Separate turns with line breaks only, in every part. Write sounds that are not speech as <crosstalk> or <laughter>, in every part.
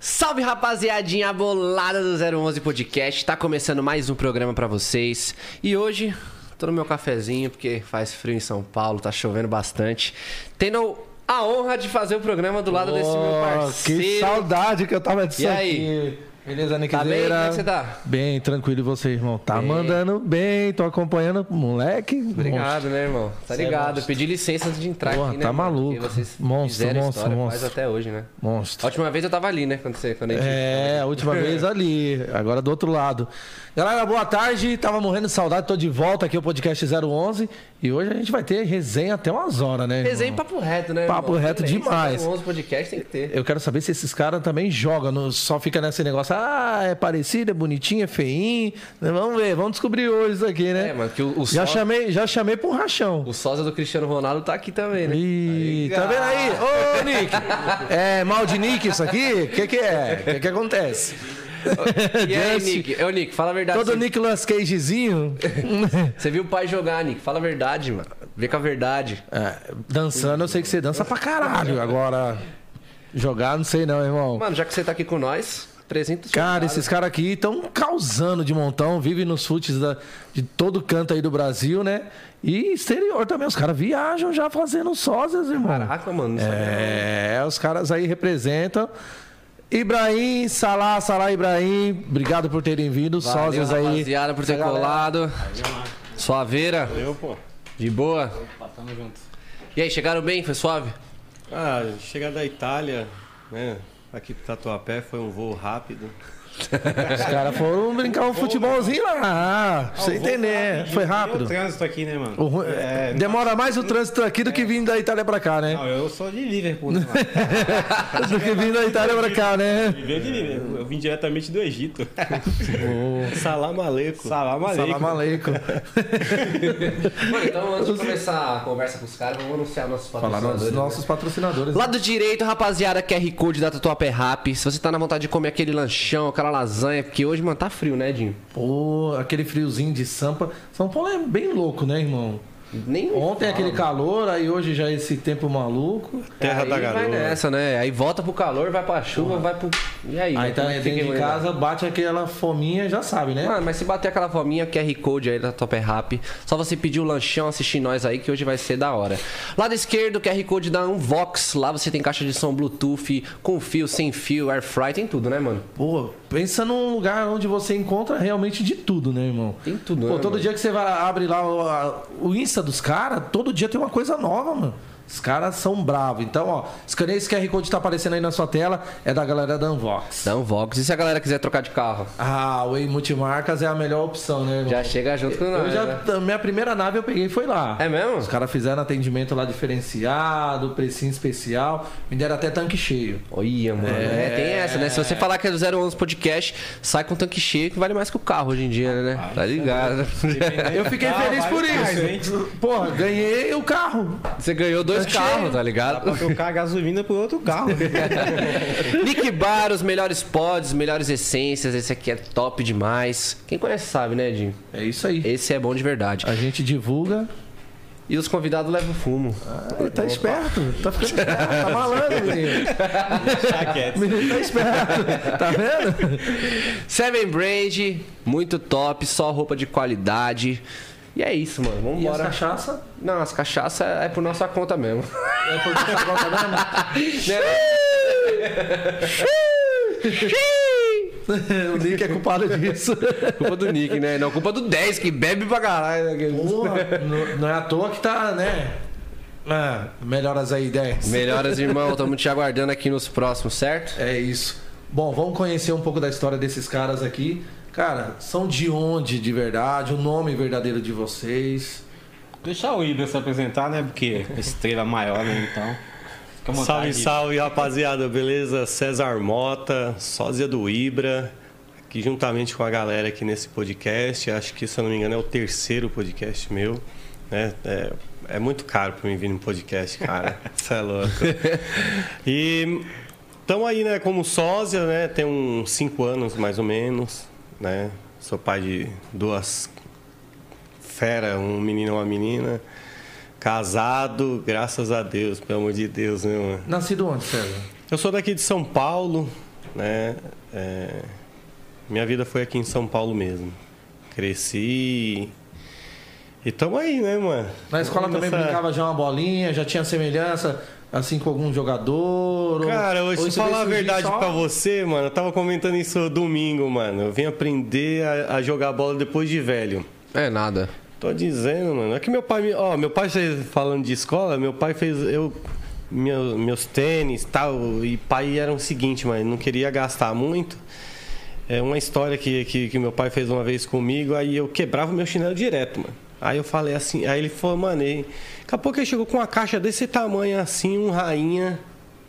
Salve rapaziadinha, bolada do 011 Podcast. Tá começando mais um programa pra vocês. E hoje, tô no meu cafezinho porque faz frio em São Paulo, tá chovendo bastante. Tendo a honra de fazer o programa do lado desse meu
Ó,
parceiro.
Que saudade que eu tava disso
E aí?
aqui. Beleza,
Tá bem?
Niquezeira?
Como é que você tá?
Bem, tranquilo e você, irmão? Tá mandando bem, tô acompanhando, moleque.
Obrigado, né, irmão? Tá
Cê é
ligado.
monstro.
Pedi licença antes de entrar
Porra,
aqui, né?
tá
mano?
maluco.
Porque Vocês
Monstro,
fizeram
monstro,
história,
monstro.
faz até hoje, né? A
Monstro.
última vez eu tava ali, né? Quando, você, quando a gente...
É, a última vez ali, agora do outro lado. Galera, boa tarde, tava morrendo de saudade, tô de volta aqui ao podcast 011 e hoje a gente vai ter resenha até umas horas, né? irmão?
Resenha e papo reto, né?
Papo
irmão?
reto
Beleza,
demais.
011 Podcast tem que ter.
Eu quero saber se esses caras também jogam, não só fica nesse negócio, ah, é parecido, é bonitinho, é feinho. Vamos ver, vamos descobrir hoje isso aqui, né?
É, mano, que o, o,
Já
só-
chamei, já chamei pro rachão.
o sósia do Cristiano Ronaldo tá aqui também, né?
Ih, tá vendo aí? Ô, Nick! É mal de Nick isso aqui? O que, que é? O que, que acontece?
E aí,
Just-
Nick? É o Nick, fala a verdade.
Todo
Você, <laughs>
Nicolas Cagezinho
você viu o pai jogar, Nick? Fala a verdade, mano. Vê com a verdade.
é, dançando, eu sei que você dança pra caralho. Agora, jogar, não sei não, irmão.
Mano, já que você tá aqui com nós, 300
Cara,
jogadas.
esses caras aqui estão causando de montão, vivem nos futes da- de todo canto aí do Brasil, né? E exterior também, os caras viajam já fazendo sósias, irmão.
Caraca, mano. né? não sabia não.
É, os caras aí representam. Ibrahim, Salah, Salah Ibrahim, obrigado por terem vindo,
Valeu,
sósias aí.
rapaziada, por ter
Essa galera.
colado. Suaveira. Eu, pô. De boa.
Tamo junto.
E aí, chegaram bem? Foi suave?
Ah, chegar da Itália, né? Aqui pro Tatuapé foi um voo rápido.
Os caras foram brincar um futebolzinho lá, pra você entender, né? foi rápido.
O trânsito aqui, né, mano?
O ruim-
É,
Demora mais o trânsito aqui do que vindo da Itália pra cá, né?
Não, eu sou de Liverpool, né, mano?
Do que vindo da Itália pra cá, né?
Eu, vim de Liverpool, eu vim diretamente do Egito.
<laughs> Salamaleco.
Salam aleikum.
Salam aleikum.
Mano, então <laughs> antes de começar a conversa com os caras, vamos anunciar nossos
Falar
patrocinadores. né?
dos nossos patrocinadores.
Lado direito, rapaziada, QR Code da Tatuapé Rap. Se você tá na vontade de comer aquele lanchão, aquela lasanha, porque hoje, mano, tá frio, né, Dinho?
Pô, aquele friozinho de Sampa. São Paulo é bem louco, né, irmão?
Nem um
Ontem aquele calor, aí hoje já esse tempo maluco.
Terra
aí
da
vai
Garoa.
nessa, né? Aí volta pro calor, vai pra chuva, vai pro. E aí?
Aí tá
Como é que
dentro
fica,
de
né?
casa, bate aquela fominha, já sabe, né?
Mano, mas se bater aquela fominha, QR Code aí da Top é Rap, só você pedir o lanchão, assistir nós aí, que hoje vai ser da hora. Lado esquerdo, QR Code da Unvox. Lá você tem caixa de som Bluetooth, com fio, sem fio, air fry, tem tudo, né, mano?
Pô, pensa num lugar onde você encontra realmente de tudo, né, irmão?
Tem tudo, né?
Pô, todo
mano?
dia que você vai, abre lá o, a- o Insta dos caras, todo dia tem uma coisa nova, mano. Os caras são bravos. Então, ó, escaneia esse QR Code que tá aparecendo aí na sua tela, é da galera da Unvox.
Da Unvox. E se a galera quiser trocar de carro?
Ah, o Way Multimarcas é a melhor opção, né, irmão?
Já chega junto com
Eu
nós.
já,
né?
a minha primeira nave eu peguei foi lá.
É mesmo?
Os caras fizeram atendimento lá diferenciado, precinho especial, me deram até tanque cheio.
Olha, mano. É, tem essa, né? Se você falar que é do 011 Podcast, sai com tanque cheio que vale mais que o carro hoje em dia, né? tá ligado?
É. Eu fiquei
Ah,
feliz
vai
por
atrás,
isso. Porra, ganhei o carro.
Você ganhou dois carros, tá ligado?
Pra trocar a gasolina por outro carro.
<laughs> Nick Bar, os melhores pods, melhores essências. Esse aqui é top demais. Quem conhece sabe, né, Dinho?
É isso aí.
Esse é bom de verdade.
A gente divulga.
E os convidados levam fumo.
Ele tá esperto, tá ficando esperto, tá
<laughs>
malandro, menino.
Tá quieto.
O menino tá esperto, tá vendo?
Seven Brand, muito top, só roupa de qualidade. E é isso, mano.
E as
Vambora.
cachaça?
Não, as cachaça é por nossa conta mesmo.
É por nossa conta
<laughs> Né?
mesmo? <laughs> o Nick é culpado disso.
culpa do Nick, né? Não, culpa do 10, que bebe pra caralho. né?
Porra, não, não é à toa que tá, né? Ah, melhoras aí, 10.
Melhoras, irmão. Estamos te aguardando aqui nos próximos, certo?
É isso. Bom, vamos conhecer um pouco da história desses caras aqui. Cara, são de onde de verdade? O nome verdadeiro de vocês?
Deixar o Ibra se apresentar, né? Porque estrela maior, né? Então. Fica à vontade.
Salve, salve, rapaziada. Beleza? César Mota, sósia do Ibra. Aqui juntamente com a galera aqui nesse podcast. Acho que, se eu não me engano, é o terceiro podcast meu. Né? É, é muito caro pra mim vir num podcast,
<laughs>
cara. Isso é louco. E estamos aí, né? Como sósia, né? Tem uns cinco anos, mais ou menos. Né? Sou pai de duas fera, um menino e uma menina. Casado, graças a Deus, pelo amor de Deus, né, mano?
Nascido onde, César?
Eu sou daqui de São Paulo, né? É, minha vida foi aqui em São Paulo mesmo. Cresci. E tamo aí, né, mano?
Na escola
Tamo
também
nessa-
brincava já uma bolinha, já tinha semelhança, assim, com algum jogador. ou-
Cara, hoje,
ou
se
isso
falar a
veio surgir
verdade
só-
pra você, mano, eu tava comentando isso domingo, mano. Eu vim aprender a, a jogar bola depois de velho.
É nada.
Tô dizendo, mano. É que meu pai me. Ó, meu pai fez- falando de escola, meu pai fez. Eu. meu- meus tênis e tal. E pai era o seguinte, mano. Não queria gastar muito. É uma história que, que, que meu pai fez uma vez comigo, aí eu quebrava meu chinelo direto, mano. Aí eu falei assim, aí ele falou, mano, e- daqui a pouco ele chegou com uma caixa desse tamanho assim, um rainha,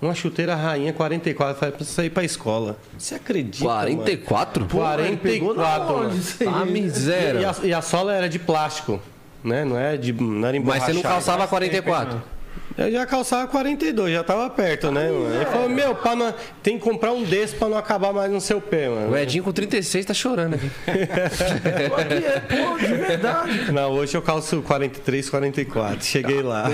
uma chuteira rainha 44, eu falei, pra sair pra escola. Você acredita? mano?
44?
Pô,
Ele pegou na
44,
onde
mano.
isso aí?
Ah, miséria.
E a, e a sola era de plástico, né? Não era de. Não era
Mas você não
emborrachada.
calçava 44?
Eu já calçava 42, já tava perto, né, mano? Ele falou, meu, pra não- tem que comprar um desse pra não acabar mais no seu pé, mano.
O Edinho com 36 tá chorando aqui.
Aqui é, pô, de verdade.
Não, hoje eu calço 43, 44. Cheguei lá.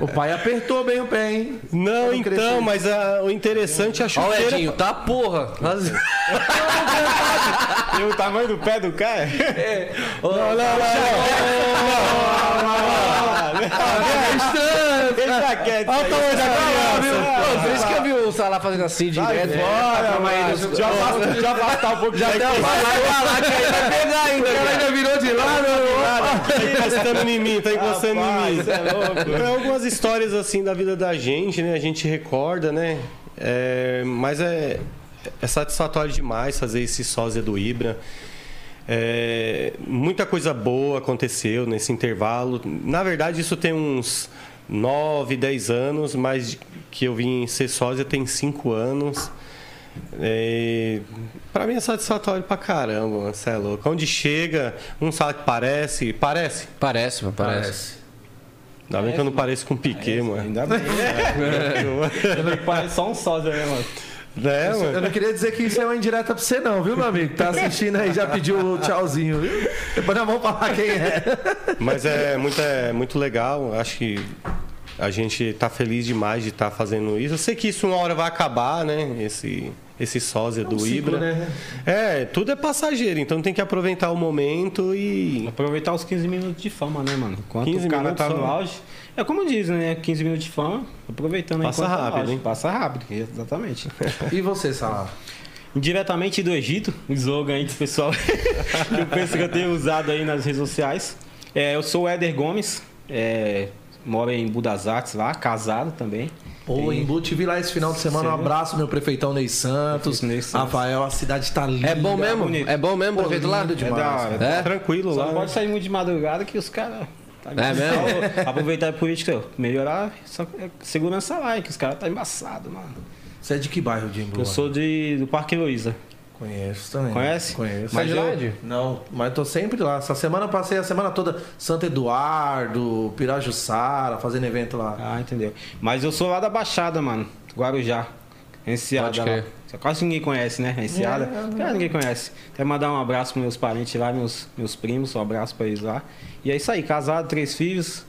O pai apertou bem o pé, hein?
Não,
Quando crescer.
então, mas a- o interessante é a
Ó o
chuteira.
Edinho, tá porra.
E o tamanho do pé do <laughs> cara? Não, não, não, não.
Tá
Ele tá quieto. Olha o tamanho da
Pô, Por isso que eu vi o Salah fazendo assim direto.
Bora, mano. Já basta- Já basta um pouco já deu
vai pegar ainda. O cara ainda virou de lado.
Tá encostando em mim, tá encostando em mim. Então, algumas histórias assim da vida da gente, né? A gente recorda, né? É, mas é, é satisfatório demais fazer esse sósia do Ibra. É, muita coisa boa aconteceu nesse intervalo. Na verdade, isso tem uns 9, 10 anos, mas que eu vim ser sósia tem 5 anos. É, pra mim é satisfatório pra caramba, você é louco. Onde chega, um sabe que parece, parece.
Parece, mano, parece.
Ainda bem que eu não pareço com o Piquet, mano.
Ainda bem. Ele parece só um sósia, né, mano?
<laughs> Né,
Eu
mano?
não queria dizer que isso é uma indireta pra você, não, viu, meu amigo? Tá assistindo aí, já pediu o tchauzinho, viu? Depois nós vamos falar quem é.
Mas é muito, é muito legal. Acho que a gente tá feliz demais de estar fazendo isso. Eu sei que isso uma hora vai acabar, né? Esse, esse
um
sósia do
ciclo,
Ibra.
né?
É, tudo é passageiro, então tem que aproveitar o momento e.
Aproveitar os 15 minutos de fama, né, mano? Enquanto
15
o cara
minutos
tá
só,
no
né?
auge. É como diz, né? 15 minutos de fama, aproveitando aí
Passa
enquanto tá no
rápido,
auge.
hein?
Passa rápido, <laughs> exatamente.
E você, Salah?
Diretamente do Egito, um slogan aí que o pessoal <laughs> que eu penso que eu tenho usado aí nas redes sociais. É, eu sou o Éder Gomes, é, moro em Budas Artes lá, casado também.
Pô, em Bu, tive lá esse final de semana. Um
Sério?
abraão, meu prefeitão Ney Santos.
Prefeito Ney Santos.
Rafael, a cidade tá linda.
É bom mesmo?
bonito.
É bom mesmo,
Pô,
prefeito lá?
lindo demais.
É da hora.
É?
Tranquilo
Só
lá.
não
né? É
pode sair muito de madrugada que os caras. Tá
mesmo?
<laughs> Aproveitar a política, melhorar só- é segurança lá, hein, que os caras tá embaçado, mano.
Você é de que bairro, de Embu?
Eu sou de, do Parque Heloísa.
Conheço também.
Conhece?
Conheço. é
Mas
Mas
de lá,
eu-
Edinho?
Não, mas tô sempre lá. Essa semana eu passei a semana toda Santo Eduardo, Pirajussara, fazendo evento lá.
Ah, entendeu. Mas eu sou lá da Baixada, mano. Guarujá. Enseada.
Pode
lá.
crer.
Quase ninguém conhece, né? A Enseada. Cara, ninguém conhece. Até mandar um abraço pros meus parentes lá, meus, meus primos, um abraço pra eles lá. E é isso aí, casado, três filhos.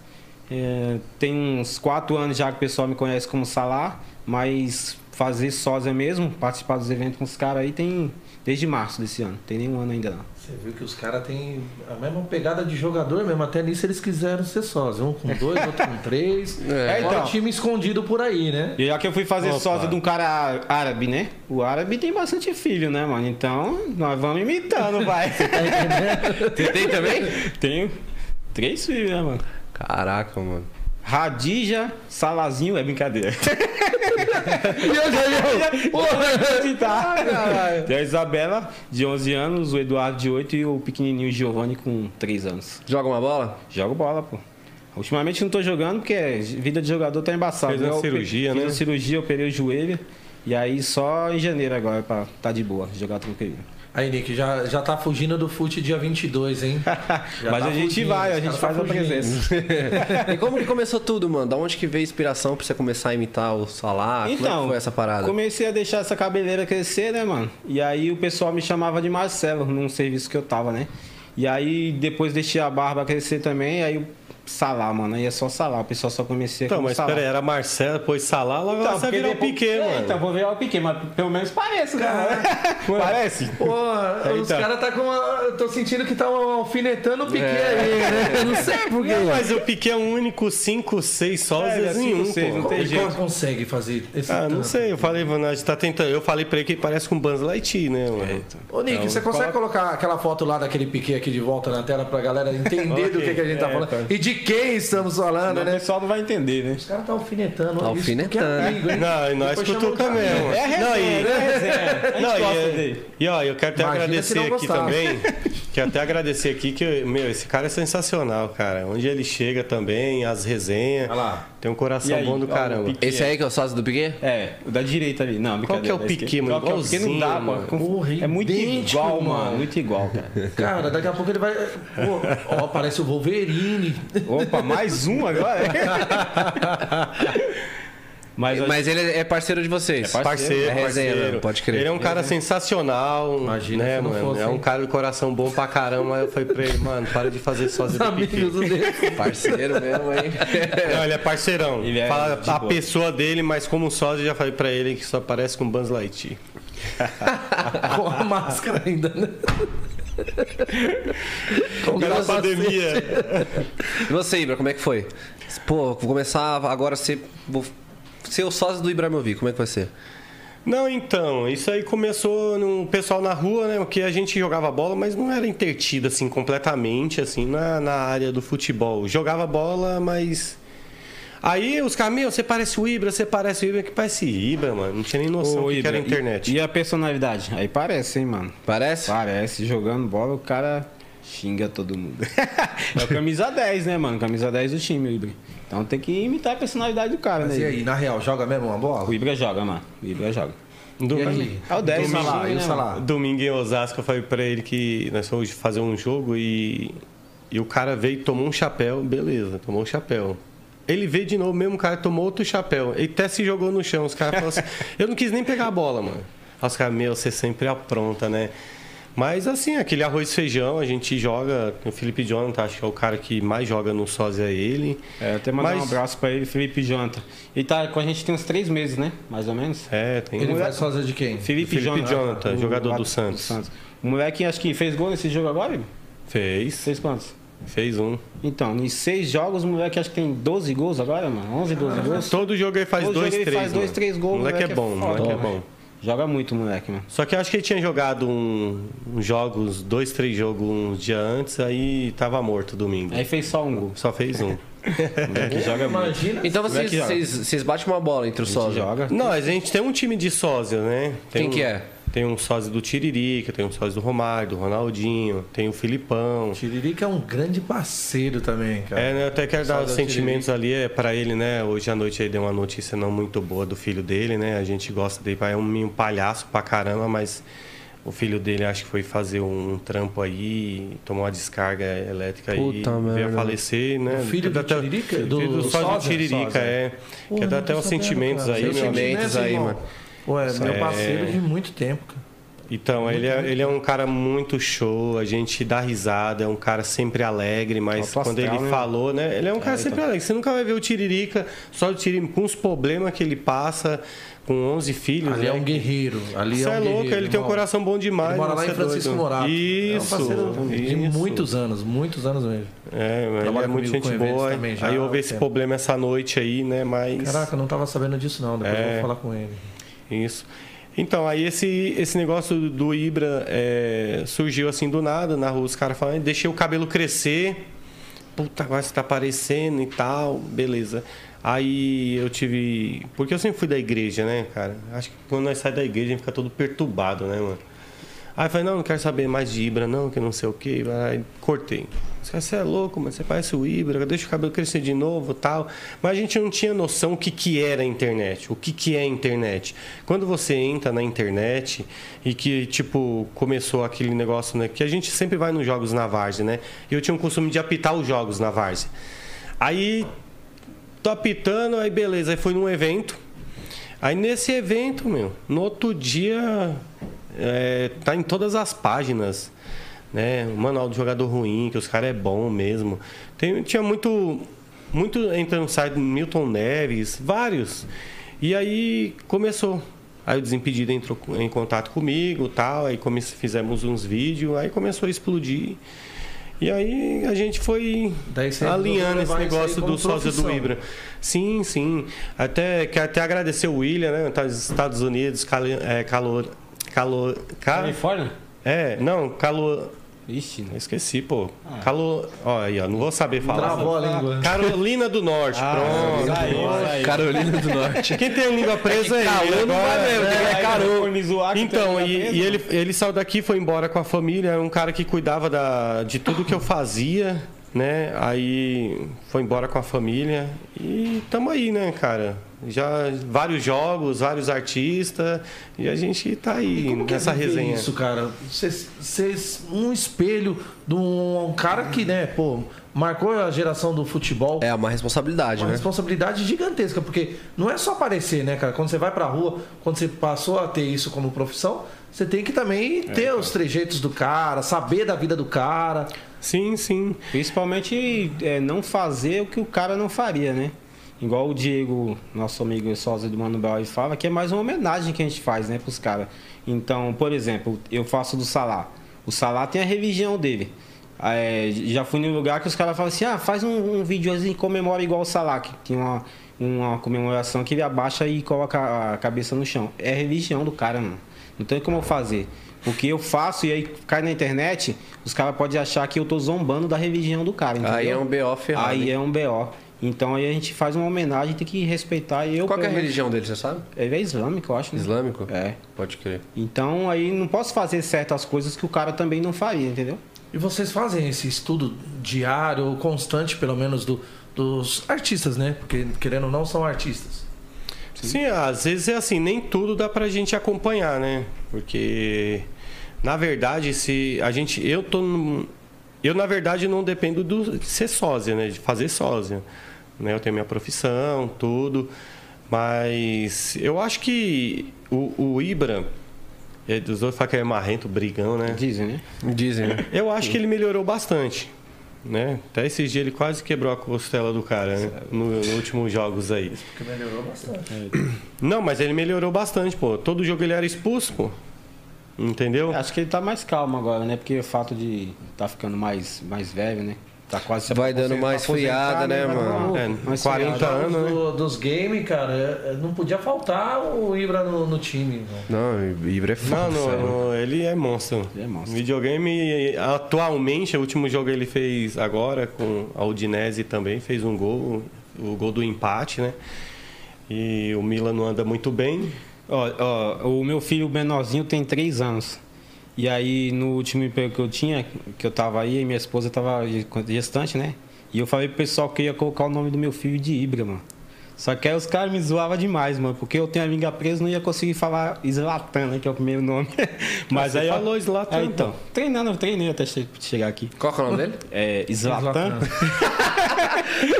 É, tem uns quatro anos já que o pessoal me conhece como Salá, mas fazer sósia mesmo, participar dos eventos com os caras aí tem desde março desse ano. Tem nenhum ano ainda não.
Você viu que os caras têm a mesma pegada de jogador mesmo. Até nisso eles quiseram ser sócios. Um com
<laughs>
dois, outro com três.
É,
É,
então.
time escondido por aí, né?
E já que eu fui fazer
Opa.
sósia de um cara árabe, né? O árabe tem bastante filho, né, mano? Então, nós vamos <laughs> imitando, vai.
Você tem também?
Tenho três filhos, né, mano?
<laughs> Caraca, mano.
Radija, Salazinho, é <laughs> brincadeira.
E eu já ia.
Tem a Isabela, de 11 anos, o Eduardo, de 8 e o pequenininho Giovanni, com 3 anos.
Joga uma bola?
Jogo bola, pô. Ultimamente não tô jogando porque vida de jogador tá embaçada.
Fez uma
Eu ope-
cirurgia,
fiz
né?
uma cirurgia, operei o joelho. E aí só em janeiro agora pra tá de boa, jogar tranquilo.
Aí, Nick, já, já tá fugindo do fute dia 22,
<laughs>
hein? Já
Mas
tá
a gente
fugindo,
vai, a
os caras
gente
tá
faz a
fugindo.
presença.
E como que começou tudo, mano? Da onde que veio a inspiração pra você começar a imitar o Salah? como é que foi essa parada?
Então, Comecei a deixar essa cabeleira crescer, né, mano? E aí o pessoal me chamava de Marcelo num serviço que eu tava, né? E aí depois deixei a barba crescer também, aí Salar, mano. Aí é só Salar. O pessoal só conhecia
Então,
como
mas
Salah.
pera aí, era Marcelo, depois Salah, logo
Então,
lá você
porque
virou
depois-
Piquet,
É,
um mano.
Então, vou virar o Piquet, mas pelo menos né? parece, cara. parece?
Porra,
É,
os
então.
caras tá com uma... Eu tô sentindo que tá alfinetando o Piquet aí, né? Eu não sei por quê.
Não, mas o Piquet é o único 5, 6 só,
É,
às
ele é
vezes
cinco,
nenhum,
seis,
um, pô.
não tem
E
jeito.
como consegue fazer esse
Ah, não
tanto?
sei, eu falei, Vanage, tá tentando. Eu falei pra ele que ele parece com Buzz Lightyear, né, mano?
É, então.
Ô, Nick, você consegue colocar aquela foto lá daquele Piquet aqui de volta na tela pra galera entender do que, que a gente tá
É,
falando?
tá.
E de quem estamos falando,
O
né?
pessoal não vai entender, né?
Os caras tá alfinetando.
Tá
ó, isso porque é
alfinetando.
amigo, hein?
Não, e nós
Depois chama
cutuca
o cara.
mesmo.
É resenha,
Não, e-
é resenha. A gente
Não,
gosta
e,
dele.
e ó, eu quero até
Imagina se
agradecer
não
aqui
gostava.
também. Quero até agradecer aqui que, meu, esse cara é sensacional, cara. Onde ele chega também, as resenhas.
Olha lá.
Tem um
E
coração
aí,
bom do
ó, o
caramba.
Piquet.
Esse aí que é o sócio do Piquet?
É, o da direita ali. Não,
Qual que é o
brincadeira, da
Piquet,
esquerda.
mano?
Qual que é o Piquet? Não dá,
Igualzinho,
mano.
mano.
É muito
Idêntico,
igual,
mano.
mano. Muito igual, cara.
Cara, daqui a pouco ele vai. Pô, ó, parece o Wolverine.
Opa, mais um agora? Mas, eu acho
Mas ele é parceiro de vocês.
Parceiro,
É resenha,
parceiro.
não, pode crer.
Ele é um cara sensacional,
Imagina
né,
se não
mano?
fosse,
é um
hein?
cara de coração bom pra caramba. Aí eu falei pra ele, mano, para de fazer sozinho do Piquet.
Amigos dele.
<laughs> Parceiro mesmo, hein?
Não, ele é parceirão.
Ele é
Fala
de
a
boa.
pessoa dele, mas como sócio, eu já falei pra ele que só parece com Buzz Lightyear.
Com a máscara ainda, né? Com
Pela
capacete.
pandemia.
E você, Ibra, como é que foi? Pô, vou começar agora a ser, vou ser o sócio do Ibrahimovic, como é que vai ser?
Não, então, isso aí começou no pessoal na rua, né? Porque a gente jogava bola, mas não era intertido, assim, completamente, assim, na, na área do futebol. Jogava bola, mas. Aí os caras, meu, você parece o Ibra, você parece o Ibra, que parece Ibra, mano. Não tinha nem
que-
noção do
Ô,
que, que
Ibra,
era a
e-
internet.
E, a personalidade? Aí parece, hein, mano?
Parece?
Parece. Jogando bola, o cara xinga todo
<laughs>
mundo. é o camisa 10, né, mano? Camisa 10 do time, o Ibra. Então tem que imitar a personalidade do cara,
Mas e
né? Ibra?
aí, na real, joga mesmo uma bola?
O Ibra joga, mano. O Ibra joga.
Do-
E aí?
É o 10,
Domingo,
Salah,
e o
né,
Salah?
mano?
Domingo em Osasco, eu falei pra ele que nós fomos fazer um jogo e, e o cara veio e tomou um chapéu, beleza, tomou um chapéu. Ele veio de novo, o mesmo cara tomou outro chapéu. Ele até se jogou no chão. Os caras
<laughs>
falaram assim: Eu não quis nem pegar a bola, mano. Aí Os caras, meu, você sempre apronta, né? Mas assim, aquele arroz e feijão, a gente joga. O Felipe Jonathan, acho que é o cara que mais joga no sósia ele.
É, até mandar um
Mas-
abraço pra ele, Felipe Jonathan. Ele tá com a gente tem uns três meses, né? Mais ou menos.
É, tem
Ele
um-
vai sozinho de quem?
Felipe,
Felipe Jonathan,
o-
jogador
lá
do Santos.
O moleque acho que fez gol nesse jogo agora, Ibra?
Fez,
Fez quantos?
fez um.
Então, em seis jogos, o moleque acho que tem 12 gols agora, mano. 11, 12 gols.
Todo jogo ele faz
Todo
dois,
jogo ele
três.
faz dois,
mano.
três gols.
O moleque é bom, o
foda,
moleque é
mano.
bom.
Joga muito, moleque, mano.
Só que eu acho que ele tinha jogado um- uns jogos, dois, três jogos um dia antes, aí tava morto domingo.
É.
Aí fez só um gol.
Só fez
<laughs>
um.
Moleque
né,
joga muito.
Imagina.
Então vocês,
que joga?
vocês, vocês batem uma bola entre os sócios?
Joga.
Não, a gente tem um time de sósia, né? Tem
Quem
um-
que é?
Tem um sósia do Tiririca, tem um sósia do Romário, do Ronaldinho, tem o Filipão.
Tiririca é um grande parceiro também, cara.
É, né, eu até quero dar
Sósia
os
do
sentimentos ali é, pra ele, né? Hoje à noite aí deu uma notícia não muito boa do filho dele, né? A gente gosta dele, pai, é um menino palhaço pra caramba, mas o filho dele acho que foi fazer um trampo aí, tomou uma descarga elétrica e
Puta
veio a
merda.
fazer, né?
O filho
Dá
do Tiririca?
filho
Do-
do,
do
sócio do
sósia?
Tiririca,
Sósia.
é.
Porra,
quer dar
não
até
tô
os
sabendo,
sentimentos
cara.
aí, meu amigo.
Sentimentos aí,
irmão?
mano.
Ué, meu
É.
parceiro de muito tempo, cara.
Então, ele é, ele é um cara muito show, a gente dá risada, é um cara sempre alegre, mas
Alto
quando
astral,
ele
né?
falou, né? Ele é um cara sempre alegre. Você nunca vai ver o Tiririca só o Tiririca, com os problemas que ele passa, com 11 filhos.
Ali é um guerreiro. Ali é,
Você
um
é louco,
guerreiro,
ele tem um
irmão.
coração bom demais.
Ele mora lá
você
em
é
Francisco
doido.
Morato.
Isso.
É um parceiro de
isso.
muitos anos, muitos anos mesmo.
É, ele
Trabalha
é muito
comigo com
gente
eventos
boa.
também já
aí
há
houve
um
esse
tempo.
problema essa noite aí, né? Mas.
Caraca, eu não tava sabendo disso não, depois eu
É.
vou falar com ele.
Isso. Então, aí esse, esse negócio do- do Ibra é, surgiu assim do nada na rua. Os caras falando, deixei o cabelo crescer. Puta, agora você tá aparecendo e tal. Beleza. Aí eu tive. Porque eu sempre fui da igreja, né, cara? Acho que quando nós saímos da igreja a gente fica todo perturbado, né, mano? Aí eu falei, não, não quero saber mais de Ibra, não, que não sei o quê. Aí cortei. Os caras, você é louco, mas você parece o Ibra, deixa o cabelo crescer de novo tal. Mas a gente não tinha noção o que, que era a internet, o que, que é a internet. Quando você entra na internet e que, tipo, começou aquele negócio, né? Que a gente sempre vai nos jogos na Várzea, né? E eu tinha o costume de apitar os jogos na Várzea. Aí tô apitando, aí beleza, aí fui num evento. Aí nesse evento, meu, no outro dia, é, tá em todas as páginas. né? O manual do jogador ruim, que os caras é bom mesmo. Tem, tinha muito. Muito entrando no site Milton Neves, vários. E aí começou. Aí o Desimpedido entrou co- em contato comigo tal, aí come- fizemos uns vídeos, aí começou a explodir. E aí a gente foi
Daí você
alinhando
resolveu
esse
levar isso aí
negócio
como
do sócio do
profissão.
Ibra. Sim, sim. Até, quero até agradecer o William, né? Tá nos Estados Unidos, cali- é, calor. Calor. Ca,
Califórnia?
é, não, calor.
Ixi, né?
Esqueci, pô. Calor. Ó, aí, ó, não vou saber falar.
Travou a língua.
Carolina do Norte,
Ah,
pronto.
Carolina do Norte.
Quem tem a língua presa é,
calor
ele
não
agora,
vai mesmo,
né?
ele é
Carol.
Então,
é
e, e ele, ele saiu daqui, foi embora com a família, era um cara que cuidava da, de tudo que eu fazia, né? Aí foi embora com a família e tamo aí, né, cara? Já vários jogos, vários artistas e a gente tá aí
Como que
nessa
é viver
resenha.
isso, cara? Você um espelho de um, um cara que, né, pô, marcou a geração do futebol.
<laughs> É uma responsabilidade,
Uma
né?
responsabilidade gigantesca, porque não é só aparecer, né, cara? Quando você vai pra rua, quando você passou a ter isso como profissão, você tem que
É,
também ter os trejeitos do cara, saber da vida do cara.
Sim, sim.
Principalmente é, não fazer o que o cara não faria, né? Igual o Diego, nosso amigo e sócio do Mano Brown, ele fala que é mais uma homenagem que a gente faz, né, pros caras. Então, por exemplo, eu faço do Salá. O Salá tem a religião dele. É, já fui num lugar que os caras falam assim, ah, faz um, um videozinho e comemora igual o Salá, que tem uma, uma comemoração que ele abaixa e coloca a cabeça no chão. É a religião do cara, mano. Não tem Então, como eu fazer. O que eu faço e aí cai na internet, os caras podem achar que eu tô zombando da religião do cara, entendeu?
Aí é um BO ferrado.
Aí
hein?
é um BO. Então aí a gente faz uma homenagem, tem que respeitar. E eu,
Qual que é a
pelo menos-
religião dele, você sabe?
Ele é islâmico, eu acho. né?
Islâmico?
É.
Pode crer.
Então aí não posso fazer certas coisas que o cara também não faria, entendeu?
E vocês fazem esse estudo diário, ou constante, pelo menos, do- dos artistas, né? Porque, querendo ou não, são artistas.
Sim, às vezes é assim, nem tudo dá pra gente acompanhar, né? Porque na verdade, se a gente eu tô num- eu na verdade não dependo do de ser sósia, né, de fazer sósia, né? Eu tenho minha profissão, tudo, mas eu acho que o, o Ibra é, dos outros falam que é marrento, brigão, né?
Dizem, né?
Dizem, né?
Eu acho que ele melhorou bastante. Né? Até esses dias ele quase quebrou a costela do cara né? no, no últimos jogos aí.
Porque melhorou bastante.
Não, mas ele melhorou bastante, pô. Todo jogo ele era expulso, pô. Entendeu?
Acho que ele tá mais calmo agora, né? Porque o fato de tá ficando mais, mais velho, né? Tá quase se
Vai
aposent-
dando mais
aposentar,
friada, né,
Vai
mano?
dar uma-
É,
uma
40
esfriada.
anos, né?
do- dos games, cara, é- é- não podia faltar o Ibra no, no time. Não.
Não, Ibra é
Não,
foda.
não,
sério.
não, ele é monstro.
Ele é monstro.
Videogame, atualmente, o último jogo ele fez agora com a Udinese também, fez um gol, o gol do empate, né? E o Milan não anda muito bem.
Ó, ó, o meu filho menorzinho tem três anos. E aí, no último emprego que eu tinha, que eu tava aí, minha esposa tava gestante, né? E eu falei pro pessoal que eu ia colocar o nome do meu filho de Ibra, mano. Só que aí os caras me zoavam demais, mano. Porque eu tenho a língua presa não ia conseguir falar Zlatan, né? Que é o primeiro nome. <laughs> Mas
Você
aí, ó,
falou Zlatan,
É, então, treinando, eu treinei até che- chegar aqui.
Qual que é o nome
<laughs>
dele?
É, Zlatan.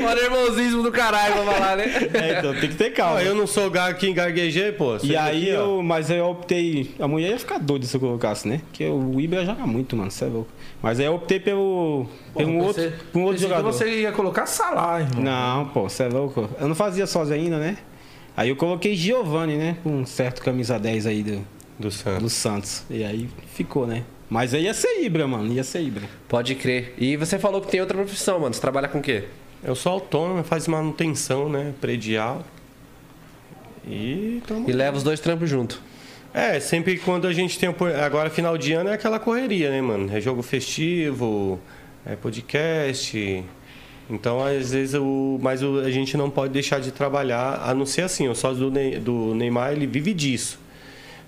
Olha o irmãozismo do caralho, vamos lá, né?
<laughs> É, então, tem que ter calma.
Ah, eu não sou o gar- que engarguejei, pô. Você
E
viu
aí
aqui, ó?
eu, mas aí eu optei. A mulher ia ficar doida se eu colocasse, né? Porque o Ibra joga muito, mano, você é louco. Mas aí eu optei pelo. Por um outro, por um
pensei
outro
que
jogador.
Você ia colocar Salah, irmão.
Não, pô, você é louco. Eu não fazia sozinho ainda, né? Aí eu coloquei Giovanni, né? Com um certo camisa 10 aí do,
Do Santos.
do Santos. E aí ficou, né? Mas aí ia ser Ibra, mano. Ia ser Ibra.
Pode crer. E você falou que tem outra profissão, mano. Você trabalha com o quê?
Eu sou autônomo, faz manutenção, né? Predial. E tamo
E leva os dois trampos junto.
É, sempre quando a gente tem. opor- Agora, final de ano é aquela correria, né, mano? É jogo festivo, é podcast. Então, às vezes, o... mas o- a gente não pode deixar de trabalhar, a não ser assim. O sócio do, Ney- do Neymar, ele vive disso.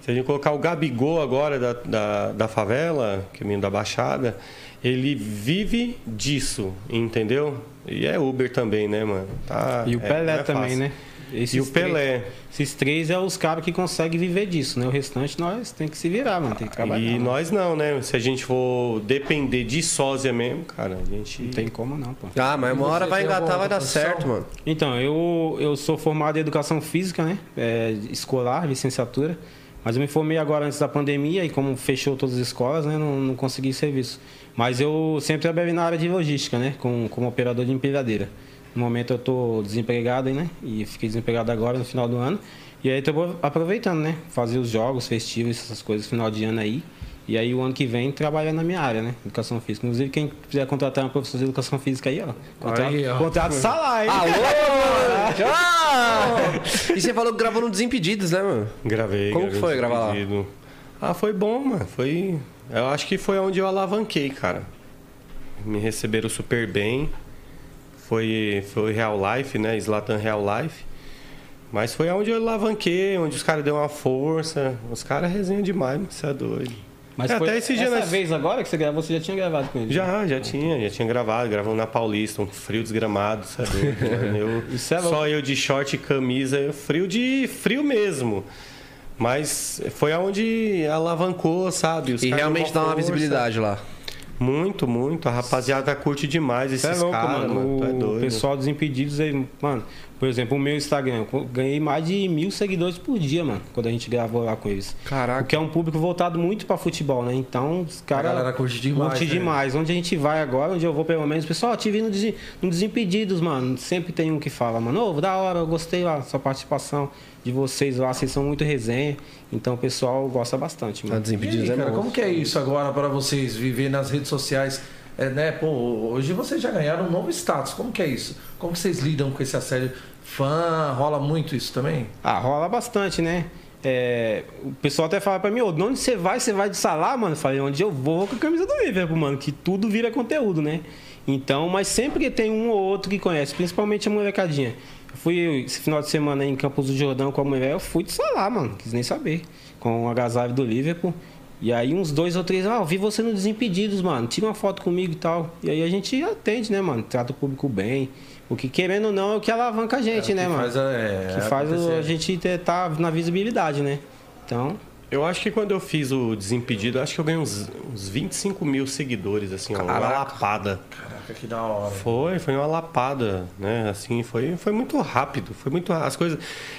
Se a gente colocar o Gabigol agora da, da, da favela, que é o menino da Baixada, ele vive disso, entendeu? E é Uber também, né, mano? Tá-
E o
é-
Pelé
não é
também,
fácil.
né?
E
Esses
o Pelé.
Três, esses três é os caras que conseguem viver disso, né? O restante nós tem que se virar, mano. Tem que trabalhar.
Ah, E
mano.
nós não, né? Se a gente for depender de sósia mesmo, cara, a gente.
Não tem como não, pô.
Ah, mas uma
você
hora vai
tem
engatar,
alguma
vai dar
profissão?
certo, mano.
Então, eu, eu sou formado em educação física, né? É, escolar, licenciatura. Mas eu me formei agora antes da pandemia e como fechou todas as escolas, né, não, não consegui serviço. Mas eu sempre trabalhei na área de logística, né, com, como operador de empilhadeira. No momento eu estou desempregado, né, e fiquei desempregado agora no final do ano. E aí estou aproveitando, né, fazer os jogos festivos, essas coisas, final de ano aí. E aí o ano que vem trabalhar na minha área, né? Educação física. Inclusive, quem quiser contratar uma professora de educação física aí, ó. Contrato,
Aí, ó. <laughs>
contrato salário, hein?
Alô! Tchau! Ah! E você falou que gravou no Desimpedidos, né, mano?
Gravei.
Como
gravei
que foi
esse
gravar lá?
pedido. Ah, foi bom, mano. Foi. Eu acho que foi onde eu alavanquei, cara. Me receberam super bem. Foi, foi Real Life, né? Slatan Real Life. Mas foi onde eu alavanquei, onde os caras deu uma força. Os caras resenham demais, mano. Você é doido.
Mas
É,
foi
até esse dia
essa
nós-
vez agora que você gravou, você já tinha gravado com ele? né?
Já, já tinha, já tinha gravado, gravamos na Paulista, um frio desgramado, sabe? né?
<laughs>
Eu-
Isso é louco.
só eu de short e camisa, eu- frio de frio mesmo. Mas foi aonde alavancou, sabe? Os
E
caras
realmente
dão
dá uma
força.
visibilidade lá.
Muito, muito. A rapaziada curte demais esses
Você é
caras,
louco,
mano.
mano.
Tu é
O
doido.
pessoal dos impedidos aí, mano. Por exemplo, o meu Instagram, eu co- ganhei mais de mil seguidores por dia, mano, quando a gente gravou lá com eles.
Caraca.
Porque é um público voltado muito pra futebol, né? Então, os caras.
A galera curte demais,
Curte
né?
demais. Onde a gente vai agora, onde eu vou pelo menos, pessoal, te vi no, Desi- no Desimpedidos, mano. Sempre tem um que fala, mano, ô, da hora, eu gostei lá, sua participação de vocês lá, vocês são muito resenha. Então, o pessoal gosta bastante,
Lá
mano.
no Desimpedidos
E aí,
é
cara,
bom.
como que é isso agora para vocês viver nas redes sociais? É, né? Pô, hoje vocês já ganharam um novo status. Como que é isso? Como que vocês lidam com esse assédio? Fã, rola muito isso também?
Ah, rola bastante, né? É, o pessoal até fala pra mim, ô, de onde você vai? Você vai de salário, mano? Eu falei, onde eu vou, vou com a camisa do Liverpool, mano, que tudo vira conteúdo, né? Então, mas sempre tem um ou outro que conhece, principalmente a molecadinha. Eu fui esse final de semana aí em Campos do Jordão com a mulher, eu fui de salário, mano, quis nem saber, com o agasalho do Liverpool. E aí uns dois ou três, ah, eu vi você no Desimpedidos, mano, tira uma foto comigo e tal. E aí a gente atende, né, mano, trata o público bem. O que querendo ou não é o que alavanca a gente, né,
que
mano?
faz, é,
que faz o-
acontecer.
a gente estar na visibilidade, né? Então,
Eu acho que quando eu fiz o Desimpedido, eu acho que eu ganhei uns, uns 25 mil seguidores, assim, ó, uma
Caraca.
lapada.
Caraca, que da hora.
Foi, foi uma lapada, né? Assim, foi, foi muito rápido, foi muito ra- as coisas.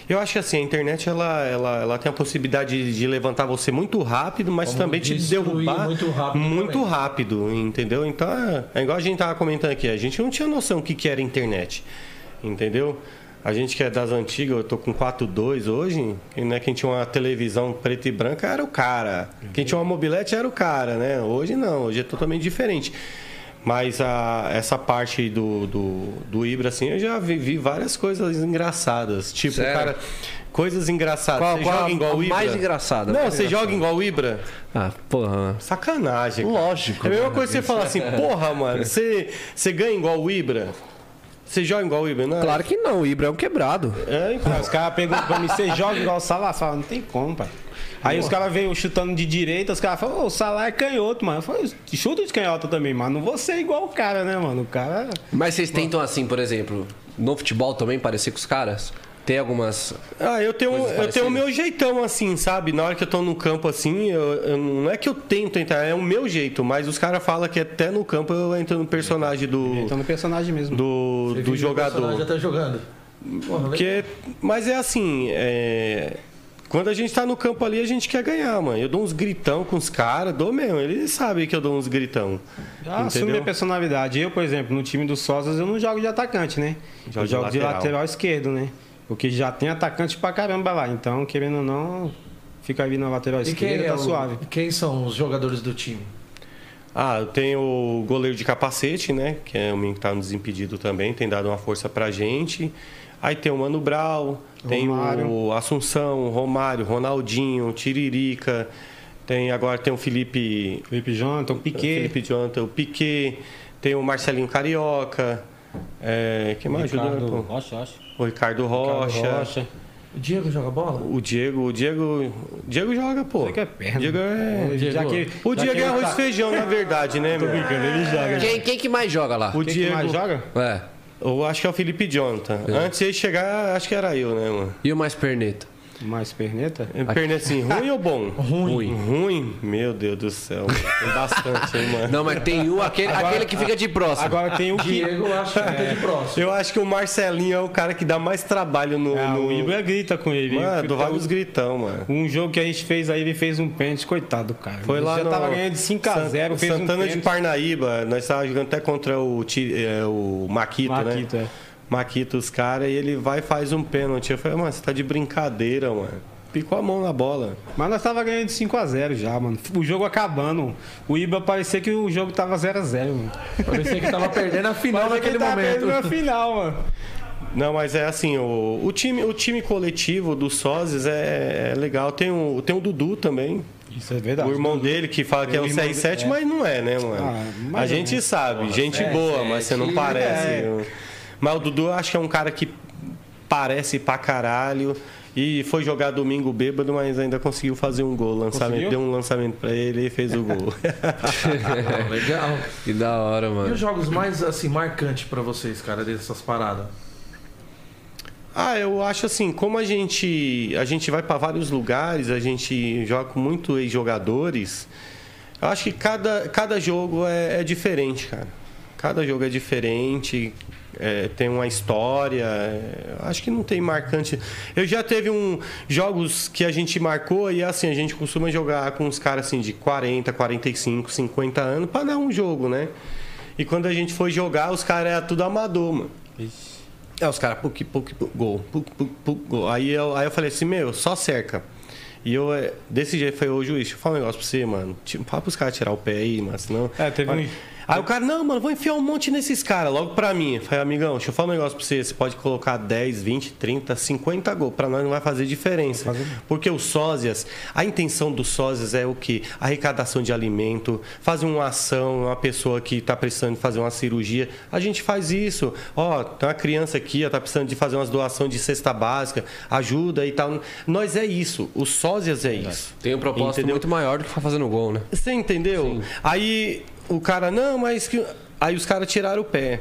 Eu acho que assim, a internet ela, ela, ela tem a possibilidade de levantar você muito rápido, mas
Como
também te
destruir
derrubar
muito rápido
muito
também.
rápido, entendeu? Então, é, é igual a gente tava comentando aqui, a gente não tinha noção o que que era internet, entendeu? A gente que é das antigas, eu tô com 4.2 hoje, e, né, quem tinha uma televisão preta e branca era o cara. Quem tinha uma mobilete era o cara, né? Hoje não, hoje é totalmente diferente. Mas a- essa parte do, do, do Ibra, assim, eu já vivi várias coisas engraçadas. Tipo,
Sério?
cara, coisas engraçadas.
Qual-
você
qual
joga
a-
igual
a
o Ibra?
mais engraçada?
Não,
Mais
você joga igual o Ibra?
Ah, porra.
Sacanagem. cara.
Lógico,
É a mesma
mano.
coisa que você
<laughs>
falar assim, porra, mano, você, você ganha igual o Ibra? Você joga igual o Ibra? Não.
Claro que não, o Ibra é um quebrado.
É, então.
os caras perguntam pra mim, você joga igual o Salah? Eu falo, não tem como, pai. Aí os caras veio chutando de direita, os caras falam, ô, o Salah é canhoto, mano. Eu falo, chuta de canhoto também, mas não vou ser igual o cara, né, mano? O cara...
Mas vocês tentam assim, por exemplo, no futebol também parecer com os caras? Tem algumas.
Ah, eu tenho,
Coisas
eu tenho o
parecidas.
meu jeitão, assim, sabe? Na hora que eu tô no campo, assim, eu, eu- não é que eu tento entrar, é o meu jeito, mas os caras falam que até no campo eu entro no personagem do,
Então no personagem mesmo.
do, do
Já
jogador.
tá jogando. Porra,
Porque, mas é assim, é, quando a gente tá no campo ali, a gente quer ganhar, mano. Eu dou uns gritão com os caras, dou mesmo. Eles sabem que eu dou uns gritão.
Ah, assume
entendeu?
minha personalidade. Eu, por exemplo, no time do Sosas, eu não jogo de atacante, né?
Joga
eu
de
jogo de
lateral.
lateral esquerdo, né? Porque já tem atacante pra caramba lá. Então, querendo ou não, fica ali na lateral
E quem,
esquerda,
é
tá
o-
suave.
quem são os jogadores do time?
Ah, eu tenho o goleiro de capacete, né? Que é o menino que tá no desimpedido também, tem dado uma força pra gente. Aí tem o Mano Brau, tem o
Romário.
Assunção, o Romário, Ronaldinho, Tiririca, tem agora tem o Felipe.
Felipe Jonathan, Piquet.
Felipe Jonathan, o Piquet, tem o Marcelinho Carioca. É, quem mais ajuda? né, pô?
Rocha, acho.
O Ricardo Rocha.
O Diego joga bola?
O Diego, o Diego. o Diego joga, pô.
Diego é perna.
Diego é-
Já que,
O
já
Diego
que
é arroz
tá-
e feijão, na verdade, né, meu?
Ele joga.
Quem, quem que mais joga lá?
O
Quem que
Diego.
mais joga?
É.
É.
Eu acho que é o Felipe Jonathan. Antes de ele chegar, acho que era eu, né, mano?
E o mais perneta?
Mais perneta?
É Perneta assim, ruim ou
<laughs>
bom?
Ruim.
Ruim? Meu Deus do céu. Tem bastante, hein, mano?
Não, mas tem um, aquele, aquele que fica de próximo.
Agora tem
um
o que.
Diego, eu acho que fica de próximo.
Eu acho que o Marcelinho é o cara que dá mais trabalho no.
Ah,
no...
o Ibra grita com ele.
É, Mano,
Fica-
do vários gritão, mano.
Um jogo que a gente fez aí, ele fez um pênalti, coitado, do cara.
Foi
Ele
lá
já
no...
tava ganhando de 5x0,
San-
fez um
Santana de
pênalti.
Parnaíba. Nós estávamos jogando até contra o, Ti- eh, o Maquito,
Maquito,
né?
é.
Maquito, os caras, e ele vai e faz um pênalti. Eu falei, mano, você tá de brincadeira, mano. Picou a mão na bola.
Mas nós tava ganhando de 5x0 já, mano. O jogo acabando. O Ibra parecia que o jogo tava 0x0, mano.
Parecia que tava perdendo a final
Parecia
naquele
que ele tava perdendo na
momento.
final, mano.
Não, mas é assim, o, o, time, o time coletivo do Sozes é, é legal. Tem o, tem o Dudu também,
Isso é verdade.
o irmão dele que fala que é um
irmão
CR7,
dele, é.
mas não é, né, mano?
Ah, mais
a
ou
gente
menos.
sabe, gente
CR7,
boa, mas você não parece.
é.
Eu- Mas o Dudu eu acho que é um cara que parece pra caralho. E foi jogar domingo bêbado, mas ainda conseguiu fazer um gol. Lançamento,
Conseguiu?
deu um lançamento pra ele e fez o
<laughs>
gol.
Ah, Legal.
<laughs> Que da hora,
E os
mano.
jogos mais, assim, marcantes pra vocês, cara, dessas paradas?
Ah, eu acho assim, como a gente a gente vai para vários lugares, a gente joga com muito ex-jogadores, eu acho que cada, cada jogo é, é diferente, cara. Cada jogo é diferente, é, tem uma história. é, eu acho que não tem marcante. Eu já teve um jogos que a gente marcou e assim, a gente costuma jogar com uns caras assim de 40, 45, 50 anos para dar um jogo, né? E quando a gente foi jogar, os caras eram tudo amador, mano. É, os caras, puc, puc, puc, gol, puc, puc, puc, gol. Aí eu, aí eu falei assim, meu, só cerca. E eu, eh, desse jeito, falei, ô juiz, deixa eu falar um negócio pra você, mano. Tipo, fala pros caras tirar o pé aí, mano, senão...
É, teve um-
Aí o cara, não, mano, vou enfiar um monte nesses caras, logo pra mim. Eu Falei, amigão, deixa eu falar um negócio pra você, você pode colocar 10, 20, 30, 50 gols, pra nós não vai fazer diferença. Porque os sósias, a intenção dos sósias é o quê? Arrecadação de alimento, fazer uma ação, uma pessoa que tá precisando de fazer uma cirurgia, a gente faz isso. Ó, tem uma criança aqui, ó, tá precisando de fazer umas doações de cesta básica, ajuda e tal. Nós é isso, os sósias é isso.
Tem um propósito
Entendeu?
muito maior do que ficar fazendo gol, né?
Você entendeu? Aí o cara, não, mas que. Aí os caras tiraram o pé.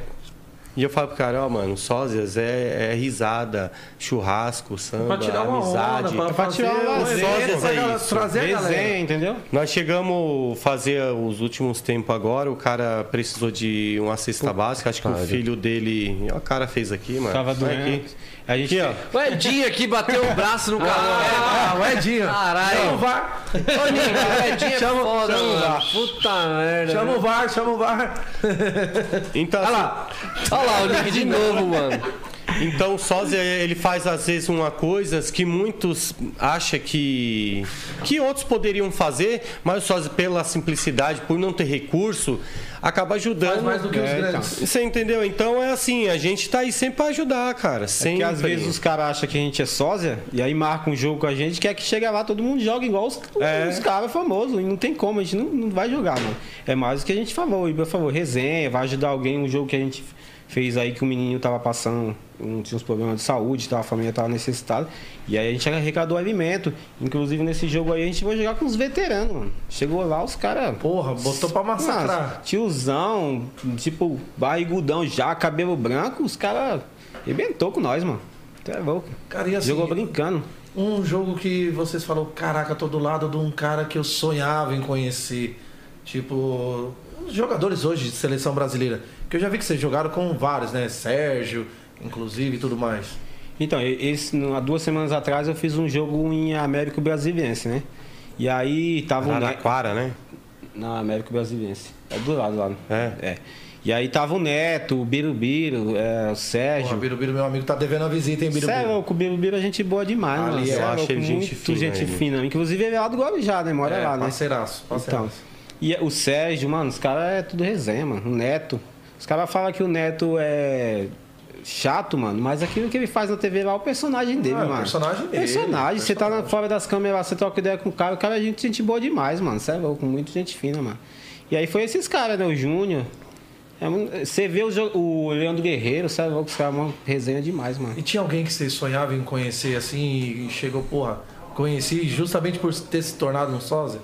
E eu falo pro cara, ó, mano, sósias é, é risada, churrasco, samba,
Pra tirar uma
amizade.
onda, pra,
pra
fazer
tirar um
um
lazer,
evento, pra
é
galera-
isso.
trazer a
Desenho,
galera.
entendeu?
Nós chegamos a fazer os últimos tempos agora, o cara precisou de uma cesta básica, acho que o filho dele. Ó, o cara fez aqui, mano.
Tava
Vai
doente.
aqui.
A gente.
Aqui, ó.
O Edinho aqui bateu o braço no cara.
Ah, o Edinho.
Caralho.
Chama o VAR.
Ô, Nico, o Edinho é
Chama-
foda,
chama o
mano.
VAR.
Puta merda.
Chama o VAR, chama o VAR.
Então,
Olha
assim,
lá.
Olha lá, o Nick de novo, mano.
Então o sósia, ele faz às vezes uma coisa que muitos acham que que outros poderiam fazer, mas o sósia pela simplicidade, por não ter recurso, acaba
Faz
ajudando.
mais do que os
É, então.
grandes.
Você entendeu? Então é assim, a gente tá aí sempre pra ajudar, cara. Sempre.
É Porque às vezes os caras acham que a gente é sósia e aí marca um jogo com a gente, quer que chegue lá, todo mundo joga igual os,
É.
os caras famosos. E não tem como, a gente não, não vai jogar, mano. É mais o que a gente falou, o Ibra falou, resenha, vai ajudar alguém, um jogo que a gente fez aí que o menino tava passando, um, tinha uns problemas de saúde, tá? a família tava necessitada. E aí a gente arrecadou alimento. Inclusive nesse jogo aí a gente vai jogar com os veteranos, mano. Chegou lá, os caras.
Porra, botou pra
Nossa,
massacrar.
tiozão, tipo, barrigudão já, cabelo branco, os caras arrebentou com nós, mano. Tu é louco.
Cara, e assim,
Jogou brincando.
um jogo que vocês falaram, caraca, tô do lado de um cara que eu sonhava em conhecer. Tipo, os jogadores hoje de seleção brasileira. Que eu já vi que vocês jogaram com vários, né? Sérgio, inclusive, e tudo mais.
Então, e- esse, no- há duas semanas atrás eu fiz um jogo em Américo Brasiliense, né? E aí tava um.
Araraquara, né?
Na América Brasiliense. É do lado lá.
É.
E aí tava o Neto, o Birubiru, é, o
Porra,
Sérgio.
Birubiru, meu amigo, tá devendo a visita, hein,
Cê
Birubiru?
é louco, o Birubiru é gente boa demais,
Ali
mano.
eu
Cê é
acho
louco,
ele gente
muito
fina,
gente
ele.
fina. Inclusive ele é lá do Guarujá, né? Mora
É,
lá, né?
parceiraço,
Então,
parceiraço.
e o Sérgio, mano, os caras é tudo resenha, mano. O Neto. Os caras falam que o Neto é chato, mano, mas aquilo que ele faz na TV lá é o personagem dele,
Ah, é o
mano.
personagem dele,
Personagem. Você tá na,
personagem.
fora das câmeras lá, você troca ideia com o cara. O cara é gente, gente boa demais, mano. Você é louco, muito gente fina, mano. E aí foi esses caras, né? O Júnior. É um- Você vê o, jo- o Leandro Guerreiro, você é louco, os caras é uma resenha demais, mano.
E tinha alguém que vocês sonhavam em conhecer assim e chegou, porra, conheci justamente por ter se tornado um sósia?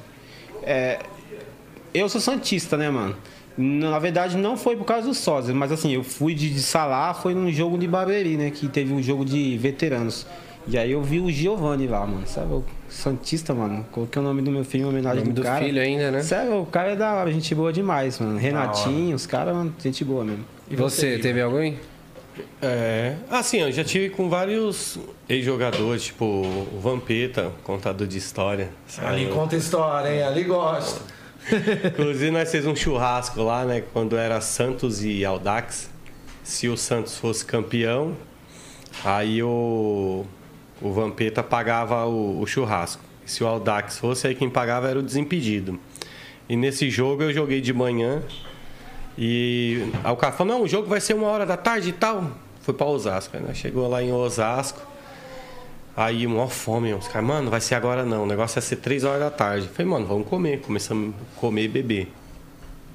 Eu sou santista, né, mano? Na verdade, não foi por causa do sósia, mas assim, eu fui de, de Salá, foi num jogo de Barueri, né? Que teve um jogo de veteranos. E aí eu vi o Giovanni lá, mano. Sabe? O Santista, mano. Coloquei o nome do meu filho em
O
homenagem
nome do
do cara.
filho ainda, né?
Sério, o cara é da hora, gente boa demais, mano. Renatinho, os caras, mano, gente boa mesmo.
E você, teve algum?
É. Assim, eu já tive com vários ex-jogadores, tipo o Vampeta, contador de história.
Ali
Eu-
conta história, hein? Ali gosta.
Inclusive, nós fizemos um churrasco lá, né? Quando era Santos e Aldax. Se o Santos fosse campeão, aí o, o Vampeta pagava o, o churrasco. Se o Aldax fosse, aí quem pagava era o desimpedido. E nesse jogo eu joguei de manhã. E aí o cara falou: não, o jogo vai ser uma hora da tarde e tal. Foi pra Osasco. Aí nós chegou lá em Osasco. Aí, mó fome, os caras, mano, vai ser agora não, o negócio vai ser 3 horas da tarde. Falei, mano, vamos comer. Começamos a comer e beber.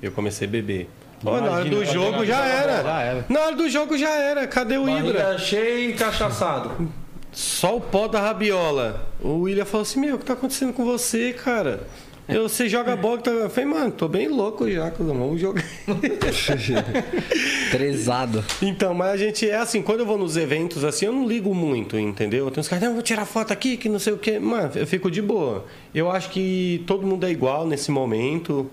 Eu comecei a beber. Pô, na hora
Imagina,
do
vai
jogo
jogar
já
jogar bola,
era.
já era.
Na hora do jogo já era. Cadê o Ibra?
Barriga cheia e cachaçado.
Só o pó da rabiola. O William falou assim, meu, o que tá acontecendo com você, cara? Eu, você joga bola que tá... Eu falei, mano, tô bem louco já, Cusão, vamos <laughs> jogar.
Trezado.
Então, mas a gente é assim, quando eu vou nos eventos assim, eu não ligo muito, entendeu? Tem uns caras, não, vou tirar foto aqui, que não sei o quê. Mano, eu fico de boa. Eu acho que todo mundo é igual nesse momento.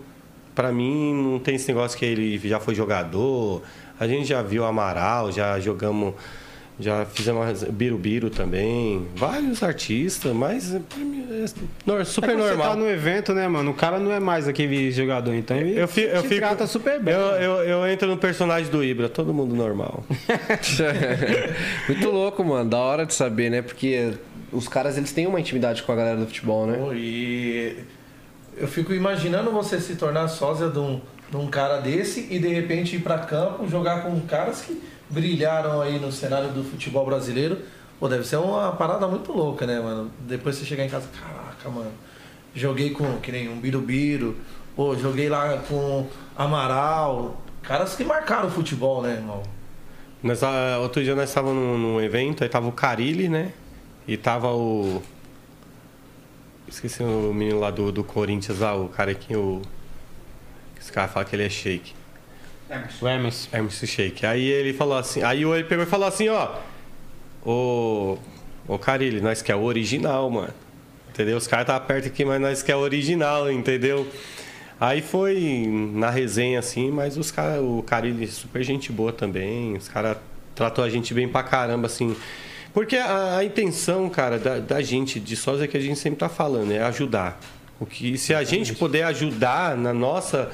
Pra mim, não tem esse negócio que ele já foi jogador. A gente já viu Amaral, já jogamos, já fizemos Birubiru também. Vários artistas, mas é, pra mim, é nor-
É
super
quando
normal.
Você tá no evento, né, mano? O cara não é mais aquele jogador, então ele
Eu, fi, eu
te
fico.
trata super bem.
Eu, eu, eu entro no personagem do Ibra, todo mundo normal.
<laughs> Muito louco, mano. Da hora de saber, né? Porque os caras, eles têm uma intimidade com a galera do futebol, né?
Pô, E eu fico imaginando você se tornar sósia de um, de um cara desse e de repente ir pra campo jogar com caras que brilharam aí no cenário do futebol brasileiro. Pô, deve ser uma parada muito louca, né, mano? Depois você chegar em casa, caraca, mano. Joguei com que nem um Birubiru, pô, joguei lá com Amaral. Caras que marcaram o futebol, né, irmão?
Nós, ah, outro dia nós estávamos num, num evento, aí tava o Carilli, né? E tava o. Esqueci o menino lá do, do Corinthians lá, o cara que o. que Os caras falam que ele é shake.
O Emerson.
Emerson É Shake. Aí ele falou assim, aí o- ele pegou e falou assim, ó. Ô. Ô Carilli, nós quer o original, mano. Entendeu? Os caras tá perto aqui, mas nós quer o original, entendeu? Aí foi na resenha, assim, mas os cara, o Carilli é super gente boa também. Os caras tratou a gente bem pra caramba, assim. Porque a, a intenção, cara, da, da gente, de sósia que a gente sempre tá falando, é ajudar. O que, se a gente puder ajudar na nossa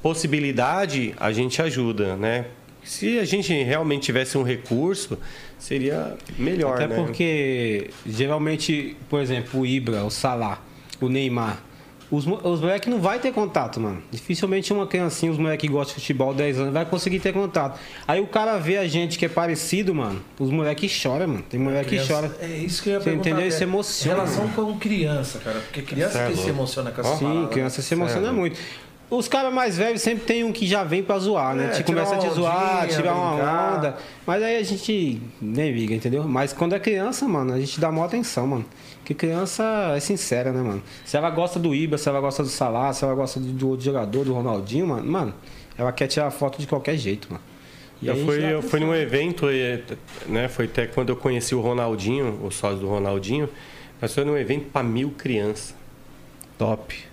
possibilidade, a gente ajuda, né? Se a gente realmente tivesse um recurso, seria melhor,
Até
né?
porque, geralmente, por exemplo, o Ibra, o Salah, o Neymar, os, mo- os moleques não vai ter contato, mano. Dificilmente uma criancinha, os moleques que gostam de futebol, 10 anos, vai conseguir ter contato. Aí o cara vê a gente que é parecido, mano, os moleques choram, mano. Tem moleque que chora.
É isso que eu ia
Você
perguntar.
entendeu?
até.
Isso emociona,
Relação com criança, cara. Porque criança
Cê é
que se
louco.
emociona com essa
Sim,
parada. né?
criança se emociona muito. Os caras mais velhos sempre tem um que já vem pra zoar, né?
É,
Te
tirar
começa a te
uma
zoar,
ondinha,
tirar uma
brincar.
onda. Mas aí a gente nem liga, entendeu? Mas quando é criança, mano, a gente dá maior atenção, mano. Porque criança é sincera, né, mano? Se ela gosta do Ibra, se ela gosta do Salah, se ela gosta do, do outro jogador, do Ronaldinho, mano, mano, ela quer tirar foto de qualquer jeito, mano. E
eu
aí a gente
fui,
dá
eu fui
atenção.
num evento, e, né? Foi até quando eu conheci o Ronaldinho, o sócio do Ronaldinho. Nós fomos num evento pra mil crianças. Top.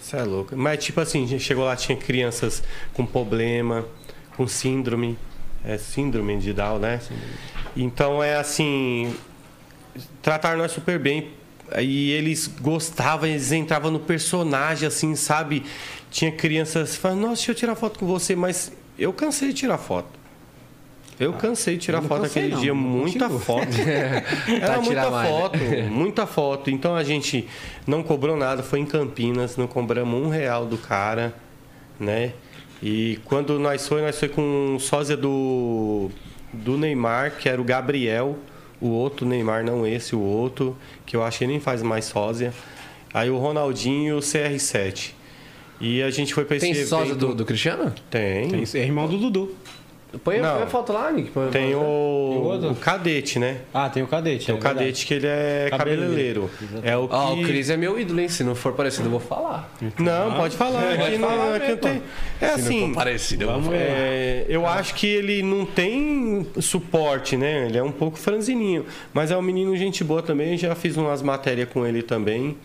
Isso é louco. Mas, tipo assim, a gente chegou lá, tinha crianças com problema, com síndrome. É síndrome de Down, né? Então, é assim... Trataram nós super bem. E eles gostavam, eles entravam no personagem, assim, sabe? Tinha crianças falando, nossa, deixa eu tirar foto com você. Mas eu cansei de tirar foto. Eu cansei de tirar
eu não
foto
cansei,
aquele
não.
dia,
Não
muita
consigo. <laughs>
foto.
Pra
Era muita
tirar mais, né?
foto, muita foto. Então a gente não cobrou nada, foi em Campinas, não cobramos um real do cara, né? E quando nós foi, nós foi com um sósia do, do Neymar, que era o Gabriel, o outro Neymar, não esse, o outro, que eu acho que ele nem faz mais sósia. Aí o Ronaldinho e o CR7. E a gente foi pra esse
Tem
evento.
sósia do, do Cristiano?
Tem.
Tem isso, É irmão do Dudu.
Põe
Não.
põe a foto lá, Nick. põe-
Tem
põe-
o,
outro?
o cadete, né?
Ah, tem o cadete.
Tem o
é verdade.
cadete que ele é
Cabeleireiro.
cabeleireiro. É o que...
Ó, o Cris é meu ídolo, hein? Se não for parecido, eu vou falar.
Não, pode falar.
É,
aqui
pode
não,
falar
aqui não
mesmo,
tem... É
Se não
assim...
for parecido, eu vou falar.
É, eu acho que ele não tem suporte, né? Ele é um pouco franzininho. Mas é um menino gente boa também. Já fiz umas matérias com ele também.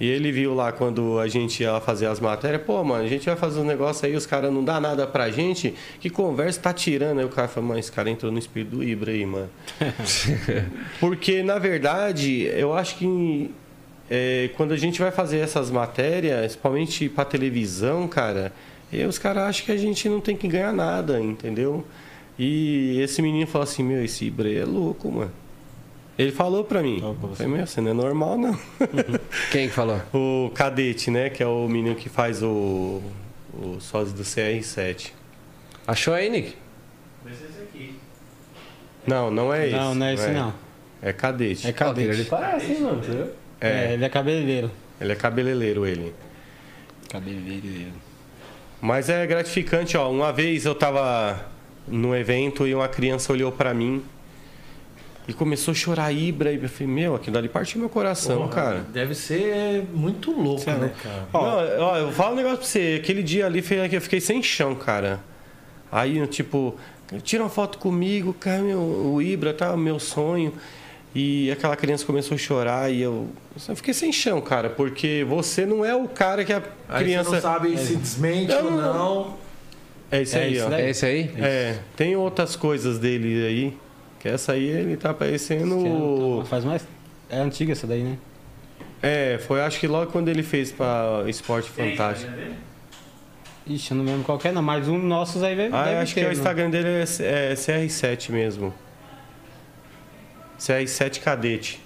E ele viu lá quando a gente ia fazer as matérias. Pô, mano, a gente vai fazer um negócio aí, os caras não dá nada pra gente. Que conversa tá tirando? Aí o cara falou, mano, esse cara entrou no espírito do Ibra aí,
<laughs>
mano. Porque, na verdade, eu acho que é, quando a gente vai fazer essas matérias, principalmente pra televisão, cara, e os caras acham que a gente não tem que ganhar nada, entendeu? E esse menino falou assim, meu, esse Ibra aí é louco, mano. Ele falou pra mim.
Falou pra você.
Falei, meu, você não é normal,
<laughs>
não.
Quem que falou?
o Cadete, né? Que é o menino que faz o, o sócio do CR7.
Achou aí, Nick?
Não, não é esse.
Não, não é esse não.
É Cadete.
Ó,
É
Ele
cadete.
parece, hein, mano? entendeu?
É, ele é cabeleireiro.
Ele é cabeleireiro, ele.
Cabeleireiro.
Mas é gratificante, ó. Uma vez eu tava num evento e uma criança olhou pra mim e começou a chorar Ibra. E eu falei, meu, aquilo dali partiu meu coração, cara.
Deve ser muito louco,
é
né, cara?
Ó, ó, eu falo um negócio pra você. Aquele dia ali foi que eu fiquei sem chão, cara. Aí, eu, tipo, tira uma foto comigo, cara, meu, o Ibra, tá? O meu sonho. E aquela criança começou a chorar e eu, eu fiquei sem chão, cara, porque você não é o cara que a
Aí
criança.
você não sabe se desmente
Eu
ou
não-
não.
É isso
É
aí,
isso
ó.
né?
daí.
É esse aí?
É, tem outras coisas dele aí. Que essa aí ele tá parecendo.
tá Faz mais. É antiga essa daí, né?
É, foi acho que logo quando ele fez pra Esporte
é
Fantástico.
Ixi, eu não lembro qual que é, não. Mas um nossos aí deve,
Ah,
deve
eu acho
ter,
que o
né?
Instagram dele é, C- é CR7 mesmo. CR7 Cadete.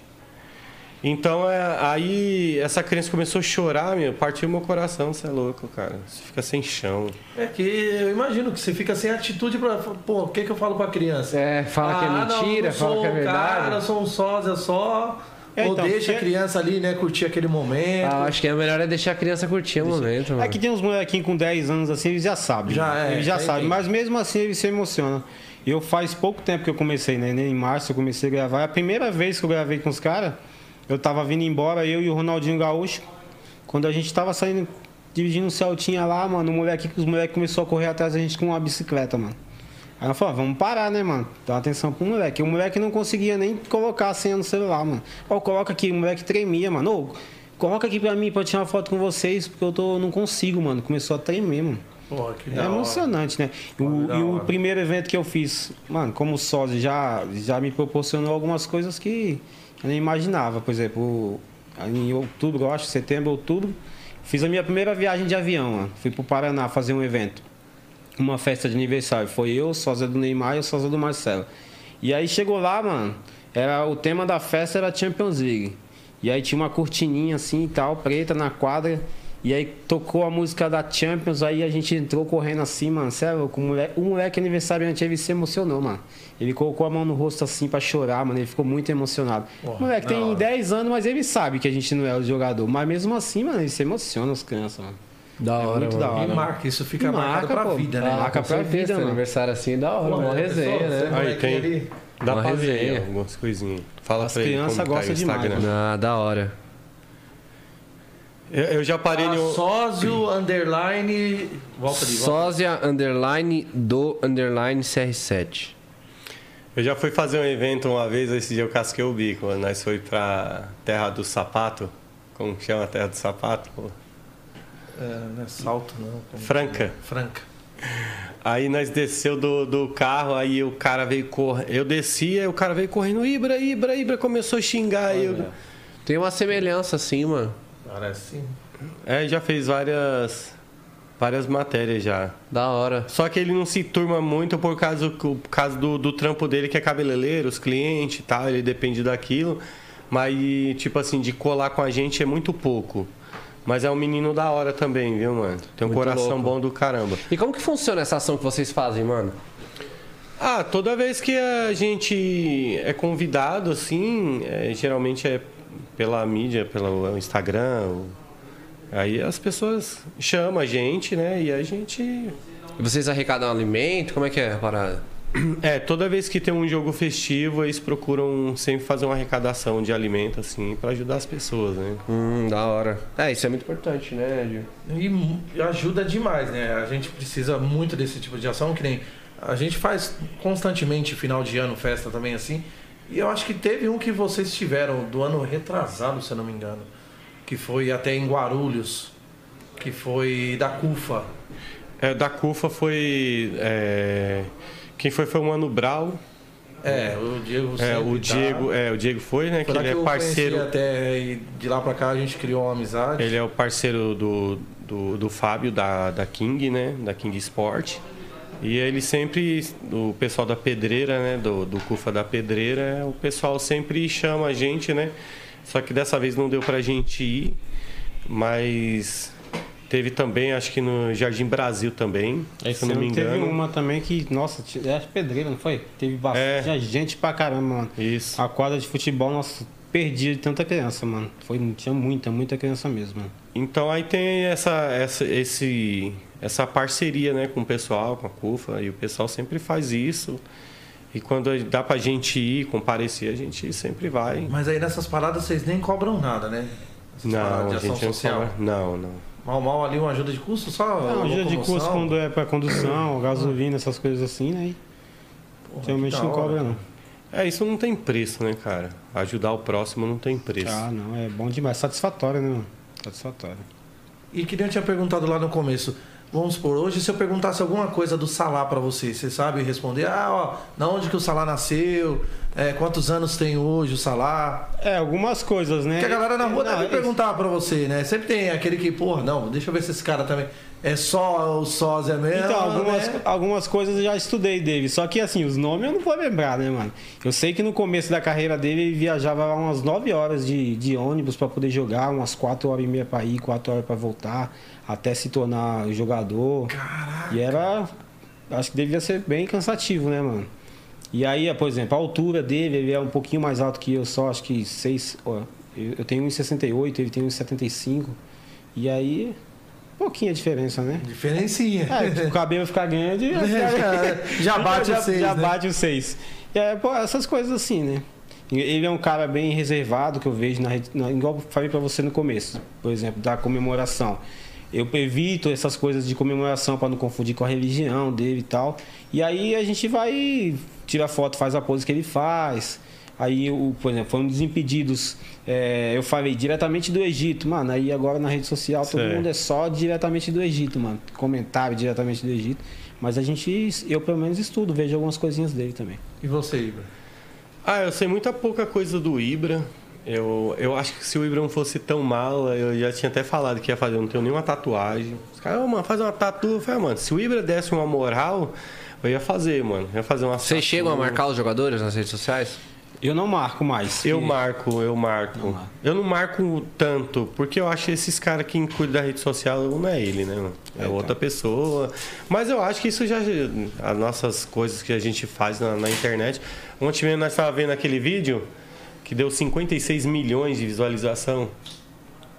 Então é, aí essa criança começou a chorar, meu, partiu meu coração, você é louco, cara. Você fica sem chão.
É que eu imagino que você fica sem atitude pra. Pô, o que, que eu falo pra criança?
É, fala que é
Ah, não,
mentira,
não
fala
sou
que é
um
verdade.
Cara, eu sou um sósia só.
É,
ou
então,
deixa a
porque-
criança ali, né, curtir aquele momento.
Ah, acho que é melhor é deixar a criança curtir o momento, mano.
É que tem uns molequinhos com 10 anos assim, eles já sabem.
Já
né?
é,
Eles já
tem-
sabem,
tem.
mas mesmo assim eles se emocionam. Eu faz pouco tempo que eu comecei, né? Em março eu comecei a gravar. É A primeira vez que eu gravei com os caras, eu tava vindo embora, eu e o Ronaldinho Gaúcho. Quando a gente tava saindo, dirigindo um Celtinha lá, mano, o moleque, os moleques começou a correr atrás da gente com uma bicicleta, mano. Aí eu falei, vamos parar, né, mano? Dá atenção pro moleque. O moleque não conseguia nem colocar a senha no celular, mano. Ó, coloca aqui, o moleque tremia, mano. Ô, coloca aqui pra mim pra eu tirar uma foto com vocês, porque eu tô, não consigo, mano. Começou a tremer, mano.
Pô, que
É
da hora.
emocionante, né? E o,
da
e o
hora.
primeiro evento que eu fiz, mano, como sócio, já, já me proporcionou algumas coisas que eu nem imaginava. Por exemplo, em outubro, eu acho, setembro, outubro, fiz a minha primeira viagem de avião, mano. Fui pro Paraná fazer um evento. Uma festa de aniversário. Foi eu, sósia do Neymar e o sósia do Marcelo. E aí chegou lá, mano, era, o tema da festa era Champions League. E aí tinha uma cortininha assim e tal, preta na quadra. E aí tocou a música da Champions, aí a gente entrou correndo assim, mano. Sério, com o moleque, o moleque aniversariante, ele se emocionou, mano. Ele colocou a mão no rosto assim pra chorar, mano. Ele ficou muito emocionado. o moleque
da
tem
hora.
10 anos, mas ele sabe que a gente não é o jogador. Mas mesmo assim, mano, ele se emociona as crianças, mano.
Da hora,
muito da
E
hora. mano.
marca, isso fica
E
marcado
marca,
pra
pô.
vida, né?
Ah,
Marca
com
pra
certeza,
vida,
mano.
aniversário assim, da hora, uma resenha, né?
Aí tem- Dá
Uma
pra ver
resenha.
aí algumas coisinhas. Fala
As
pra ele
crianças
como tá aí
gostam
o
demais,
Instagram.
mano.
Ah, da hora.
Eu, eu já parei no.
Ah, Sósio, underline. Volta ali, volta.
Sósia underline do underline CR7.
Eu já fui fazer um evento uma vez, esse dia eu casquei o bico. mano. Nós foi pra Terra do Sapato. Como que chama a Terra do Sapato? pô?
É, não é salto, não. Como-
Franca.
Franca.
Aí nós desceu do, do carro, aí o cara veio correndo. Eu desci, aí o cara veio correndo, Ibra, Ibra, Ibra, começou a xingar. aí eu...
Tem uma semelhança assim, mano.
Parece.
É, já fez várias. Várias matérias já.
Da hora.
Só que ele não se turma muito por causa, por causa do, do trampo dele, que é cabeleireiro, os clientes e tal, ele depende daquilo. Mas, tipo assim, de colar com a gente é muito pouco. Mas é um menino da hora também, viu, mano? Tem um
Muito
coração
louco.
bom do caramba.
E como que funciona essa ação que vocês fazem, mano?
Ah, toda vez que a gente é convidado, assim, é, geralmente é pela mídia, pelo Instagram, o Aí as pessoas chamam a gente, né? E a gente.
Vocês arrecadam alimento? Como é que é a parada?
É, toda vez que tem um jogo festivo, eles procuram sempre fazer uma arrecadação de alimento, assim, pra ajudar as pessoas, né?
Hum, da hora. É, isso é muito importante, né, Gil?
E mu- ajuda demais, né? A gente precisa muito desse tipo de ação, que nem a gente faz constantemente final de ano, festa também assim. E eu acho que teve um que vocês tiveram do ano retrasado, se eu não me engano, que foi até em Guarulhos, que foi da CUFA.
É, da CUFA foi. é, Quem foi foi o Mano Brau.
É, o Diego
É,
sempre
o
tá.
Diego, é, o Diego foi, né?
Foi
que
lá
ele
que
é
eu
parceiro.
parceiro até e de lá pra cá a gente criou uma amizade.
Ele é o parceiro do, do, do Fábio, da, da King, né? Da King Sport. E ele sempre, o pessoal da pedreira, né? Do, do CUFA da pedreira, o pessoal sempre chama a gente, né? Só que dessa vez não deu pra gente ir, mas teve também, acho que no Jardim Brasil também, É, se eu não me
Teve
engano.
uma também que, nossa, t- é pedreira, não foi? Teve
É.
bastante gente pra caramba, mano.
Isso.
A quadra de futebol, nossa, perdia de tanta criança, mano. Foi, tinha muita, muita criança mesmo, mano.
Então aí tem essa, essa, esse, essa parceria né, com o pessoal, com a CUFA, e o pessoal sempre faz isso. E quando dá pra gente ir, comparecer, a gente sempre vai.
Mas aí nessas paradas vocês nem cobram nada, né? Essas paradas
é- Não,
de
a
ação
gente é não
social.
cobra. Não, não.
Mal, mal ali uma ajuda de custo, só
Não, Ah, dia de
locomoção.
curso quando é pra
<coughs>
condução, gasolina, essas coisas assim, né?
Porra, que
Realmente
da
um não
hora.
cobra, não.
É, isso não tem preço, né, cara? Ajudar o próximo não tem preço.
Ah, não, é bom demais. Satisfatório, né, mano? Satisfatório.
E que nem eu tinha perguntado lá no começo. Vamos por hoje, se eu perguntasse alguma coisa do Salá pra você, você sabe responder? Ah, ó, na onde que o Salá nasceu? É, quantos anos tem hoje o Salá?
É, algumas coisas, né?
Porque a galera na rua
Não,
deve
é-
perguntar pra você, né? Sempre tem aquele que, porra, não, deixa eu ver se esse cara também é só o sósia mesmo.
Então, algumas,
né?
algumas coisas eu já estudei dele. Só que, assim, os nomes eu não vou lembrar, né, mano? Eu sei que no começo da carreira dele ele viajava umas 9 horas de, de ônibus pra poder jogar, umas 4 horas e meia pra ir, 4 horas pra voltar, até se tornar jogador. E era. Acho que devia ser bem cansativo, né, mano? E aí, por exemplo, a altura dele, ele é um pouquinho mais alto que eu só, acho que 6. Eu eu tenho 1,68, ele tem 1,75. E aí. Pouquinha diferença, né?
Diferencinha. <laughs>
É, tipo, o cabelo ficar grande.
Já bate
já,
o seis,
Já
né?
bate o seis. E aí, pô, essas coisas assim, né? E Ele é um cara bem reservado que eu vejo na rede. na- igual eu falei pra você no começo, por exemplo, da comemoração. Eu evito essas coisas de comemoração pra não confundir com a religião dele e tal. E aí a gente vai, tira foto, faz a pose que ele faz. Aí, o, por exemplo, foi um dos impedidos. é, eu falei diretamente do Egito, mano. Aí agora na rede social todo
Certo.
mundo é só diretamente do Egito, mano. Comentário diretamente do Egito. Mas a gente, eu pelo menos estudo, vejo algumas coisinhas dele também.
E você, Ibra?
Ah, eu sei muita pouca coisa do Ibra. Eu, eu acho que se o Ibra não fosse tão mala, eu já tinha até falado que ia fazer, eu não tenho nenhuma tatuagem. Os caras, ô mano, faz uma tatu. Eu falei, "Ah, mano, se o Ibra desse uma moral, eu ia fazer, mano. Eu ia fazer uma
Vocês
tatu.
chegam a marcar os jogadores nas redes sociais?
Eu não marco mais. É,
Eu
que-
marco, eu marco.
Não marca.
eu não marco tanto, porque eu acho que esses caras que cuida da rede social não é ele, né? mano? É,
É,
outra
tá.
pessoa. Mas eu acho que isso já. As nossas coisas que a gente faz na, na internet. Ontem mesmo nós estávamos vendo aquele vídeo que deu 56 milhões de visualização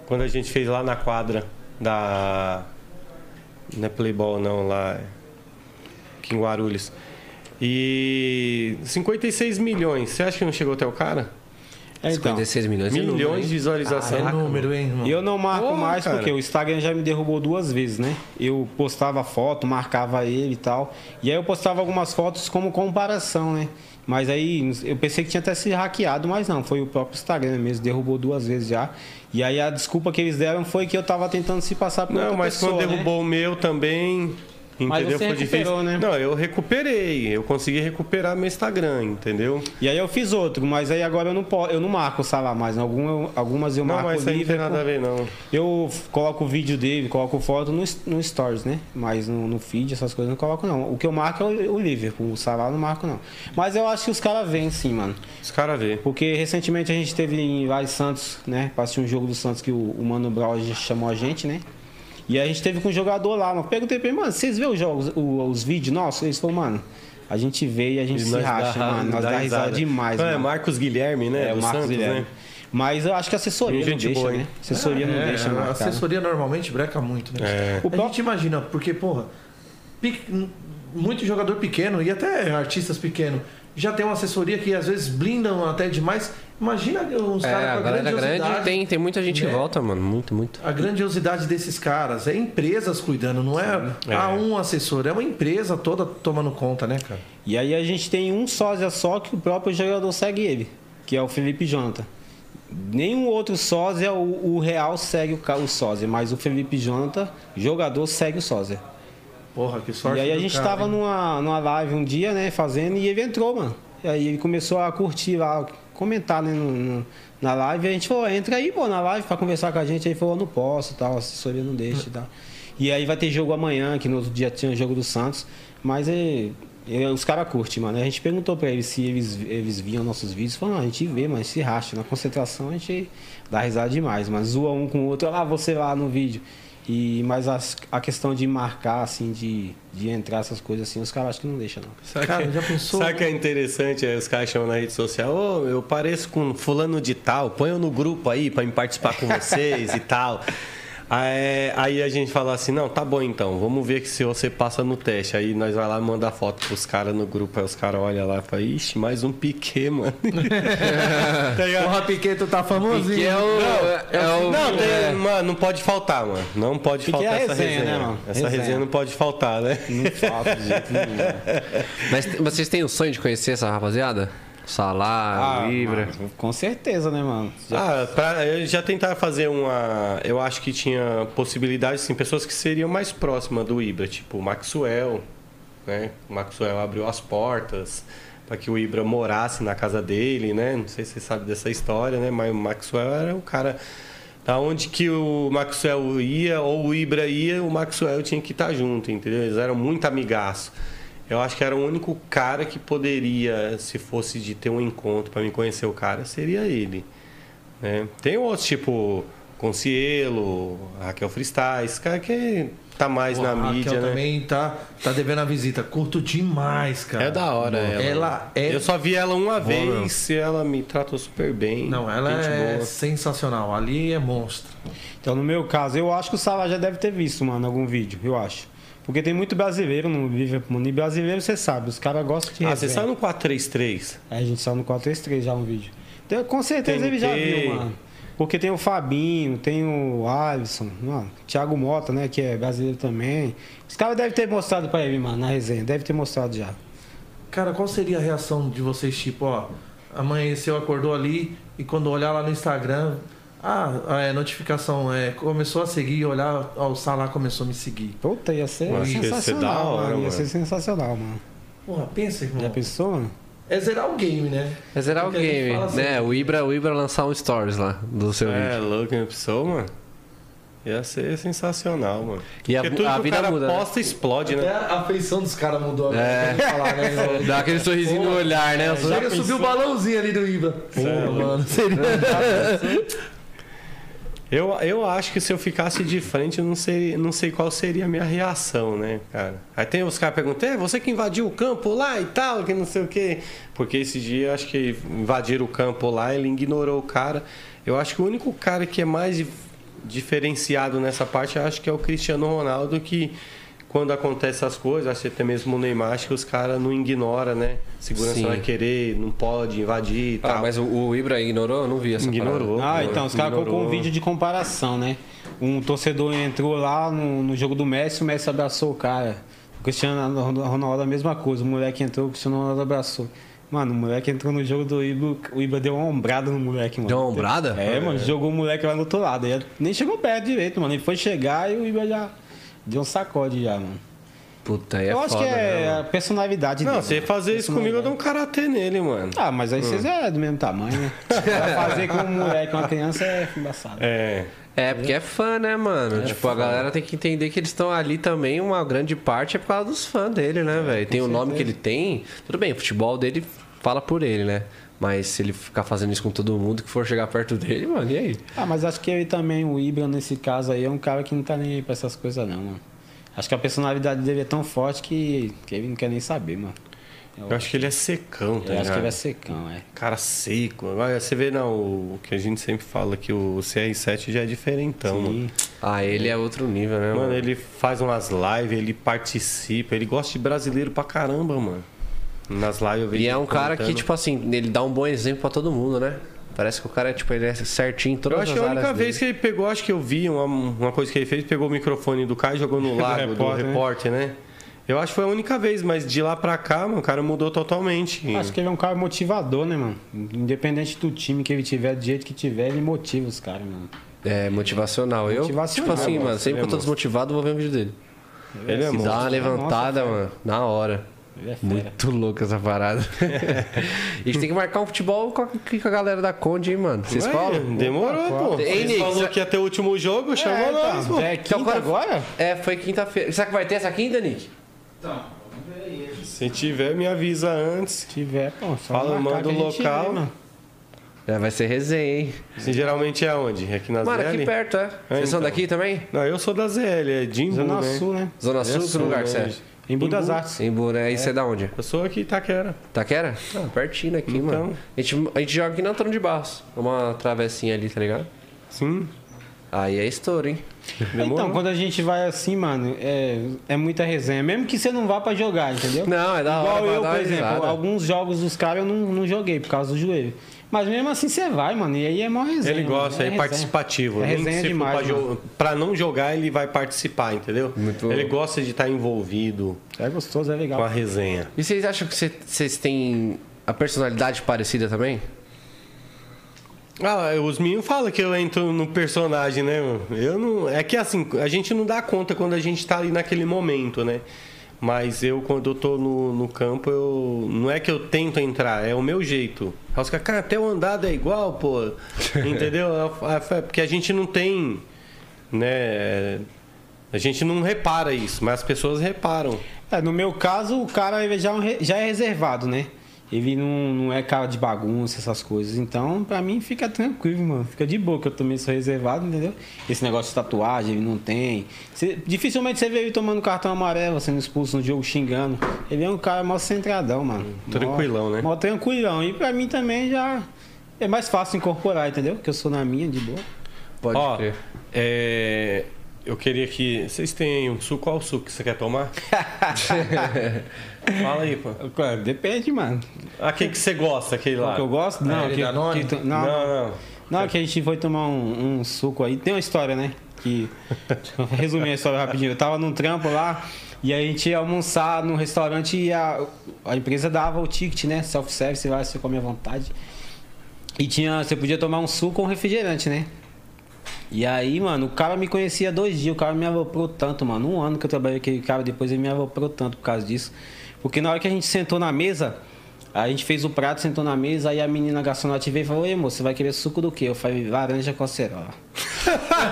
quando a gente fez lá na quadra da. Não é Playboy, não, lá. Aqui em Guarulhos. E 56 milhões. Você acha que não chegou até o cara?
É, então,
56 milhões de número,
Milhões
hein?
de
Ah,
visualização.
é número, hein, irmão?
Eu não marco
Porra,
mais
cara.
porque o Instagram já me derrubou duas vezes, né? Eu postava foto, marcava ele e tal. E aí eu postava algumas fotos como comparação, né? Mas aí eu pensei que tinha até se hackeado, mas não, foi o próprio Instagram mesmo, derrubou duas vezes já. E aí a desculpa que eles deram foi que eu tava tentando se passar por
Não,
outra
mas
pessoa,
quando
né?
derrubou o meu também.
Mas
Entendeu?
você
Foi difícil.
recuperou, né?
Não, eu recuperei. Eu consegui recuperar meu Instagram, entendeu?
E aí eu fiz outro, mas aí agora eu não posso, eu não marco o Salah mais, algumas eu, algumas eu
não,
marco
mas isso aí não
livre.
tem nada a ver, não.
Eu f- coloco o vídeo dele, coloco foto no, s- no Stories, né? Mas no, no feed, essas coisas eu não coloco, não. O que eu marco é o, o Liverpool, o Salah eu não marco, não. Mas eu acho que os caras vêm sim, mano.
Os caras vê.
Porque recentemente a gente teve em Vale Santos, né? Passei um jogo do Santos que o, o Mano Brown já chamou a gente, né? E a gente teve com um jogador lá, mano. Perguntei pra ele, mano, vocês vê os jogos, o- os vídeos nossos? Eles falaram, mano, a gente vê e a gente se racha, mano. Nós dá, risada demais,
Não, É
mano.
Marcos Guilherme, né?
É, o
do
Marcos
Santos,
Guilherme.
né?
Mas eu acho que a assessoria
E
não
gente
deixa,
boa,
né?
hein?
Assessoria não
É,
deixa,
A
marcar, né?
assessoria normalmente breca muito, né?
É.
O a gente imagina, porque, porra, pe- muito jogador pequeno e até artistas pequenos já tem uma assessoria que às vezes blindam até demais. Imagina uns
É,
caras
a
com a
galera grande
grandiosidade.
tem, tem muita gente em
né?
Ah,
volta, mano. Muito, muito.
A grandiosidade desses caras é empresas cuidando, não é,
É.
a um assessor, é uma empresa toda tomando conta, né, cara?
E aí a gente tem um sósia só que o próprio jogador segue ele, que é o Felipe Jonathan. Nenhum outro sósia, o, o Real segue o, ca- o sósia, mas o Felipe Jonathan, jogador, segue o sósia.
Porra, que sorte.
e aí a
do
gente
cara,
tava
hein?
numa, numa live um dia, né, fazendo, e ele entrou, mano. E aí ele começou a curtir lá, comentar, né, no- no- na live. E a gente falou, entra aí, pô, na live pra conversar com a gente. Aí ele falou, não posso e tal, a assessoria não deixa e tal. E aí vai ter jogo amanhã, que no outro dia tinha jogo do Santos. Mas é, é, os caras curtem, mano. A gente perguntou pra eles se eles, eles viam nossos vídeos. Falou, não, a gente vê, mas se racha. Na concentração a gente dá risada demais, mas zoa um com o outro. Olha lá você lá no vídeo. E, mas as- a questão de marcar, assim, de, de entrar essas coisas assim, os caras acho que não deixam, não.
Sabe
Cara,
que,
já pensou?
Sabe que
né?
é interessante? Aí os caras chamam na rede social, ô, eu pareço com fulano de tal, ponham no grupo aí pra me participar com vocês e tal. Aí, aí a gente fala assim, não, tá bom então, vamos ver que se você passa no teste. Aí nós vai lá e manda a foto pros caras no grupo, aí os caras olham lá e falam, ixi, mais um piquê, <laughs> mano. Tá ligado?
Porra, Piquet, tu tá famosinho.
Que é o. é, o
Não, tem-
é,
mano, não pode faltar, mano. Não pode
Piquê
faltar
é
essa
resenha,
resenha.
né, mano?
Essa
Resenha.
resenha não pode faltar, né?
Não falta de jeito <laughs> nenhum.
Mas t- vocês têm o sonho de conhecer essa rapaziada? Salá, Libra.
Ah, mano, com certeza, né, mano? Já-
Ah, pra, eu já tentava fazer uma. Eu acho que tinha possibilidade, assim, pessoas que seriam mais próximas do Ibra, tipo o Maxwell, né? O Maxwell abriu as portas para que o Ibra morasse na casa dele, né? Não sei se você sabe dessa história, né? Mas o Maxwell era um cara. Da onde que o Maxwell ia ou o Ibra ia, o Maxwell tinha que estar junto, entendeu? Eles eram muito amigaços. Eu acho que era o único cara que poderia, se fosse de ter um encontro para me conhecer o cara, seria ele. né? Tem outros, tipo Concielo, Raquel Freestyle, esse cara que tá mais
Porra, a
na
Raquel
mídia, né?
também tá, tá devendo a visita. Curto demais, cara.
É da hora ela.
Ela é-
Eu só vi ela uma
mesmo.
vez e ela me tratou super bem.
Não, ela
gente
é
boa.
sensacional. Ali é monstro.
Então, no meu caso, eu acho que o Salah já deve ter visto, mano, algum vídeo, eu acho. Porque tem muito brasileiro no Liverpool. E brasileiro, você sabe, os caras gostam
é,
de
Ah,
resenha.
você saiu no 433?
Aí a gente saiu no 433 já um vídeo. Então, com certeza
TNT.
ele já viu, mano. Porque tem o Fabinho, tem o Alisson, mano, Thiago Mota, né, que é brasileiro também. Os caras devem ter mostrado pra ele, mano, na resenha. Deve ter mostrado já.
Cara, qual seria a reação de vocês, tipo, ó, amanheceu, acordou ali e quando olhar lá no Instagram, ah, é, notificação, é, começou a seguir, olhar, ó, o Salah começou a me seguir.
Puta, ia ser
Eu acho que ia ser da
sensacional,
hora,
mano. Ia
mano.
ser sensacional, mano.
Porra, pensa, irmão.
Já pensou, mano?
É zerar o game, né?
É zerar o
Porque a gente
game,
fala assim,
né? O Ibra, o Ibra lançar um stories lá do seu
É,
vídeo.
louco, uma pessoa, mano. Ia ser sensacional, mano.
E a-
Porque tudo
a
que o
vida
cara
muda, né?
posta explode,
Até
né?
a feição dos caras mudou agora.
É.
pra Falar, né? irmão?
Dá aquele sorrisinho no olhar, né?
Chega a subir É, o balãozinho ali do Ibra. Porra,
Sério?
mano. <laughs> Seria...
Eu, eu acho que se eu ficasse de frente, eu não sei, não sei qual seria a minha reação, né, cara? Aí tem os caras perguntando, é, você que invadiu o campo lá e tal, que não sei o quê. Porque esse dia, eu acho que invadiram o campo lá, ele ignorou o cara. Eu acho que o único cara que é mais dif- diferenciado nessa parte, eu acho que é o Cristiano Ronaldo, que quando acontece essas coisas, acho que até mesmo o Neymar, acho que os caras não ignoram, né? Segurança
Sim.
vai querer, não pode invadir e
Ah,
tal.
mas o, o Ibra ignorou? Eu não vi essa
Ignorou.
Ah, então, os caras
Ignorou.
colocou um vídeo de comparação, né? Um torcedor entrou lá no, no jogo do Messi, o Messi abraçou o cara. O Cristiano Ronaldo a mesma coisa. O moleque entrou, o Cristiano Ronaldo abraçou. Mano, o moleque entrou no jogo do Ibra, o Ibra deu uma ombrada no moleque, mano.
Deu uma ombrada?
É, mano, jogou o moleque lá do outro lado. Ele nem chegou perto direito, mano. Ele foi chegar e o Ibra já deu um sacode já, mano.
Puta, aí é
Eu acho
foda,
que é
né, mano?
a personalidade
Não,
dele. né?
você fazer isso
é.
comigo, eu Hum. dou um karatê nele, mano.
Ah, mas aí vocês é do mesmo tamanho,
<laughs>
né? pra fazer com um moleque, uma criança é embaçado.
É.
É, porque é fã, né, mano? tipo, a galera tem que entender que eles estão ali também, uma grande parte é por causa dos fãs dele, né, velho? Tem o nome que ele tem, tudo bem, o futebol dele fala por ele, né? Mas se ele ficar fazendo isso com todo mundo que for chegar perto dele, mano, e aí?
Ah, mas acho que ele também, o Ibra, nesse caso aí, é um cara que não tá nem aí pra essas coisas, não, mano. Acho que a personalidade dele é tão forte que, que ele não quer nem saber, mano.
Eu acho que ele é secão, tá
Eu acho
ligado?
que ele é secão, é.
Cara seco. Agora você vê, não, o que a gente sempre fala, que o CR7 já é diferentão, mano.
Sim.
Ah, ele é outro nível, né,
Mano,
mano?
ele faz umas lives, ele participa, ele gosta de brasileiro pra caramba, mano. Nas lives eu vejo.
E é
ele
um cara que,
comentando.
tipo assim, ele dá um bom exemplo pra todo mundo, né? Parece que o cara, tipo, ele é certinho em todas
Eu
as
acho que
áreas
a única
dele.
vez que ele pegou, acho que eu vi uma, uma coisa que ele fez, pegou o microfone do cara e
<laughs>
jogou no lago do repórter,
repórter, né?
né? Eu acho que foi a única vez, mas de lá pra cá, mano, o cara mudou totalmente.
Acho que ele é um cara motivador, né, mano? Independente do time que ele tiver, do jeito que tiver, ele motiva os caras, mano.
É, motivacional. Eu, tipo
Motivacional,
né,
assim, mano, sempre que eu tô
é monstro.
desmotivado, eu vou ver um vídeo dele.
ele é
Se
monstro.
dá uma levantada, mano, na hora.
Ele é fera.
Muito louco essa parada. <laughs> a gente tem que marcar um futebol com a, com a galera da Conde, hein, mano. Vocês
Ué,
falam?
Demorou, pô.
Ei,
Ele
Nick,
falou
será-
que ia ter o último jogo, chamou
É, tá,
nós, pô.
é quinta
quando-
agora?
É, foi quinta-feira. Será que vai ter essa quinta, Nick?
Se tiver, me avisa antes.
Se tiver, pô, só
Fala,
marcar
manda
que
o
a gente
local.
vê, mano.
É, vai ser resenha, hein?
Se geralmente é onde? Aqui na
Mano,
ZL?
aqui perto, é. Vocês são
então.
daqui também?
Não, eu sou da ZL, é Jimbo,
Zona
né?
Sul, né?
Zona Sul, que lugar que você é?
Em Budas Artes.
Em Boné, e você é da onde?
Eu sou aqui em Itaquera.
Taquera? Ah, pertinho daqui, mano. A gente, a gente joga aqui na Antônio de Barros. Uma travessinha ali, tá ligado?
Sim.
Aí é estouro, hein?
Então, quando a gente vai assim, mano, é, é muita resenha. Mesmo que você não vá pra jogar, entendeu?
Não, é da hora.
Igual
pra
eu,
dar
por
uma
exemplo,
risada.
alguns jogos dos caras eu não, não joguei por causa do joelho. Mas mesmo assim você vai, mano, e aí é mó resenha.
Ele gosta,
mano,
é, participativo.
É
Nem
resenha
se for
demais,
Pra, jo- pra não jogar, ele vai participar, entendeu?
Muito-
Ele gosta de estar envolvido
É gostoso, é legal.
com a resenha.
E vocês acham que cê- vocês têm a personalidade parecida também?
Ah, os meninos falam que eu entro no personagem, né? mano? Eu não. É que assim, a gente não dá conta quando a gente tá ali naquele momento, né? Mas eu, quando eu tô no, no campo, eu. Não é que eu tento entrar, é o meu jeito. Aí os caras, cara, até o andado é igual, pô. Entendeu? Eu- eu- Porque a gente não tem. Né? A gente não repara isso, mas as pessoas reparam.
É, no meu caso, o cara ele já, é um re- já é reservado, né? Ele não, não é cara de bagunça, essas coisas. Então, pra mim, fica tranquilo, mano. Fica de boa, que eu também sou reservado, entendeu? Esse negócio de tatuagem, ele não tem. Você- dificilmente você vê ele tomando cartão amarelo, sendo expulso no jogo, xingando. Ele é um cara mó centradão, mano.
Tranquilão,
mó,
né?
Mó tranquilão. E pra mim também já é mais fácil incorporar, entendeu? Que eu sou na minha, de boa.
Pode
Ó,
crer.
é, eu queria que. Vocês têm um suco? Qual suco que você quer
<laughs>
tomar? Fala aí, pô.
Cara, Depende, mano.
Ah, quem que você gosta, aquele
O
lá?
que eu gosto? Não,
ele
que,
dá nome?
que-
Não, não.
Não, que a gente foi tomar um, um suco aí. Tem uma história, né? Que. Resumir a história rapidinho. Eu tava num trampo lá e a gente ia almoçar num restaurante e a, a empresa dava o ticket, né? Self-service, você vai, você come à vontade. E tinha. Você podia tomar um suco ou um refrigerante, né? E aí, mano, o cara me conhecia dois dias, o cara me aloprou tanto, mano. Um ano que eu trabalhei com aquele cara, depois ele me aloprou tanto por causa disso. Porque na hora que a gente sentou na mesa, a gente fez o prato, sentou na mesa, aí a menina garçonete veio e falou, ei, moço, você vai querer suco do quê? Eu falei, laranja com acerola.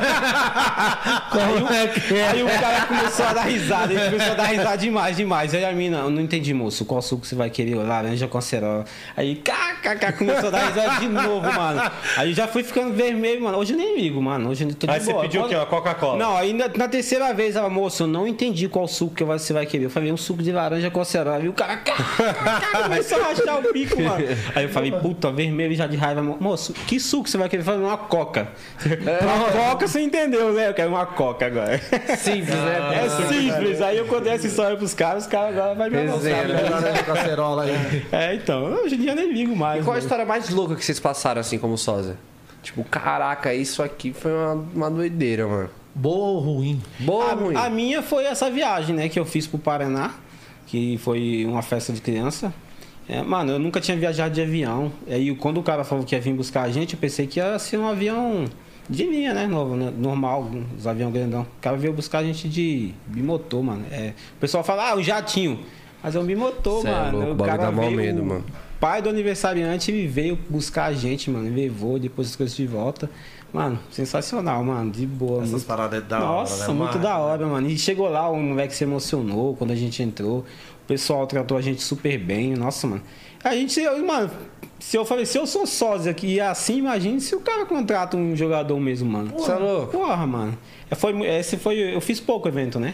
é
Aí o cara começou a dar risada, ele começou a dar risada demais, demais. Aí a mina, eu não entendi, moço, qual suco você vai querer? Eu, Laranja com acerola. Aí, kkk, começou a dar risada de novo, mano. Aí eu já fui ficando vermelho, mano. Hoje eu nem ligo, mano. Hoje eu tô de
Aí você
boa.
pediu o quê? Uma Coca-Cola?
Não, aí na, na terceira vez, ela, moço, eu não entendi qual suco que você vai querer. Eu falei, um suco de laranja com acerola. E o cara, kkk, começou a rachar o bico, mano. Aí eu falei, puta, vermelho já de raiva. mo- Moço, que suco você vai querer? Eu falei, uma coca.
É.
Uma coca, você entendeu, né? Eu quero uma coca agora.
Simples, né?
É simples. Aí eu contei essa história pros caras, os caras agora vai me
é
Resenha,
avançar.
né?
Laranja cacerola aí.
É, então, hoje em dia eu nem ligo mais.
E qual a
mano.
história mais louca que vocês passaram assim como sósia? Tipo, caraca, isso aqui foi uma, uma doideira, mano.
Boa ou ruim?
Boa ou ruim?
a, a minha foi essa viagem, né, que eu fiz pro Paraná, que foi uma festa de criança. É, mano, eu nunca tinha viajado de avião. E aí, quando o cara falou que ia vir buscar a gente, eu pensei que ia ser um avião de linha, né? Novo, né, normal, os aviões grandão. O cara veio buscar a gente de bimotor, mano. É, o pessoal fala, ah, um jatinho. Mas é um bimotor,
Cê é
mano.
louco, o
o
bagulho
cara
dá mó
veio-
medo, mano.
pai do aniversariante ele veio buscar a gente, mano. Ele levou, depois as coisas de volta. Mano, sensacional, mano. De boa.
Essas
muito-
paradas é da hora,
Nossa,
né,
muito
mano?
da hora, mano. E chegou lá, o moleque se emocionou quando a gente entrou. O pessoal tratou a gente super bem. Nossa, mano. A gente, eu, mano, se eu falei, se eu sou sósia aqui e é assim, imagine se o cara contrata um jogador mesmo, mano.
Você é louco?
Porra, mano. É, Foi, mu- esse foi. Eu fiz pouco evento, né?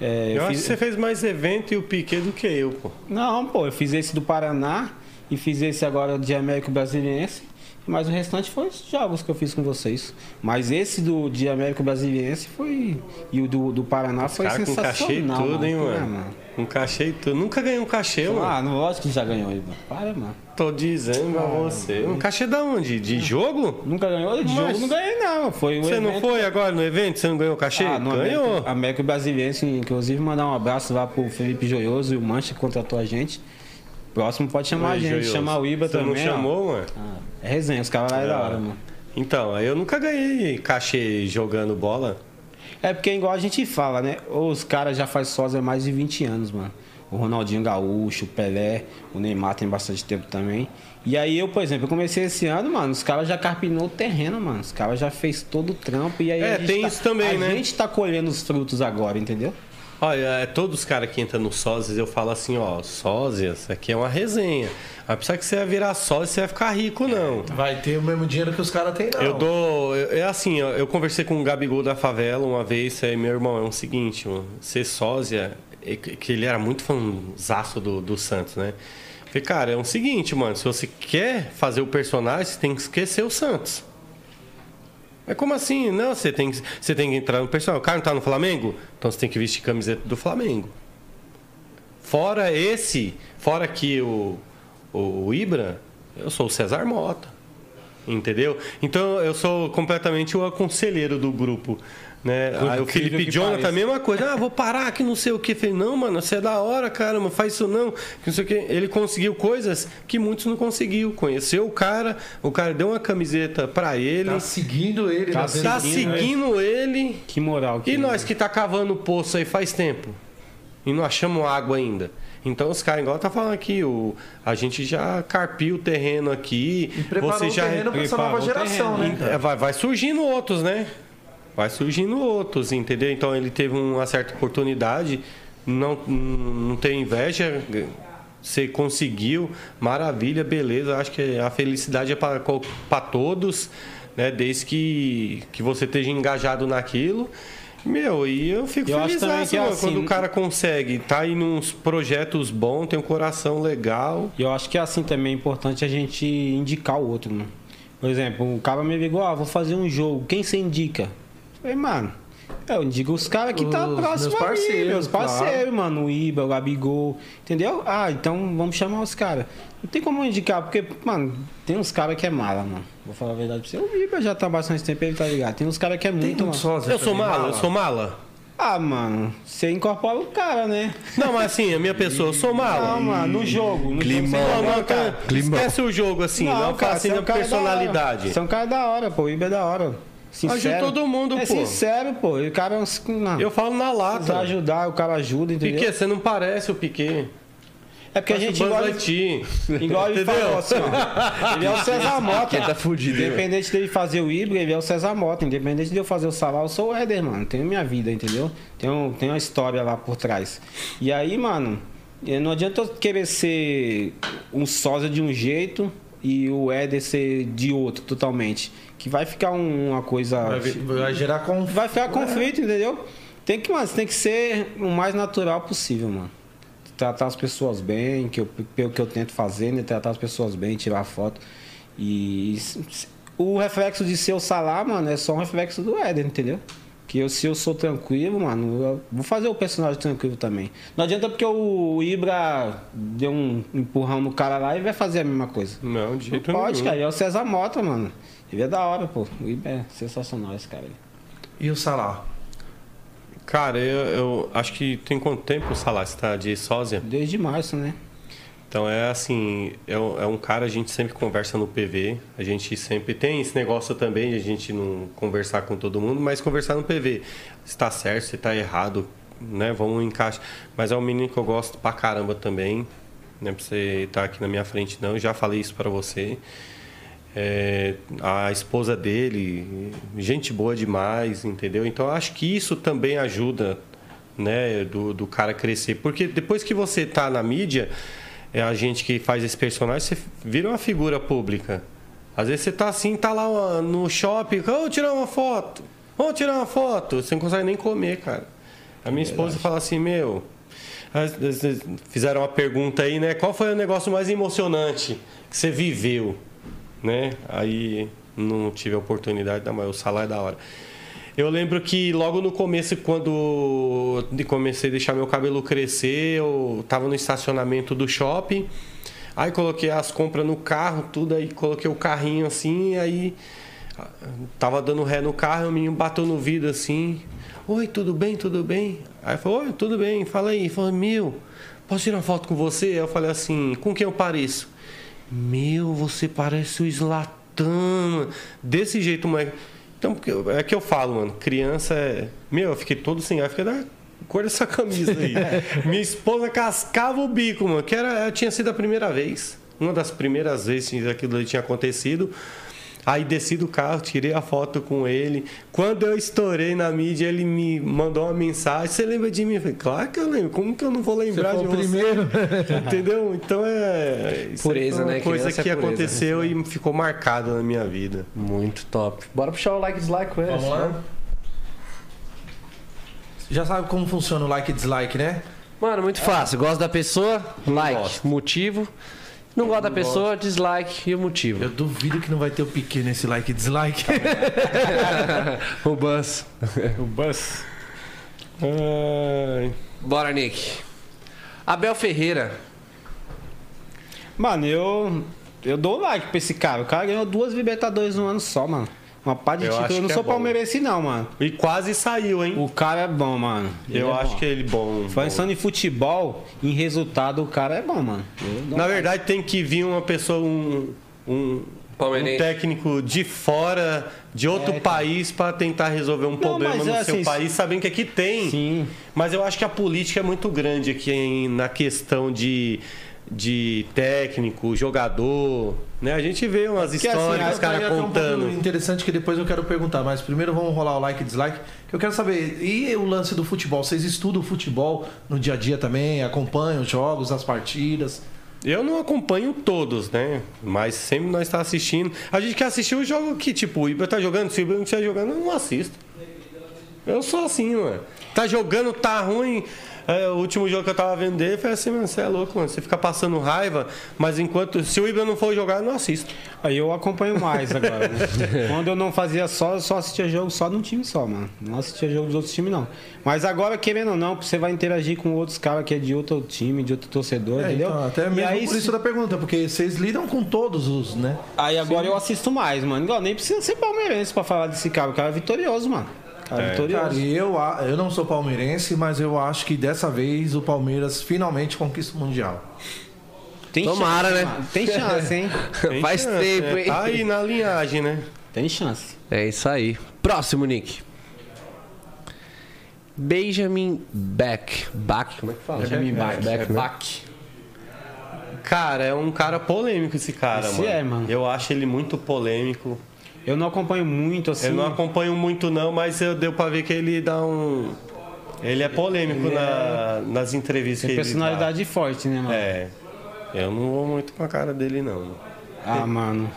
É,
Eu acho
fiz-
que você fez mais evento e o Piquet do que eu, pô.
Não, pô, eu fiz esse do Paraná e fiz esse agora de Américo Brasiliense. Mas o restante foi os jogos que eu fiz com vocês. Mas esse do de Américo Brasiliense foi. E o do, do Paraná foi
Cara, com cachê e
sensacional.
tudo, hein,
Pô, é,
mano? Com cachê e tudo. Nunca ganhei um cachê, mano.
Ah, não, lógico que já ganhou, Ivan. Para, mano.
Tô dizendo a você. Um cachê da onde? De jogo?
Nunca ganhou? De
Mas-
jogo não ganhei, não. Foi o
Você não
evento-
foi agora no evento? Você não ganhou o cachê?
Ah, no
ganhou.
América, América Brasiliense, inclusive, mandar um abraço lá pro Felipe Joioso e o Mancha que contratou a gente. Próximo pode chamar a
Aí,
gente,
Joioso.
chamar o Iba
Você
também.
não
ó.
chamou, mano?
Ah, é resenha, os caras lá é da hora, mano.
Então, aí eu nunca ganhei cachê jogando bola.
É porque igual a gente fala, né? Os caras já faz sósia há mais de 20 anos, mano. O Ronaldinho Gaúcho, o Pelé, o Neymar tem bastante tempo também. E aí eu, por exemplo, eu comecei esse ano, mano, os caras já carpinou o terreno, mano. Os caras já fez todo o trampo e aí
É,
a gente
tem
tá-
isso também,
a
né?
gente tá colhendo os frutos agora, entendeu?
Olha, é, todos os caras que entram no Sósias, eu falo assim, ó, Sósias, aqui é uma resenha. Mas precisa que você vai virar sósia, você vai ficar rico, não.
Vai ter o mesmo dinheiro que os caras têm, não. Tá
Eu dou. eu- É assim, ó, eu conversei com o Gabigol da favela uma vez, aí meu irmão, é o seguinte, mano, ser sósia, é que que ele era muito fãzaço do, do Santos, né? Falei, cara, é o seguinte, mano, se você quer fazer o personagem, você tem que esquecer o Santos. É como assim? Não, você tem, que- você tem que entrar no personagem. O cara não tá no Flamengo? Então você tem que vestir camiseta do Flamengo. Fora esse, fora que o, o, o Ibra, eu sou o César Mota. Entendeu? Então eu sou completamente o aconselheiro do grupo. Né?
Por
Aí o
incrível
Felipe
que
Jonathan,
pareça.
a mesma coisa. Ah, vou parar que não sei o que. Falei, não, mano, você é da hora, caramba, faz isso não. que não sei o que. Ele conseguiu coisas que muitos não conseguiu. Conheceu o cara, o cara deu uma camiseta pra ele,
Tá seguindo ele.
Tá
né? Dentro-
tá
seguindo ele.
seguindo ele.
Que moral que é
E nós que tá cavando o poço aí faz tempo. E não achamos água ainda. Então os caras, igual tá falando aqui, o, a gente já carpiu o terreno aqui.
E preparou
você
o
já
terreno pra essa nova
preparou o
geração,
terreno,
né?
é, vai, vai surgindo outros, né? Vai surgindo outros, entendeu? Então ele teve uma certa oportunidade, não, não tem inveja, você conseguiu, maravilha, beleza. Acho que a felicidade é para todos, né? Desde que, que você esteja engajado naquilo. Meu, e eu fico
Eu acho
feliz né,
também que é assim,
quando o cara consegue, tá aí nos projetos bons, tem um coração legal.
E eu acho que assim também é importante a gente indicar o outro, mano. Por exemplo, o cara me ligou, ah, vou fazer um jogo, quem você indica? Eu falei, mano, eu indico os caras que tá
Os
próximo
meus
meus parceiros,
parceiros,
meus parceiros, mano, o Iba, o Gabigol, entendeu? Ah, então vamos chamar os caras. Não tem como eu indicar, porque, mano, tem uns caras que é mala, mano. Vou falar a verdade pra você. O Iba já tá há bastante tempo, ele tá ligado. Tem uns caras que é muito, mano.
sósia
Eu sou
também,
mala, eu sou mala.
Ah, mano, você incorpora o cara, né?
Não, mas assim, a minha pessoa, eu sou mala.
Não, mano, no jogo, no
Climão.
jogo. você incorpora
Não,
o
não,
cara.
cara, esquece o jogo assim, não,
cara,
faça assim
você é
na
um cara da hora.
personalidade.
Você é um cara da hora, pô. O Iber é da hora. Sincero.
Ajuda todo mundo, pô.
é sincero, pô. E o cara é um- não,
Eu falo na
precisa
lata.
ajudar, o cara ajuda, entendeu?
Piquet, você não parece o Piquet.
é porque a gente igual, <laughs> igual ele falou assim, ó. Ele é o César Mota.
Piquet tá fudido, hein,
Independente dele fazer o Ibra, ele é o César Mota. Independente de eu fazer o Salah, eu sou o Éder, mano. Tenho minha vida, entendeu? Tenho, tenho uma história lá por trás. E aí, mano, eh, não adianta eu querer ser um sósia de um jeito e o Éder ser de outro totalmente. Que vai ficar um- uma coisa.
Vai, vir- vai gerar conflito.
Vai ficar conflito, entendeu? Tem que, mano, você tem que ser o mais natural possível, mano. Tratar as pessoas bem, que eu, pelo que eu tento fazer, né? Tratar as pessoas bem, tirar foto. E s- s- o reflexo de ser o Salah, mano, é só um reflexo do Éden, entendeu? Que eu, se eu sou tranquilo, mano, eu vou fazer o personagem tranquilo também. Não adianta porque o Ibra deu um empurrão no cara lá e vai fazer a mesma coisa.
Não, de
Não
jeito
pode,
nenhum.
cara. E é o César Mota, mano. Ele é da hora, pô. O Ibra é sensacional esse cara aí.
E o Salah?
Cara, eu, eu acho que tem quanto tempo o Salah está de sósia?
Desde março, né?
Então é assim, é, um- é um cara, a gente sempre conversa no PV, a gente sempre tem esse negócio também, de a gente não conversar com todo mundo, mas conversar no PV. Se tá certo, se tá errado, né? Vamos encaixar. Mas é um menino que eu gosto pra caramba também. Não é pra você estar aqui na minha frente, não. Eu já falei isso pra você. É, a esposa dele, gente boa demais, entendeu? Então acho que isso também ajuda, né, do, do cara crescer. Porque depois que você tá na mídia, é a gente que faz esse personagem, você vira uma figura pública. Às vezes você tá assim, tá lá ó, no shopping, vamos tirar uma foto, vamos tirar uma foto. Você não consegue nem comer, cara. A minha esposa fala assim, meu. as- as- as- Ah, Fizeram uma pergunta aí, né? Qual foi o negócio mais emocionante que você viveu? Né? Aí não tive a oportunidade, não, mas o salário é da hora. Eu lembro que logo no começo, quando eu comecei a deixar meu cabelo crescer, eu tava no estacionamento do shopping. Aí coloquei as compras no carro, tudo aí, coloquei o carrinho assim, aí ah, tava dando ré no carro, o menino bateu no vidro assim. Oi, tudo bem? Tudo bem? Aí falou, oi, tudo bem, fala aí. Ele Falou, meu, posso tirar uma foto com você? Aí eu falei assim, com quem eu pareço? Meu, você parece o Slatan. mano. Desse jeito, moleque. Então, porque eu- é que eu falo, mano. Criança é. Meu, eu fiquei todo sem ar, fiquei da cor dessa camisa aí. Minha esposa cascava o bico, mano. Que era, tinha sido a primeira vez. Uma das primeiras vezes que aquilo ali tinha acontecido. Aí desci do carro, tirei a foto com ele. Quando eu estourei na mídia, ele me mandou uma mensagem. Você lembra de mim? Eu falei, claro que eu lembro. Como que eu não vou
Você
lembrar
foi
de
o
você?
primeiro.
<laughs> Entendeu? Então é. isso
Pureza,
foi uma
né?
coisa
Criança é
que
pureza.
aconteceu e ficou marcada na minha vida.
Muito top. Bora puxar o like e dislike com né?
Vamos lá. Já sabe como funciona o like e dislike, né?
Mano, muito fácil. Gosta da pessoa, like, motivo. Não gosta da pessoa, dislike e o motivo.
Eu duvido que não vai ter o pique nesse like e dislike.
O bus.
O bus.
Ai,
Bora, Nick. Abel Ferreira.
Mano, eu. Eu dou like pra esse cara. O cara ganhou duas Libertadores num ano só, mano. Uma pá de
Eu
título.
acho
Eu não
que é
sou
bom.
palmeirense, não, mano.
E quase saiu, hein?
O cara é bom, mano. Ele
Eu
é
acho
bom.
que ele bom. bom.
Pensando em futebol, em resultado, o cara é bom, mano. Eu dou
Na verdade, tem que vir uma pessoa, um, um, um
Palmeirense.
técnico de fora, de outro país, pra tentar resolver um problema
É, tá. mas
no
é
seu
assim,
país, sabendo que aqui tem.
Sim.
Mas eu acho que a política é muito grande aqui em- na questão de, de técnico, jogador. Né? A gente vê umas
assim,
histórias,
aí
os caras
Tem até um
contando.
pouquinho interessante que depois eu quero perguntar, mas primeiro vamos rolar o like e dislike, que eu quero saber, e o lance do futebol? Vocês estudam o futebol no dia a dia também? Acompanham os jogos, as partidas?
Eu não acompanho todos, né? Mas sempre nós está assistindo. A gente quer assistir o jogo que, tipo, o Ibra tá jogando. Se o Ibra não estiver jogando, eu não assisto. Eu sou assim, mano. Tá jogando, tá ruim. É, o último jogo que eu tava vendo dele foi assim, mano, você é louco, mano. Você fica passando raiva, mas enquanto. Se o Ibra não for jogar, eu não assisto.
Aí eu acompanho mais
<laughs>
agora. né? Quando eu não fazia só, eu só assistia jogo só de um time só, mano. Não assistia jogo dos outros times, não. Mas agora, querendo ou não, você vai interagir com outros caras que é de outro time, de outro torcedor,
É,
entendeu?
então, até mesmo
e aí,
por isso da pergunta, porque vocês lidam com todos os, né?
aí agora eu assisto mais, mano. Igual, nem precisa ser palmeirense pra falar desse cara. O cara é vitorioso, mano. O cara é,
Cara,
vitorioso.
e eu, a- eu não sou palmeirense, mas eu acho que dessa vez o Palmeiras finalmente conquista o Mundial.
Tem
Tomara,
chance,
né?
mano. Tem
<laughs>
chance, hein?
Faz
chance,
tempo,
né?
hein?
Tá aí na linhagem, né?
Tem chance.
É isso aí. Próximo, Nick. Benjamin Beck. Bach, como é que fala?
Benjamin Bach.
Beck,
É
né?
Cara, é um cara polêmico esse cara,
Esse
mano.
é, mano.
Eu acho ele muito polêmico.
Eu não acompanho muito, assim.
Eu não acompanho muito não, mas eu deu pra ver que ele dá um. Ele é polêmico na- nas entrevistas
é Tem
que
personalidade forte, né,
ele dá.
mano?
É. Eu não vou muito com a cara dele, não.
Ah, <laughs> mano.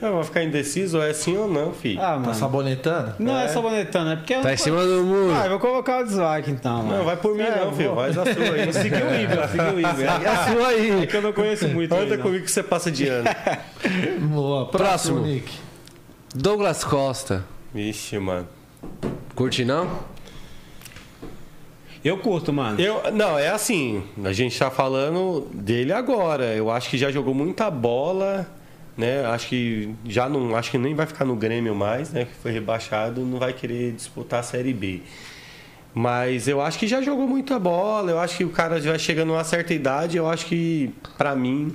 Eu vou ficar indeciso, é sim ou não, filho.
Ah,
Tá
mano.
sabonetando?
Não é, sabonetando, é porque eu
Tá
não
em cima do muro.
Ah, eu vou colocar o dislike então, mano.
não, vai por mim
É, eu
não, filho.
vou.
Faz a sua
<laughs>
aí. Seguiu o Ibra.
Seguiu
<laughs>
o Igor.
E a sua aí?
É que eu não conheço muito.
Anda
ele, não.
comigo que você passa de ano.
Boa,
Próximo.
próximo, Nick.
Douglas Costa.
Vixe, mano.
Curte não?
Eu curto, mano.
Eu, não, é assim, a gente tá falando dele agora. Eu acho que já jogou muita bola, né? Acho que já não, acho que nem vai ficar no Grêmio mais, né? Que foi rebaixado, não vai querer disputar a Série B. Mas eu acho que já jogou muita bola. Eu acho que o cara já chegando a uma certa idade, eu acho que pra mim,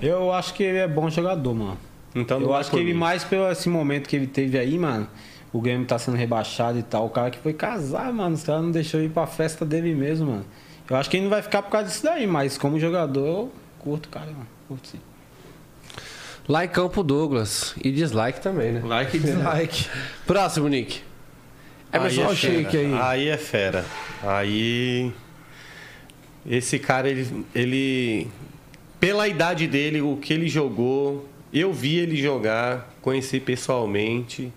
Eu acho que ele é bom jogador, mano.
então não
eu
vai
acho que
por
ele
mim.
mais pelo esse momento que ele teve aí, mano. O Grêmio tá sendo rebaixado e tal. O cara que foi casar, mano. Os caras não deixou ele ir pra festa dele mesmo, mano. Eu acho que ele não vai ficar por causa disso daí, mas como jogador, eu curto, o cara, mano. Curto sim.
Likeão pro Douglas. E dislike também, né?
Like e dislike.
<laughs> Próximo, Nick. um Emerson
Aí é
Rocha.
shake aí.
fera. Aí é fera. Aí. Esse cara, ele, ele. Pela idade dele, o que ele jogou, eu vi ele jogar, conheci pessoalmente.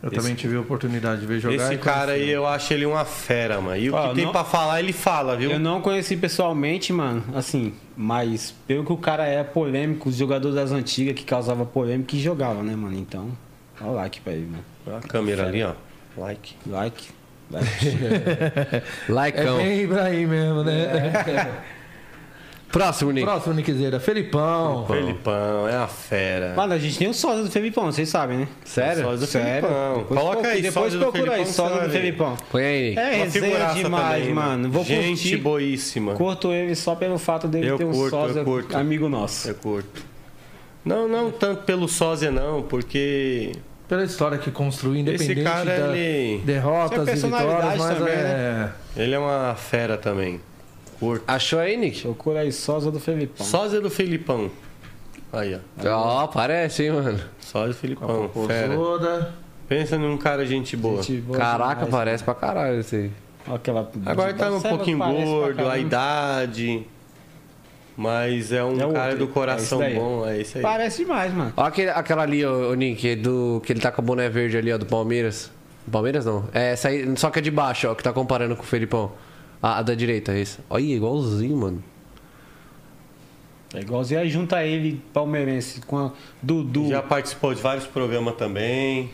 Eu também tive a oportunidade de ver jogar.
Esse
e
cara aí,
conhecer.
eu acho ele uma fera, mano. E o
né? Ó,
que tem
não-
pra falar, ele fala, viu?
Eu não conheci pessoalmente, mano, assim, mas pelo que o cara é polêmico, os jogadores das antigas que causava polêmica e jogava, né, mano? Então, ó o like pra ele, mano.
Olha a câmera ali, ó. Like.
Like. like.
É
Laicão.
bem Ibrahim mesmo, né?
Próximo, Nick.
Próximo, Niquezeira. Felipão.
Felipão, é uma fera.
<laughs> Mano, a gente tem o sósia do Felipão, vocês sabem, né?
Sério?
Sósia do
Sério?
Felipão.
Depois
Coloca
procu-
aí,
depois
sósia do
procura aí,
Felipão,
sósia do
você vai ver.
Felipão.
Põe aí, Nick.
É
Uma
resenha
figuraça
demais,
também, né?
mano. Vou
Gente
curtir.
boíssima.
Curto ele só pelo fato dele
Eu
ter um
curto, eu
sósia
curto.
amigo nosso.
Eu É curto. Não, não tanto pelo sósia, não, porque
Pela história que construiu, independente
esse cara,
da...
ele,
derrotas
Isso é
e vitórias,
personalidade
mas
também,
é...
ele é uma fera também. Curto.
Achou aí, Nick?
Procura aí, sósia do Felipão.
Sósia do Felipão. Aí, ó.
Ó, parece, hein, mano.
Sósia do Felipão,
Pô,
fera.
toda.
Pensa num cara gente boa.
Gente boa
Caraca,
demais,
parece pra caralho esse aí.
mano. Ó Aquela...
Agora tá um
Sério,
pouquinho
parece pra
gordo, a
caramba.
idade. Mas é um
É o
cara
outro.
do coração
É esse daí.
bom, é isso aí.
Parece demais, mano.
Olha aquele- aquela ali, ô, ô, Nick, do, que ele tá com a boné verde ali, ó, do Palmeiras. Palmeiras não. É, essa aí, só que é de baixo, ó, que tá comparando com o Felipão. A, a da direita, é isso. Olha, igualzinho, mano.
É igualzinho aí junta ele, palmeirense, com a Dudu.
Já participou de vários programas também.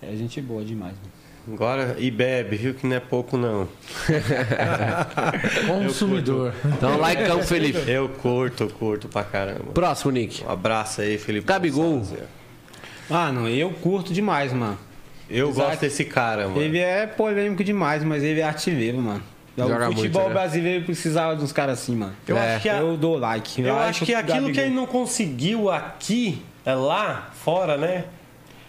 É gente boa demais, mano.
Agora, e bebe, viu que não é pouco não.
Consumidor.
Então, like
<laughs>
o Felipe.
Eu curto, curto pra caramba.
Próximo, Nick.
Um abraço aí, Felipe.
Gabigol.
Sázia.
Mano, eu curto demais, mano.
Eu
Isaac.
gosto desse cara, mano.
Ele é polêmico demais, mas ele é artilheiro, mano. É
Joga
o futebol
muito, né?
brasileiro precisava de uns caras assim, mano.
Eu acho que a-
eu dou like.
Eu acho que
o
aquilo que
Gabigol-
ele não conseguiu aqui, é lá fora, né?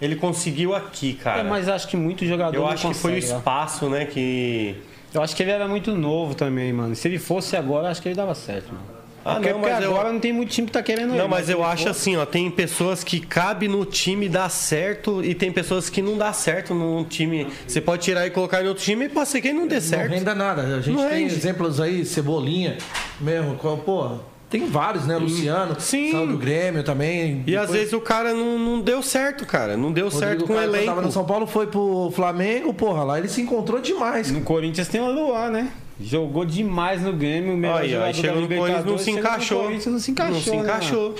Ele conseguiu aqui, cara.
É, mas acho que muito jogador
Eu
não
acho que foi o
consegue, né?
espaço, né, que...
Eu acho que ele era muito novo também, mano. Se ele fosse agora, eu acho que ele dava certo, mano.
Ah,
porque,
não,
porque
mas eu-
agora não tem muito time que tá querendo ele,
Não, mas
se
eu
ele
acho
fosse-
assim, ó, tem pessoas que cabe no time dar certo e tem pessoas que não dá certo num time. Você pode tirar e colocar em outro time e pode ser que não dê
Não
certo.
renda nada. A gente
Não
tem
rende.
exemplos aí, Cebolinha mesmo. qual- Pô, tem vários, né? Luciano.
Sim.
saiu do Grêmio também.
E às vezes o cara não, não deu certo, cara. Não deu certo com o
Caio, quando
elenco.
Tava no São Paulo, foi pro Flamengo, porra, lá ele se encontrou demais.
No Corinthians tem o Luan, né? Jogou demais no Grêmio, o melhor
Aí, ó,
jogador
aí
da
chegou no Corinthians não
Libertadores,
se
chegou no
encaixou.
Corinthians não se encaixou.
Não se
né, mano?
encaixou.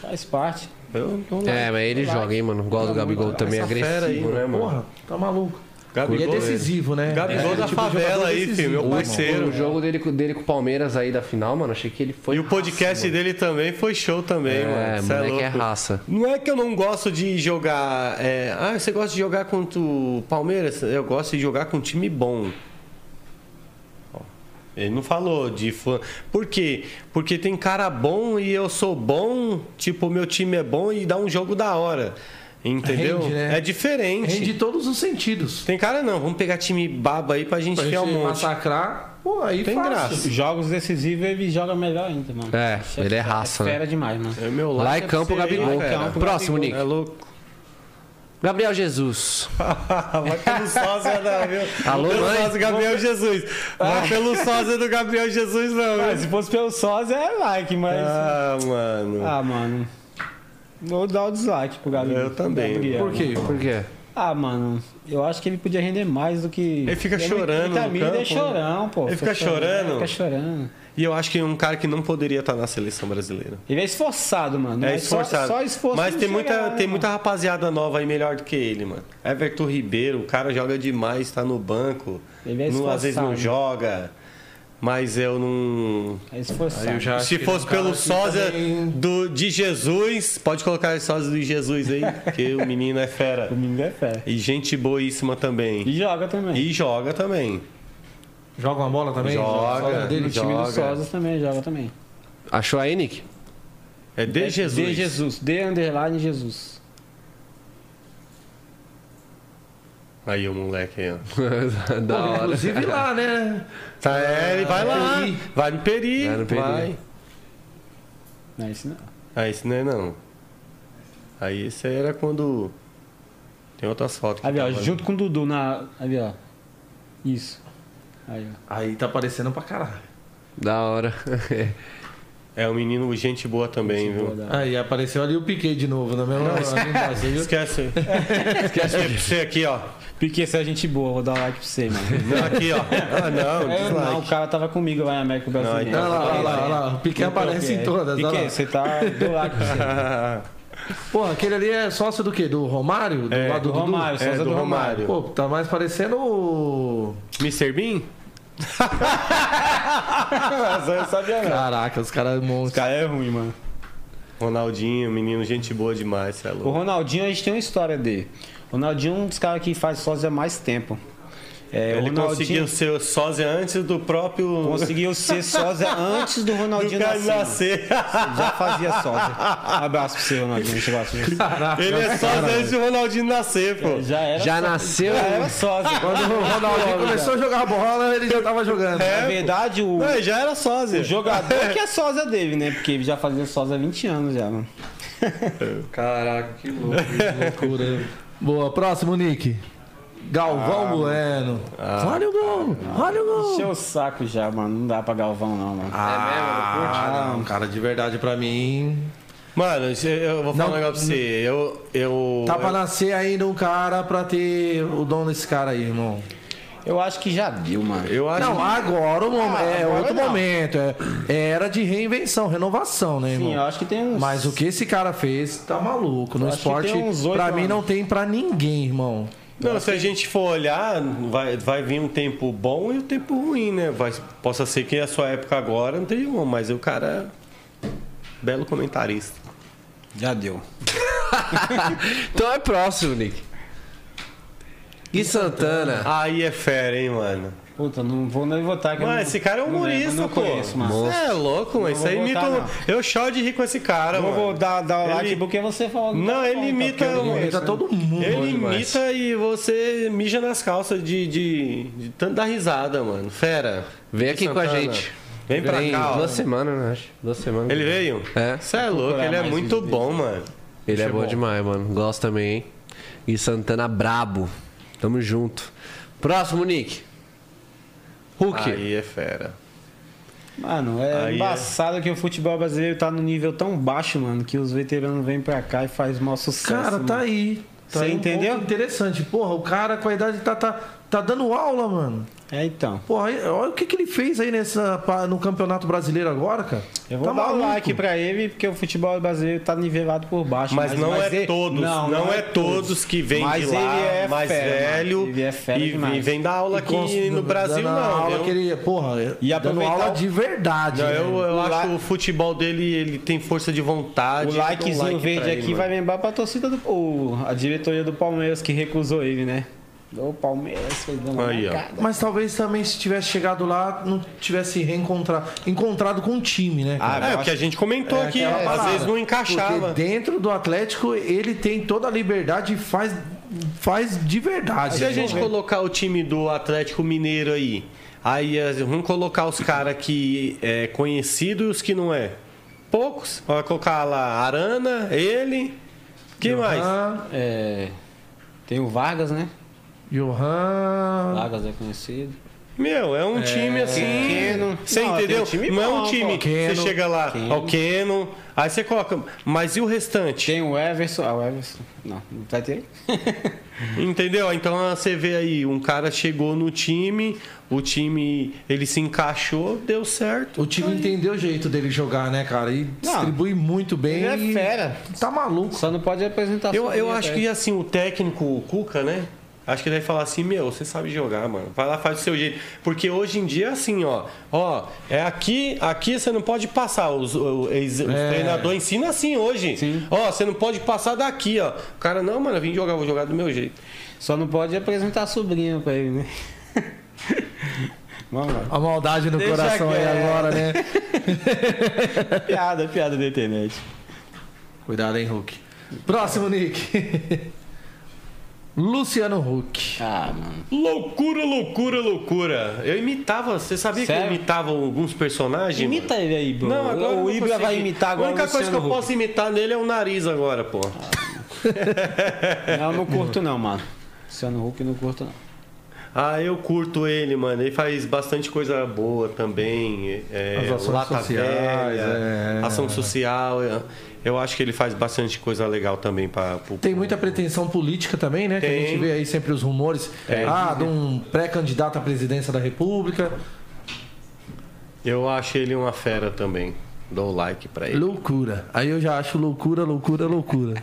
Faz parte.
Eu- eu-
É, mas ele joga, hein, mano. Gosto do Gabigol também,
essa fera aí,
agressivo, né, mano?
Porra, tá maluco.
Gabigol,
e é decisivo, né?
Gabigol
é,
da
tipo de jogador
favela aí,
decisivo,
filho, meu
irmão.
parceiro.
O jogo dele, com- dele com o Palmeiras aí da final, mano, achei que ele foi.
E o podcast dele também foi show também,
É,
mano. Cê
moleque é,
louco.
raça.
Não é que eu não gosto de jogar. é, ah, você gosta de jogar contra o Palmeiras? Eu gosto de jogar com um time bom. Ó, Ele não falou de fã. Por quê? Porque tem cara bom e eu sou bom. Tipo, meu time é bom e dá um jogo da hora. Entendeu?
Rende, né?
É diferente.
Rende todos os sentidos.
Tem cara não. Vamos pegar time baba aí pra gente
Pra
enfiar
gente
um monte.
massacrar, pô, aí
Tem
fácil.
graça.
Jogos decisivos ele joga melhor ainda, mano.
É,
Isso
ele é raça,
Fera
né?
demais, mano.
É meu
Lá
like
é campo,
pra você aí,
Gabigol.
cara. né?
Próximo, Nick.
É louco.
Gabriel Jesus.
Vai pelo sósia, não, viu?
Alô,
Vai pelo
mãe?
sósia do Gabriel Jesus. Vai pelo sósia do Gabriel Jesus, não.
Ah,
viu?
se fosse pelo sósia, é like, mas.
Ah,
Ah,
mano.
mano. Vou dar o dislike pro Gabriel.
Eu também,
Gabriel.
Por quê?
Por quê?
Ah, mano, eu acho que ele podia render mais do que.
Ele fica
é
chorando
Muita
no
mídia
campo, né?
é chorão, pô.
Ele fica chorando?
Fica chorando.
E eu acho que é um cara que não poderia estar na seleção brasileira.
Ele é esforçado, mano.
É
mas só-
esforçado.
Só, esforço.
Mas
não
tem
chega
muita,
lá, né,
tem
mano?
muita rapaziada nova aí melhor do que ele, mano. Everton Ribeiro, o cara joga demais, tá no banco.
Ele é
não, às vezes não
esforçado.
joga. Mas eu não.
É esforçado.
Eu já acho
Se
que
fosse
é um cara
pelo
que
sósia
também-
do, de Jesus, pode colocar o sósia do Jesus aí, que o menino é fera.
O menino é fé.
E gente boíssima também.
E joga também.
E joga também.
Joga uma bola também?
Joga.
Sósia é dele.
o time
joga.
do Sosas também joga também.
Achou aí, Nick?
É de
É
Jesus.
De Jesus. De underline Jesus.
Aí o moleque aí,
<laughs>
ó.
da hora. <laughs>
Inclusive lá, né?
Tá, é, ele
Ah,
vai lá.
Peri.
Vai no Peri.
Vai
Vai
no Peri.
Não é isso não.
Ah, isso não é não. Aí isso aí era quando. Tem outras fotos. que
Aí, ó,
tava-
junto com o Dudu na. Aí, ó. Isso. Aí, ó.
Aí tá aparecendo pra caralho.
Da hora.
É um menino gente boa também, viu?
né? é
Aí apareceu ali o Piquet de novo, né, na mesma hora.
<laughs>
Esquece. Esquece aqui pra você aqui, ó.
Porque se é gente boa, vou dar like pra
<laughs>
você, mano.
Não, aqui, ó. Ah, não,
É, não, o
dislike.
cara tava comigo lá em América do Brasil.
Não, então-
Olha lá, olha lá, olha lá. Então, é? O Piquet aparece em todas. olha lá.
Piquet, você tá do like pra você.
Pô, aquele ali é sócio do quê? Do Romário? <laughs> Do
É,
lado
do
Dudu?
Romário,
É,
sócio
do
do
Romário.
Romário.
Pô, tá mais parecendo o.
Mr. Bean?
Essa eu sabia não.
Caraca, os caras
Esse
monstros.
cara é ruim, mano.
Ronaldinho, menino, gente boa demais, cê é
O
louco.
Ronaldinho, a gente tem uma história dele. O Ronaldinho é um dos caras que faz sósia há mais tempo. É, o
Ele
Ronaldinho
conseguiu ser sósia antes do próprio.
conseguiu ser sósia antes do
do
Ronaldinho
cara
nascer. mano.
nascer.
Ele Já fazia sósia. Abraço pra você, Ronaldinho. Deixa eu assistir.
Caraca.
Ele é sósia antes do Ronaldinho nascer, pô. <laughs>
Já era
<laughs> Já
sósia.
nasceu.
Já era sósia.
Quando o Ronaldinho começou a jogar bola, ele já tava jogando.
Na verdade, o,
Não, ele já era sósia.
o jogador que é sósia dele, né? Porque ele já fazia sósia há 20 anos já, mano.
Caraca, que louco, que loucura. Boa, próximo, Nick. Galvão Bueno. olha o gol, olha o
Encheu
gol.
o saco já, mano. Não dá pra Galvão, não, mano.
Ah, não, cara, de verdade pra mim.
Mano, eu vou falar
Não,
um negócio pra você. Eu. eu
Tá pra nascer ainda um cara pra ter o dom desse cara aí, irmão.
Eu acho que já deu, mano.
eu acho.
Não, agora o mom- é
agora
outro
não.
momento. É, é era de reinvenção, renovação, né, irmão?
Sim, eu acho que tem uns.
Mas o que esse cara fez tá maluco. No
Acho que
esporte,
tem uns oito
pra mim,
anos.
não tem pra ninguém, irmão.
Não, se a gente for olhar, vai, vai vir um tempo bom e um tempo ruim, né? Vai, possa ser que a sua época agora não tenha um, mas o cara é belo comentarista.
Já deu.
Então é próximo, Nick. E Santana?
Aí é fera, hein, mano?
Puta, não vou nem votar que eu
Mano,
não-
esse cara é
não lembro,
humorista,
não
pô.
conheço, mano.
Você é louco, mano. Isso aí
vou
imita.
votar,
um-
não.
Eu choro de rir com esse cara,
Não
mano.
vou dar, dar o
Ele-
like porque você falou que
Não,
tá
ele
bom,
imita
porque eu não
um-
conheço,
Ele
Tá
né?
todo mundo.
Ele
demais.
imita e você mija nas calças de, de, de tanto dar risada, mano. Fera.
Vem aqui com a
Santana.
gente.
Vem pra cá, ó.
Duas semanas, né? Acho. Duas semanas.
Ele veio?
É.
Você é louco,
procurar
ele é
mais
muito
vídeos
bom, mano.
Ele é
Bicho
bom demais, mano. Gosto também, hein? E Santana brabo. Tamo junto. Próximo, Nick. Hulk.
Aí é fera.
Mano, é
Aí é-
embaçado que o futebol brasileiro tá num nível tão baixo, mano, que os veteranos vêm pra cá e faz mau sucesso.
Cara, tá
mano.
aí. Tá
Você
aí um
entendeu?
ponto interessante. Porra, o cara com a idade tá, tá, tá dando aula, mano.
É então.
Porra, aí- olha o que, que ele fez aí nessa, pa- no Campeonato Brasileiro agora, cara.
Eu vou
tá
dar
maluco.
o like pra ele, porque o futebol brasileiro tá nivelado por baixo.
Mas, não
mas
é
ele-
todos, não, é todos que vêm
Mas
de lá,
ele é
mais
fera, mano.
velho
Ele é fera
e,
demais.
e vem dar aula
E cons-
aqui no Brasil
dando
não.
Aula
eu,
que ele, porra,
E
dando
aproveitar
aula
o-
de verdade.
não,
né?
eu, eu
O
acho
la-
que o futebol dele ele tem força de vontade. um
O likezinho verde aqui vai lembrar pra torcida do. o- a diretoria do Palmeiras que recusou ele, né? O Palmeiras fez uma
Aí, ó.
mancada.
Mas talvez também se tivesse chegado lá, não tivesse reencontrado, encontrado com um time, né? cara?
Ah, é o que a gente comentou aqui,
aquela
às
parada.
vezes não encaixava.
Ah,
Porque dentro do Atlético ele tem toda a liberdade e faz, faz de verdade.
Se a gente colocar o time do Atlético Mineiro aí, aí as- vamos colocar os caras que é conhecido e os que não é. Poucos. Vai colocar lá Arana, ele. Quem mais?
Johan,
É, tem o Vargas, né?
Johan.
Vargas é conhecido.
Meu, é um time assim.
Keno.
Você
Não,
entendeu?
tem um time
não é
bom,
um
pô.
time.
Keno.
Você chega lá,
Keno.
ó, o Keno. Aí você coloca. Mas e o restante?
Tem o Everson. Ah, o Everson. Não, não tá vai ter.
Entendeu? Então você vê aí, um cara chegou no time, o time ele se encaixou, deu certo.
O time entendeu o jeito dele jogar, né, cara? E distribui muito bem.
Ele é <laughs>
e
fera.
Tá maluco.
Só não pode apresentar
Eu,
sozinho,
eu acho
tá?
que assim, o técnico, o Cuca, né? Acho que ele vai falar assim, meu, você sabe jogar, mano. Vai lá, faz do seu jeito. Porque hoje em dia é assim, ó. Ó, é aqui, aqui você não pode passar. Os, o- eles- os
É.
treinadores ensinam assim hoje.
Sim.
Ó, você não pode passar daqui, ó. O cara, não, mano, eu vim jogar, vou jogar do meu jeito.
Só não pode apresentar sobrinho pra ele, né? <laughs> Vamos lá.
A maldade no
Deixa
coração aí
quieto.
agora, né?
É Piada, piada da internet.
Cuidado, hein, Hulk. <laughs> Próximo, Nick. <laughs> Luciano Huck.
Ah, mano.
Loucura, loucura, loucura. Eu imitava, você sabia que
Sério?
eu imitava alguns personagens? mano?
Imita ele aí, bro.
Não, agora eu
o
não
Ibra
consegui.
vai imitar agora
A única
o
coisa que eu
Luciano
posso imitar nele é o nariz agora, pô.
Huck. Não, eu não curto não, mano. Luciano Huck eu não curto não.
Ah, eu curto ele, mano. Ele faz bastante coisa boa também. É,
As ações
Lata
sociais,
Velha,
é.
ação social. é. Eu acho que ele faz bastante coisa legal também para
Tem muita pretensão política também, né? Que a
Tem.
gente vê aí sempre os rumores.
É.
ah, de um pré-candidato à presidência da República.
Eu acho ele uma fera também. Dou like pra ele.
Loucura. Aí eu já acho loucura, loucura, loucura.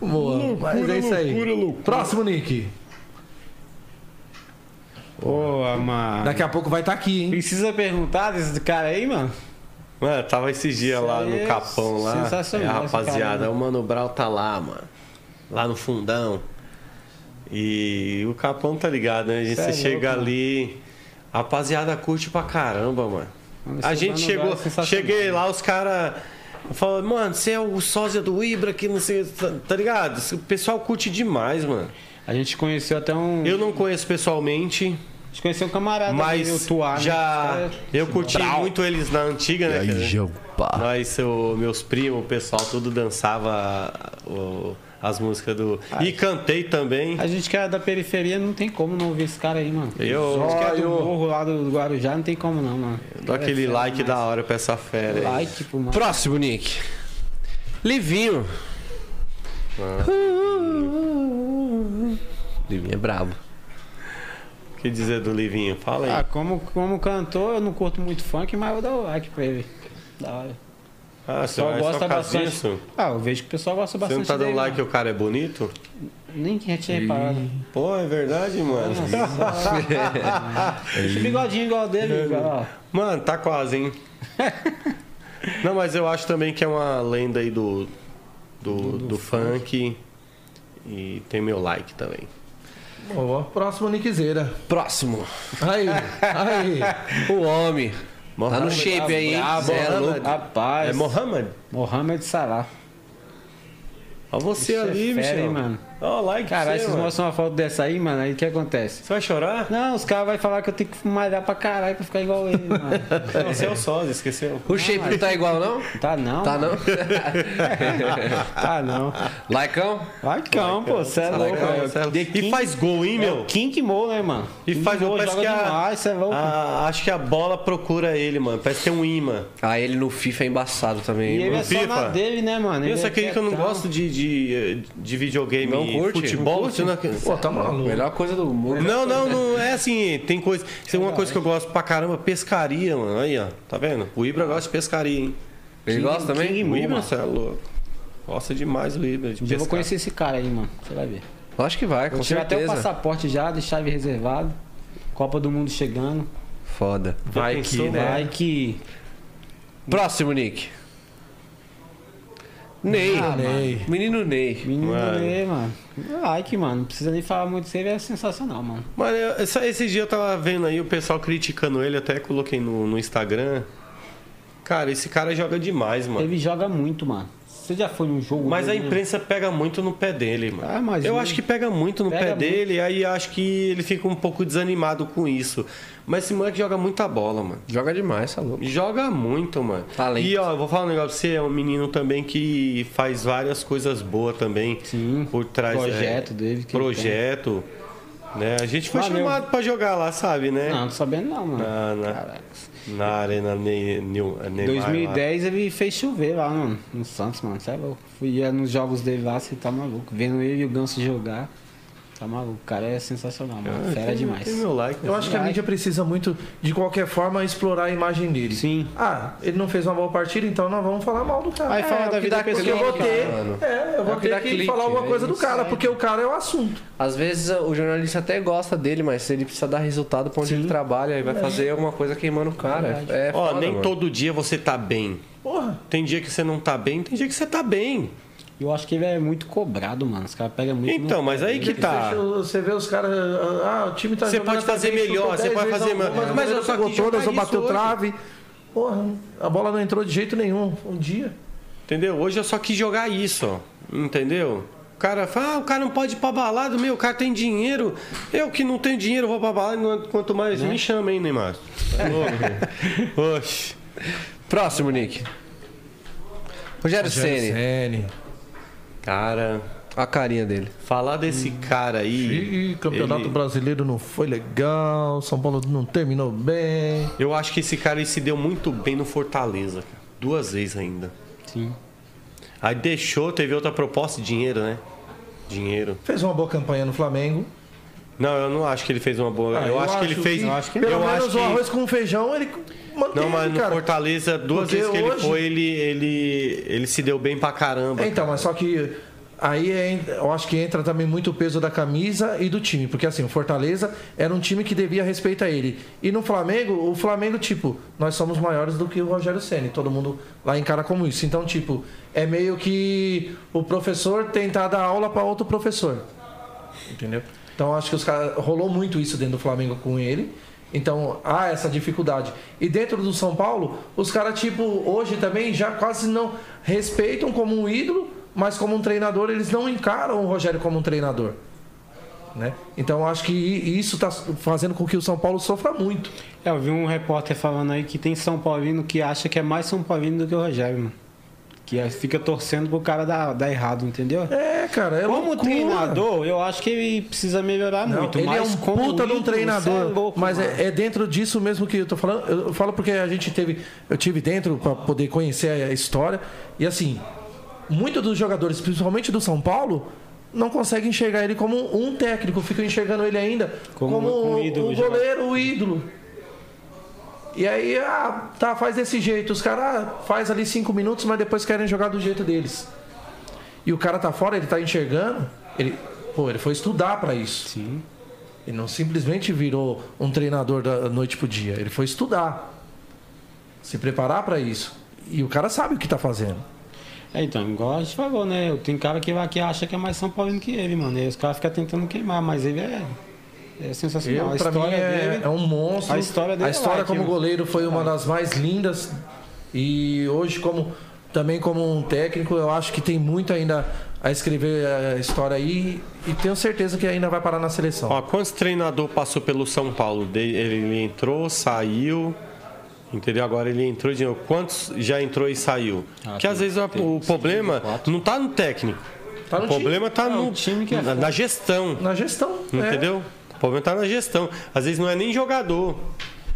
Boa, mas é isso aí.
loucura, loucura.
Próximo, Nick.
Pô, mano.
Daqui a pouco vai estar aqui, hein?
Precisa perguntar desse cara aí, mano?
Mano, tava esses dias lá
aí é
no Capão lá.
sensacional,
É,
esse cara, né?
rapaziada, o Mano Brau tá lá, mano. Lá no fundão. E o Capão tá ligado, né? A gente,
Cê
você
é
chega
louco,
ali. A rapaziada curte pra caramba, mano.
Mano,
a
esse
gente
Mano Brau
chegou.
é sensacional,
cheguei lá, os caras. Falam, mano, você é o sósia do Ibra que não sei. Tá, tá ligado? O pessoal curte demais, mano.
A gente conheceu até um.
Eu não conheço pessoalmente,
A gente conheceu um camarada
mas
ali, o Tuá, né?
já
Esse cara é-
eu curti muito eles na antiga, né? cara? Nós, o- meus primos, o pessoal, tudo dançava o- as músicas do. E cantei também.
A gente que é da periferia não tem como não ouvir esse cara aí, mano.
Eu-
a gente que é do
Zóio.
morro lá do Guarujá não tem como não, mano.
Dá aquele
É,
like
mas-
da hora pra essa fera aí.
Like pro mano.
Próximo, Nick. Livinho.
Ah.
Livinho é brabo.
O que dizer do Livinho? Fala aí.
Ah, como, como cantor, eu não curto muito funk, mas eu dou like pra ele. Da hora.
Ah,
O pessoal
é
gosta
por causa
bastante.
disso?
Ah, eu vejo que o pessoal gosta
Você
bastante. né?
não tá dando
dele,
like que o cara é bonito?
mano. Nem que já tinha reparado.
Pô, é verdade, mano.
<laughs> Deixa o bigodinho igual dele, cara. ó.
Mano, tá quase,
<laughs>
hein? Não, mas eu acho também que é uma lenda aí do, do, do funk. E tem meu like também.
Boa. Próximo, Nickzeira.
Próximo.
Aí, aí.
O homem. Tá no
Mohamed
shape aí, hein?
Ah,
Cê é
Mohamed.
louco.
É
Rapaz,
Mohamed?
Mohamed Salah.
Olha você
Isso é
ali,
fera,
Michel.
hein, mano?
Ó, o like
Caralho,
pra você, é
vocês
mano.
mostram uma foto dessa aí, mano, aí o que acontece?
Você vai chorar?
Não, os caras vão falar que eu tenho que malhar pra caralho pra ficar igual
<laughs>
ele, mano.
Não, você é o sósia, esqueceu?
O shape não tá igual, não?
Tá não,
Tá
<laughs> mano.
não?
Tá não.
Laicão?
Vai cão, pô, cê é louco,
Laicão,
velho.
cê é louco.
The
E
King-
faz gol, hein,
É o
meu?
King Mo, né, mano?
E
King
faz Ah,
Mo
gol, parece
joga
que a,
demais, cê é louco.
a- Acho que a bola procura ele, mano. Parece que tem um imã.
Ah, ele no FIFA é embaçado
E
também. hein,
ele
mano?
é só na
FIFA.
dele, né, mano?
Eu só queria que eu não gosto de, de, de videogame
Não
e
curte?
futebol.
Não curte?
senão-
Pô, tá maluco.
Melhor coisa do mundo.
Não, não, não é assim. Tem coisa. Tem uma coisa que eu gosto pra caramba, pescaria, mano. Aí, ó. Tá vendo? O Ibra gosta de pescaria, hein?
Ele gosta também?
O
Mo,
Ibra,
mano.
você é louco. Gosta demais do Ibra. De
Eu vou
pescar.
conhecer esse cara aí, mano. Você vai ver.
Eu Acho que vai, com
Vou tirar até o
certeza.
passaporte já, deixar ele reservado. Copa do Mundo chegando.
Foda.
Vai
pensou,
que, né?
Vai que.
Próximo, Nick. Ney.
Ah,
Ney.
Menino Ney.
Menino
Mano.
dele, mano. Like, mano. Não precisa nem falar muito dele, é sensacional, mano.
Mano, eu- essa- esse dia eu tava vendo aí o pessoal criticando ele, até coloquei no, no Instagram. Cara, esse cara joga demais, mano.
Ele joga muito, mano. Você já foi num jogo.
Mas a
dele, né?
imprensa pega muito no pé dele, mano.
Ah, mas
eu
ele-
acho que pega muito no
Pega
pé
muito.
dele, aí acho que ele fica um pouco desanimado com isso. Mas esse moleque joga muita bola, mano.
Joga demais, tá louco.
Joga muito, mano.
Talento.
E ó, eu vou falar um negócio pra você, é um menino também que faz várias coisas boas também.
Sim.
Por trás é,
Projeto dele que ele
projeto. Né? A gente foi
Valeu. Ah,
chamado pra jogar lá, sabe, né?
Não, não tô sabendo não, mano.
Na, na,
Caraca.
na Arena Ne- New- eh, Neymar.
Em
<laughs>
2010 ele fez chover lá no, no Santos, mano. Você é louco. Fui ia nos jogos dele lá, você tá maluco. Vendo ele e o Ganso jogar, tá maluco. O cara é sensacional,
lá.
mano. Fera
Tem-
demais.
Tem meu like. né?
Eu acho que a mídia precisa muito, de qualquer forma, explorar a imagem dele.
Sim.
Ah, ele não fez uma boa partida, então nós vamos falar mal do cara.
Aí fala
é,
da
o que
vida
dá- porque eu
pessoal
vou
do
ter,
cara,
mano.
é, eu
É
vou
o que
ter
dá
que
clique,
falar alguma
né?
coisa do cara, porque o cara é o assunto.
Às vezes uh, o jornalista até gosta dele, mas ele precisa dar resultado pra onde ele trabalha e
É.
vai fazer alguma coisa queimando o cara. É
Ó,
foda,
nem
mano.
todo dia você tá bem.
Porra.
Tem dia que você não tá bem, tem dia que você tá bem.
Eu acho que ele é muito cobrado, mano. Os caras pegam muito.
Então,
no-
mas aí que tá.
Deixa eu- Você vê os caras. Ah, o time tá
Você
jogando
pode
até
fazer
bem, chutou
melhor, você
10
pode
vezes
fazer
a bola,
melhor.
o
Mas eu
goleiro
só
pegou
quis
todas,
jogar
ou bateu
isso hoje.
trave. Porra, a bola não entrou de jeito nenhum. Um dia.
Entendeu? Hoje eu só quis jogar isso, ó. Entendeu? O cara fala, ah, o cara não pode ir pra balada, meu, o cara tem dinheiro. Eu que não tenho dinheiro, vou pra balada, quanto mais me chama, hein, Neymar. Tá louco? Oxe.
Próximo, Nick. Rogério Ceni.
Sene.
Cara,
A carinha dele.
Falar desse cara aí.
Ih, campeonato
ele-
brasileiro não foi legal, São Paulo não terminou bem.
Eu acho que esse cara ele se deu muito bem no Fortaleza, cara. Duas vezes ainda.
Sim.
Aí deixou, teve outra proposta, dinheiro, né? Dinheiro.
Fez uma boa campanha no Flamengo.
Não, eu não acho que ele fez uma boa.
Ah,
eu, acho, que ele fez.
eu acho que-
pelo
eu
menos
acho
o
que-
arroz com feijão ele manteve,
Não, mas no
cara.
Fortaleza, duas
Porque
vezes que ele
hoje-
foi, ele, ele, ele se deu bem pra caramba.
É, Então, mas só que aí é- eu acho que entra também muito o peso da camisa e do time, porque assim, o Fortaleza era um time que devia respeito a ele. E no Flamengo, o Flamengo, tipo, nós somos maiores do que o Rogério Ceni, todo mundo lá encara como isso. Então, tipo, é meio que o professor tentar dar aula para outro professor. Entendeu? Então acho que os caras rolou muito isso dentro do Flamengo com ele. Então há essa dificuldade. E dentro do São Paulo, os caras, tipo, hoje também já quase não respeitam como um ídolo, mas como um treinador, eles não encaram o Rogério como um treinador. Né? Então acho que i- isso está fazendo com que o São Paulo sofra muito.
É, eu vi um repórter falando aí que tem São Paulino que acha que é mais São Paulino do que o Rogério, mano. Que é- fica torcendo pro cara dar, dar errado, entendeu?
É, cara, é
como
loucura.
treinador, eu acho que ele precisa melhorar
Não,
muito.
ele
mas
é um
como
puta de um
ídolo,
treinador.
você é louco,
mas
mano.
é, é dentro disso mesmo que eu tô falando. Eu falo porque a gente teve. Eu tive dentro pra poder conhecer a história. E assim, muitos dos jogadores, principalmente do São Paulo, não conseguem enxergar ele como um técnico. Ficam enxergando ele ainda
Como
como,
um ídolo,
um
já.
goleiro, o ídolo. E aí, ah, tá, faz desse jeito. Os caras ah, faz ali cinco minutos, mas depois querem jogar do jeito deles. E o cara tá fora, ele tá enxergando. Ele, pô, ele foi estudar pra isso.
Sim.
Ele não simplesmente virou um treinador da noite pro dia. Ele foi estudar, se preparar para isso. E o cara sabe o que tá fazendo.
É, então, igual a gente falou, né? Tem cara que, vai- que acha que é mais São Paulino que ele, mano. E aí os caras ficam tentando queimar, mas ele é, é sensacional. a
Eu, pra mim
história
é,
dele.
é um monstro.
a história dele
A
é
história
lá,
como
tipo,
goleiro foi uma das mais lindas. E hoje como também como um técnico, eu acho que tem muito ainda a escrever a história aí e tenho certeza que ainda vai parar na seleção.
Ó, quantos treinador passou pelo São Paulo? De- Ele, ele entrou, saiu. Entendeu? Agora ele entrou de novo. Quantos já entrou e saiu?
Ah,
Porque às
tem-
vezes o-
tem
o
cinco,
problema
quatro.
não tá no técnico.
Tá no
o
time.
problema tá
É, o
no
time que é
na, na
foda. É.
gestão.
Na gestão, né?
Entendeu? O problema tá na gestão. Às vezes não é nem jogador.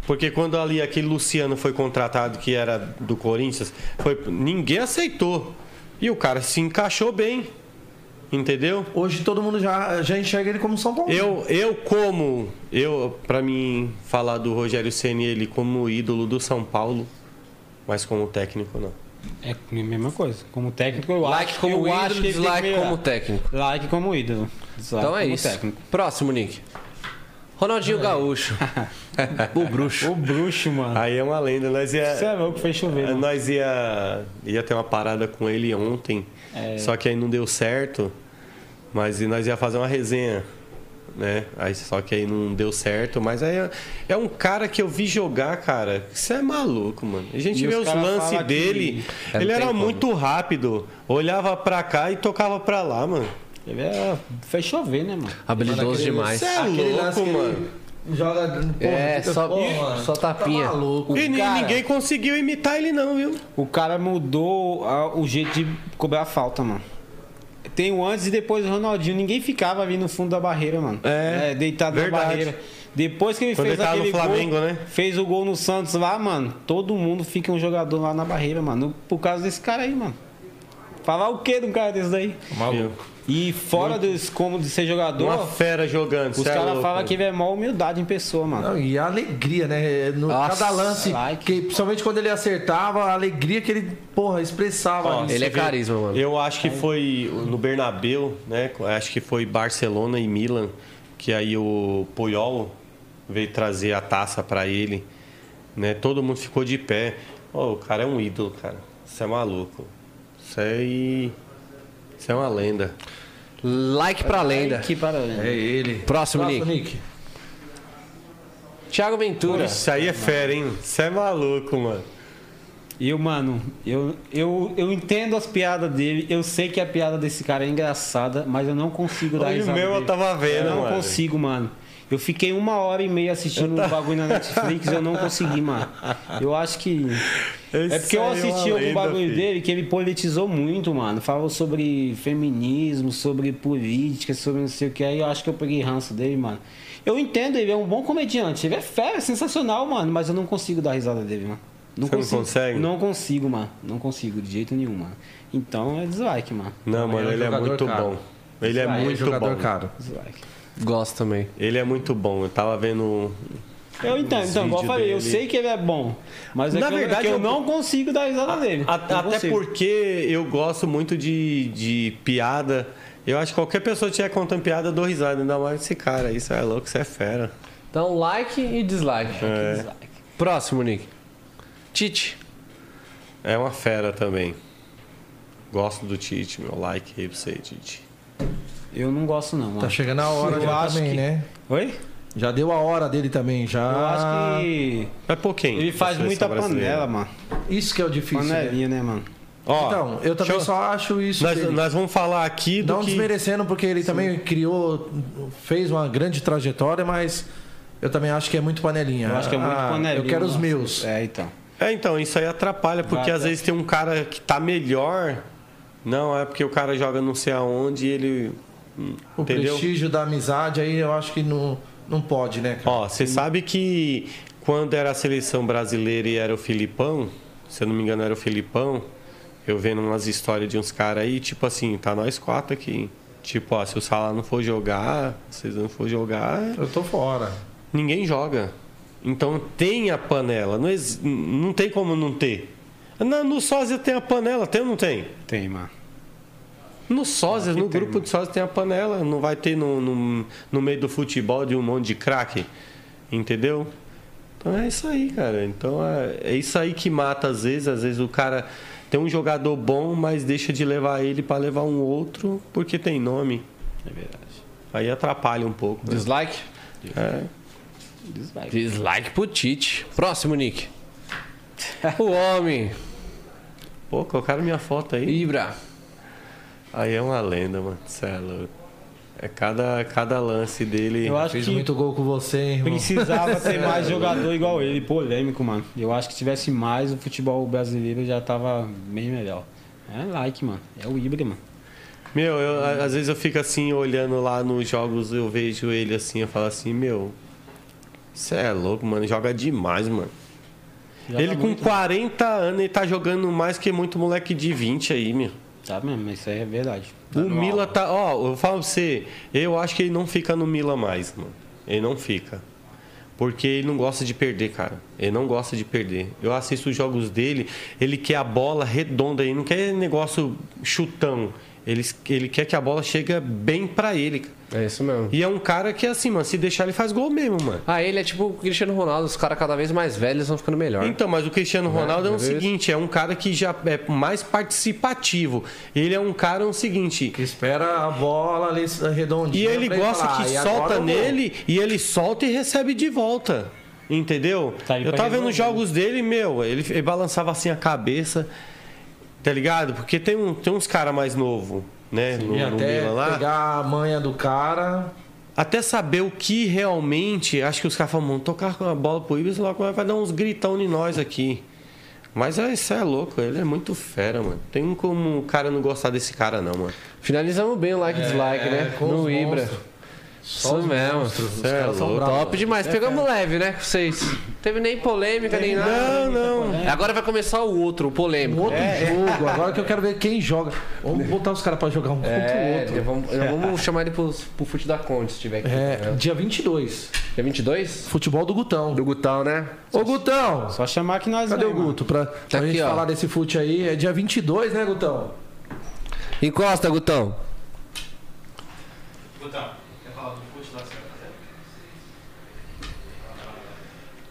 Porque quando ali aquele Luciano foi contratado, que era do Corinthians, foi, ninguém aceitou. E o cara se encaixou bem. Entendeu?
Hoje todo mundo já, já enxerga ele como São Paulo.
Eu, eu como, eu para mim falar do Rogério Ceni ele como ídolo do São Paulo, mas como técnico não.
É a mesma coisa. Como técnico, eu
Like
acho
como
eu
ídolo,
acho que ele tem que
dislike
melhorar.
como técnico.
Like como ídolo. dislike
Então é
como
isso.
técnico.
Próximo, Nick. Ronaldinho <laughs> Gaúcho. o bruxo.
O bruxo, mano.
Aí é uma lenda, nós
Ah. Você
ia
é louco, fez chover. mano.
Ah, nós ia ia ter uma parada com ele ontem,
É.
só que aí não deu certo, mas e nós ia fazer uma resenha, né? Aí só que aí não deu certo, mas aí é, é um cara que eu vi jogar, cara. Você é maluco, mano. A gente
E
vê
os
os
cara fala
lances
que-
dele,
É, não
ele era
tem como.
muito rápido. Olhava pra cá e tocava pra lá, mano.
Ele é... fez chover, né, mano?
Habilidoso demais.
Cê é
Aquele lance que
louco,
ele
mano.
Joga. Porra,
É,
fica-
só,
porra,
só tapinha.
Tá maluco.
E ni-
cara-
ninguém conseguiu imitar ele, não, viu?
O cara mudou a- o jeito de cobrar falta, mano. Tem o antes e depois do Ronaldinho. Ninguém ficava ali no fundo da barreira, mano.
É,
deitado
verdade.
na barreira. Depois que ele
Quando
fez
ele tava no
aquele
Flamengo,
gol,
né?
fez o gol no Santos lá, mano, todo mundo fica um jogador lá na barreira, mano. Por causa desse cara aí, mano. Falar o que de um cara desse daí?
Maluco.
E fora dos como de ser jogador,
Uma fera jogando.
os caras falam que ele é maior humildade em pessoa, mano.
Não, e a alegria, né? No,
Nossa,
cada lance,
like.
que, principalmente quando ele acertava, a alegria que ele, porra, expressava.
Ó,
ali.
Ele é carisma, mano.
Eu acho que foi no Bernabeu, né? Acho que foi Barcelona e Milan, que aí o Puyol veio trazer a taça pra ele, né? Todo mundo ficou de pé. Ó, o cara é um ídolo, cara. Você é maluco. Isso aí. Isso é uma lenda.
é Like pra lenda.
Que né? para
É ele.
Próximo,
Próximo,
Nick.
Nick.
Thiago Ventura.
Isso aí é fera, hein? Você é maluco, mano.
Eu, mano, eu, eu, eu entendo as piadas dele, eu sei que a piada desse cara é engraçada, mas eu não consigo dar
Hoje
risada
mesmo eu
dele.
tava vendo,
Eu não
mano.
consigo, mano. Eu fiquei uma hora e meia assistindo um bagulho na Netflix eu não consegui, mano. Eu acho que. É porque eu assisti algum bagulho dele que ele politizou muito, mano. Falou sobre feminismo, sobre política, sobre não sei o que. Aí eu acho que eu peguei ranço dele, mano. Eu entendo, ele é um bom comediante. Ele é fera, é sensacional, mano. Mas eu não consigo dar risada dele, mano. Não
Você não
consigo.
consegue?
Não consigo, mano. Não consigo, de jeito nenhum, mano. Então é dislike, mano.
Não, mano,
É um
ele é
jogador
muito
caro.
bom. Ele é
Ah, é
muito
jogador
bom.
caro.
Dislike.
Gosto também.
Ele é muito bom. Eu tava vendo.
Eu entendo,
Os
então, igual eu
vídeos
falei, eu
dele.
sei que ele é bom. Mas é
Na
que, eu-
verdade,
que eu,
eu-
não consigo dar risada dele.
A-
Não
até
consigo.
porque eu gosto muito de, de piada. Eu acho que qualquer pessoa que estiver contando piada, eu dou risada. Ainda mais esse cara aí, você é louco, você é fera.
Então, like e dislike. É. Próximo, Nick. Tite.
É uma fera também. Gosto do Tite, meu like aí pra você, Tite.
Eu não gosto, não, mano.
Tá chegando a hora
Eu
já
acho
também,
que-
né?
Oi?
Já deu a hora dele também, já.
Eu
Ah.
acho que
Mas por quem?
ele faz
Da
muita
É seleção brasileira.
panela, mano.
Isso que é o difícil. né?
Panelinha, né, mano?
Ó,
Então, eu também
deixa
só acho isso.
Nós,
dele.
nós vamos falar aqui do
Não
que...
desmerecendo, porque ele também criou, fez uma grande trajetória, mas eu também acho que é muito panelinha.
Eu acho que é muito
Ah,
panelinha.
Eu quero os
mano.
meus.
É, então.
É, então, isso aí atrapalha, porque
Vai,
às
tá.
vezes tem um cara que tá melhor. Não, é porque o cara joga não sei aonde e ele.
O
entendeu?
prestígio da amizade aí eu acho que não, não pode, né, cara?
Ó, você sabe que quando era a seleção brasileira e era o Filipão, se eu não me engano era o Filipão, eu vendo umas histórias de uns caras aí, tipo assim, tá nós quatro aqui. Tipo, ó, se o Salah não for jogar, se vocês não for jogar,
Eu tô fora.
ninguém joga. Então tem a panela, não, ex- não tem como não ter. Na, no Sósia tem a panela, tem ou não tem?
Tem, mano.
No
Ah,
sósias, no grupo de sósias tem a panela, não vai ter no, no, no meio do futebol de um monte de craque, entendeu? Então é isso aí, cara. Então é, é isso aí que mata às vezes, às vezes o cara tem um jogador bom, mas deixa de levar ele pra levar um outro porque tem nome.
É verdade.
Aí atrapalha um pouco. né?
Dislike.
É.
Dislike.
Dislike pro Tite. Próximo, Nick. O homem.
Pô, colocaram minha foto aí.
Ibra.
Aí é uma lenda, mano. Cê é louco. É cada, cada lance dele.
Eu acho
Fez
que
muito gol com você, hein, irmão?
precisava ter <laughs> mais jogador igual ele, polêmico, mano. Eu acho que tivesse mais, o futebol brasileiro já tava bem melhor. É like, mano. É o Ibra, mano.
Meu, eu, a- às vezes eu fico assim, olhando lá nos jogos, eu vejo ele assim, eu falo assim, meu, você é louco, mano, joga demais, mano.
Joga
ele com
muito, né?
40 anos, ele tá jogando mais que muito moleque de 20 aí, meu.
Sabe mesmo, isso aí é verdade.
O Mila tá. Ó, eu falo pra você, eu acho que ele não fica no Mila mais, mano. Ele não fica. Porque ele não gosta de perder, cara. Ele não gosta de perder. Eu assisto os jogos dele, ele quer a bola redonda, ele não quer negócio chutão. Ele, ele quer que a bola chegue bem pra ele. cara.
É isso mesmo.
E é um cara que, assim, mano, se deixar ele faz gol mesmo, mano.
Ah, ele é tipo o Cristiano Ronaldo. Os caras cada vez mais velhos vão ficando melhor.
Então, mas o Cristiano Ronaldo é, o
mas ele-
seguinte, é um cara que já é mais participativo. Ele é um cara, é o seguinte,
Que espera a bola ali redondinha.
E ele
pra ele
gosta
falar,
que
"Ah, "E agora
solta
eu vou".
nele e ele solta e recebe de volta. Entendeu?
Tá aí
eu
pra
tava vendo
resolver.
os jogos dele, meu, ele, ele balançava assim a cabeça, tá ligado? Porque tem, um, tem uns caras mais novos, né? no,
E
no
até
Milan lá.
pegar a manha do cara.
Até saber o que realmente. Acho que os caras falam, "Mano, tocar com a bola pro Ibis, logo vai dar uns gritão de nós aqui. Mas é, isso é louco, ele é muito fera, mano. Tem um como o cara não gostar desse cara, não, mano.
Finalizamos bem o like e dislike,
É,
né?
com
No
os
Ibra.
monstros.
Isso
os
mesmo.
monstros, É, os
Cê é
caras são
louco.
bravos.
Top demais. Pegamos leve, né? Com vocês. Teve nem polêmica, nem nada.
Não, não.
Agora vai começar o outro, o
Um
polêmico.
outro jogo, agora que eu quero ver quem joga. Vamos botar os caras pra jogar um
É,
contra o outro.
Vamos,
<laughs>
vamos chamar ele pro, pro Fute da Conde, se tiver aqui.
É, dia 22,
Dia 22?
futebol do Gutão.
Do Gutão, né?
Ô Gutão,
Só chamar que nós
cadê
vai,
o
mano.
Guto? Pra, pra
Tá aqui,
gente
ó.
falar desse fute aí, é dia 22, né Gutão?
Encosta, Gutão.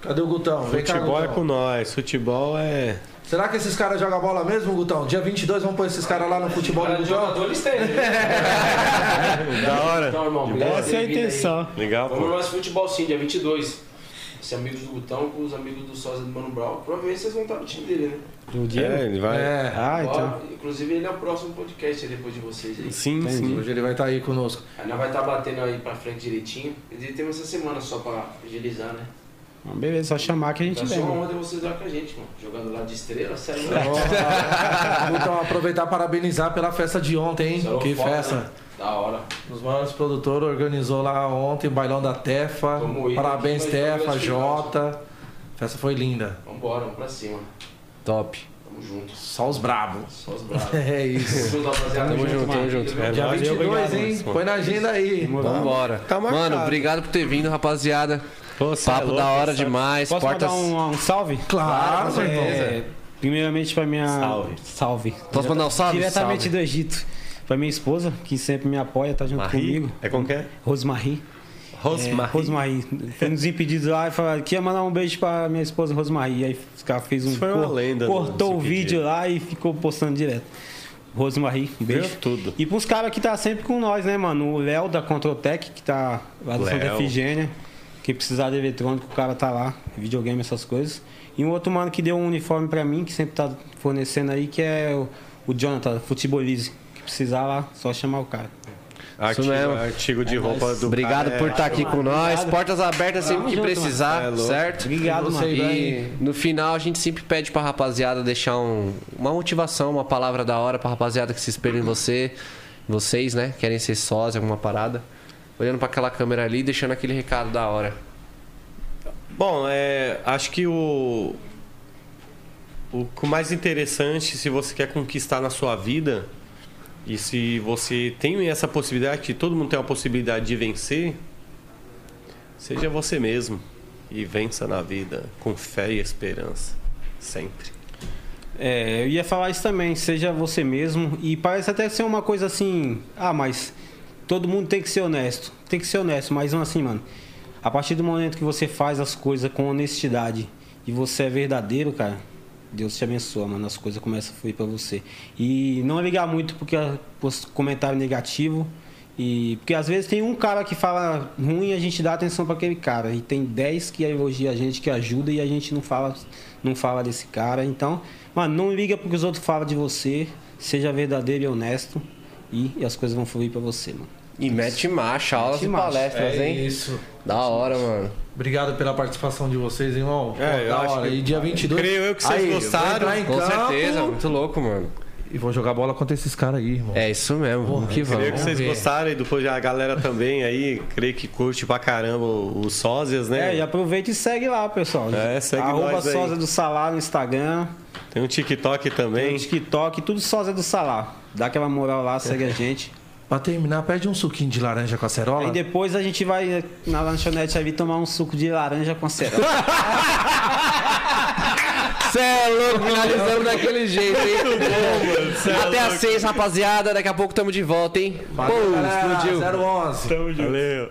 Cadê o Gutão? Vem cá,
Futebol é
Gutão.
com nós, futebol é.
Será que esses caras jogam bola mesmo, Gutão? Dia 22, vamos pôr esses caras lá no futebol do Gutão?
jogadores tem.
Da hora.
Essa é a intenção.
Legal,
Vamos no
pô.
nosso futebol sim, dia 22. Esses amigos do Gutão com os amigos do Sosa do Mano Brown. Provavelmente vocês vão estar no time dele, né?
Do Diego?
É, ele vai.
É,
Ah, então.
Ó, Inclusive ele é o próximo podcast aí depois de vocês aí.
Sim, sim.
hoje ele vai estar aí conosco.
Aí nós vai estar batendo aí pra frente direitinho. Ele tem essa semana só pra agilizar, né?
Então, beleza, só chamar que a gente né?
Tá só
vem.
ontem vocês lá com a gente, mano. Jogando lá de estrela, é sério.
é
Então, aproveitar e parabenizar pela festa de ontem,
é
hein? Que festa.
né? Da hora.
Um Os maiores produtores organizou lá ontem o bailão da Tefa.
Tamo aí,
Parabéns,
mas
Tefa,
tamo aí,
Jota. Festa foi linda.
Vambora, vamos pra cima.
Top.
Tamo junto.
Só os brabos.
Só
<laughs>
os
<laughs>
bravos.
É isso.
Tamo junto, rapaziada.
Tamo junto,
mano.
tamo junto. É
Valeu.
Dia
Valeu,
22,
obrigado,
hein?
Anderson.
Põe na agenda aí.
Vambora.
Tá marcado.
Mano, obrigado por ter vindo, rapaziada. Papo da hora demais.
é Posso
Portas.
mandar um, um salve?
Claro, meu irmão.
É, primeiramente pra minha.
Salve.
Salve.
Posso mandar um salve?
Diretamente
Salve.
do Egito. Pra minha esposa, que sempre me apoia, tá junto
Marie?
comigo.
É como que é?
Rosmarie. É,
Rosmar.
Rosmarie. Foi nos impedidos lá e falou que ia mandar um beijo pra minha esposa Rosmarie. Aí os caras fez um.
Isso foi uma lenda, né,
cortou
dos
o vídeo
impedidos.
lá e ficou postando direto. Rosmarie, um beijo.
Viu tudo.
E pros caras que tá sempre com nós, né, mano? O Léo da Controtec, que tá lá do Santa
Léo.
Efigênia. Quem precisar de eletrônico, o cara tá lá. Videogame, essas coisas. E um outro mano que deu um uniforme pra mim, que sempre tá fornecendo aí, que é o, o Jonathan, futebolize. Que precisar lá, só chamar o cara.
Artigo,
mesmo.
artigo de roupa do
Obrigado
cara é-
por estar aqui com nós. Portas abertas sempre
Tamo
que
junto,
precisar,
mano. É louco.
certo?
Obrigado,
E
mano.
no final a gente sempre pede pra rapaziada deixar um- uma motivação, uma palavra da hora pra rapaziada que se espelha em você. Vocês, né? Querem ser sós, alguma parada. Olhando pra aquela câmera ali e deixando aquele recado da hora.
Bom, é, acho que o, o que o mais interessante, se você quer conquistar na sua vida, e se você tem essa possibilidade, que todo mundo tem a possibilidade de vencer, seja você mesmo e vença na vida com fé e esperança, sempre.
É, eu ia falar isso também, seja você mesmo. E parece até ser uma coisa assim. Ah, mas todo mundo tem que ser honesto. Tem que ser honesto, mas não assim, mano. A partir do momento que você faz as coisas com honestidade e você é verdadeiro, cara, Deus te abençoa, mano. As coisas começam a fluir pra você. E não é ligar muito porque os comentário negativo. E, porque às vezes tem um cara que fala ruim e a gente dá atenção pra aquele cara. E tem 10 que elogia a gente, que ajuda e a gente não fala, não fala desse cara. Então, mano, não liga porque os outros falam de você. Seja verdadeiro e honesto. E, e as coisas vão fluir pra você, mano.
E mete marcha, aulas
Mete
e
marcha.
palestras,
É
hein?
isso.
Da hora, mano.
Obrigado pela participação de vocês, irmão.
É,
Pô,
eu
da
acho
hora.
que-
E dia 22.
Creio eu que vocês
vou
gostaram.
entrar em
Com
campo
certeza, muito louco, mano.
E vão jogar bola contra esses caras aí, irmão.
É isso mesmo, vamos que
Creio que
vamos.
vocês
ver.
gostaram e depois a galera também aí, creio que curte pra caramba os sósias, né?
É, e aproveita e segue lá, pessoal.
É, segue
Arroba
nós aí.
Sosa do Salar no Instagram,
Tem um TikTok
no
também.
TikTok, tudo Sosa do Salar. Dá aquela moral lá,
<laughs>
segue a gente.
Pra terminar, pede um suquinho de laranja com acerola.
Aí depois a gente vai na lanchonete ali tomar um suco de laranja com acerola.
Cê é louco, finalizamos daquele jeito, hein? Até às seis, rapaziada. Daqui a pouco tamo de volta, hein?
Valeu,
Pô,
galera.
explodiu.
011.
Valeu.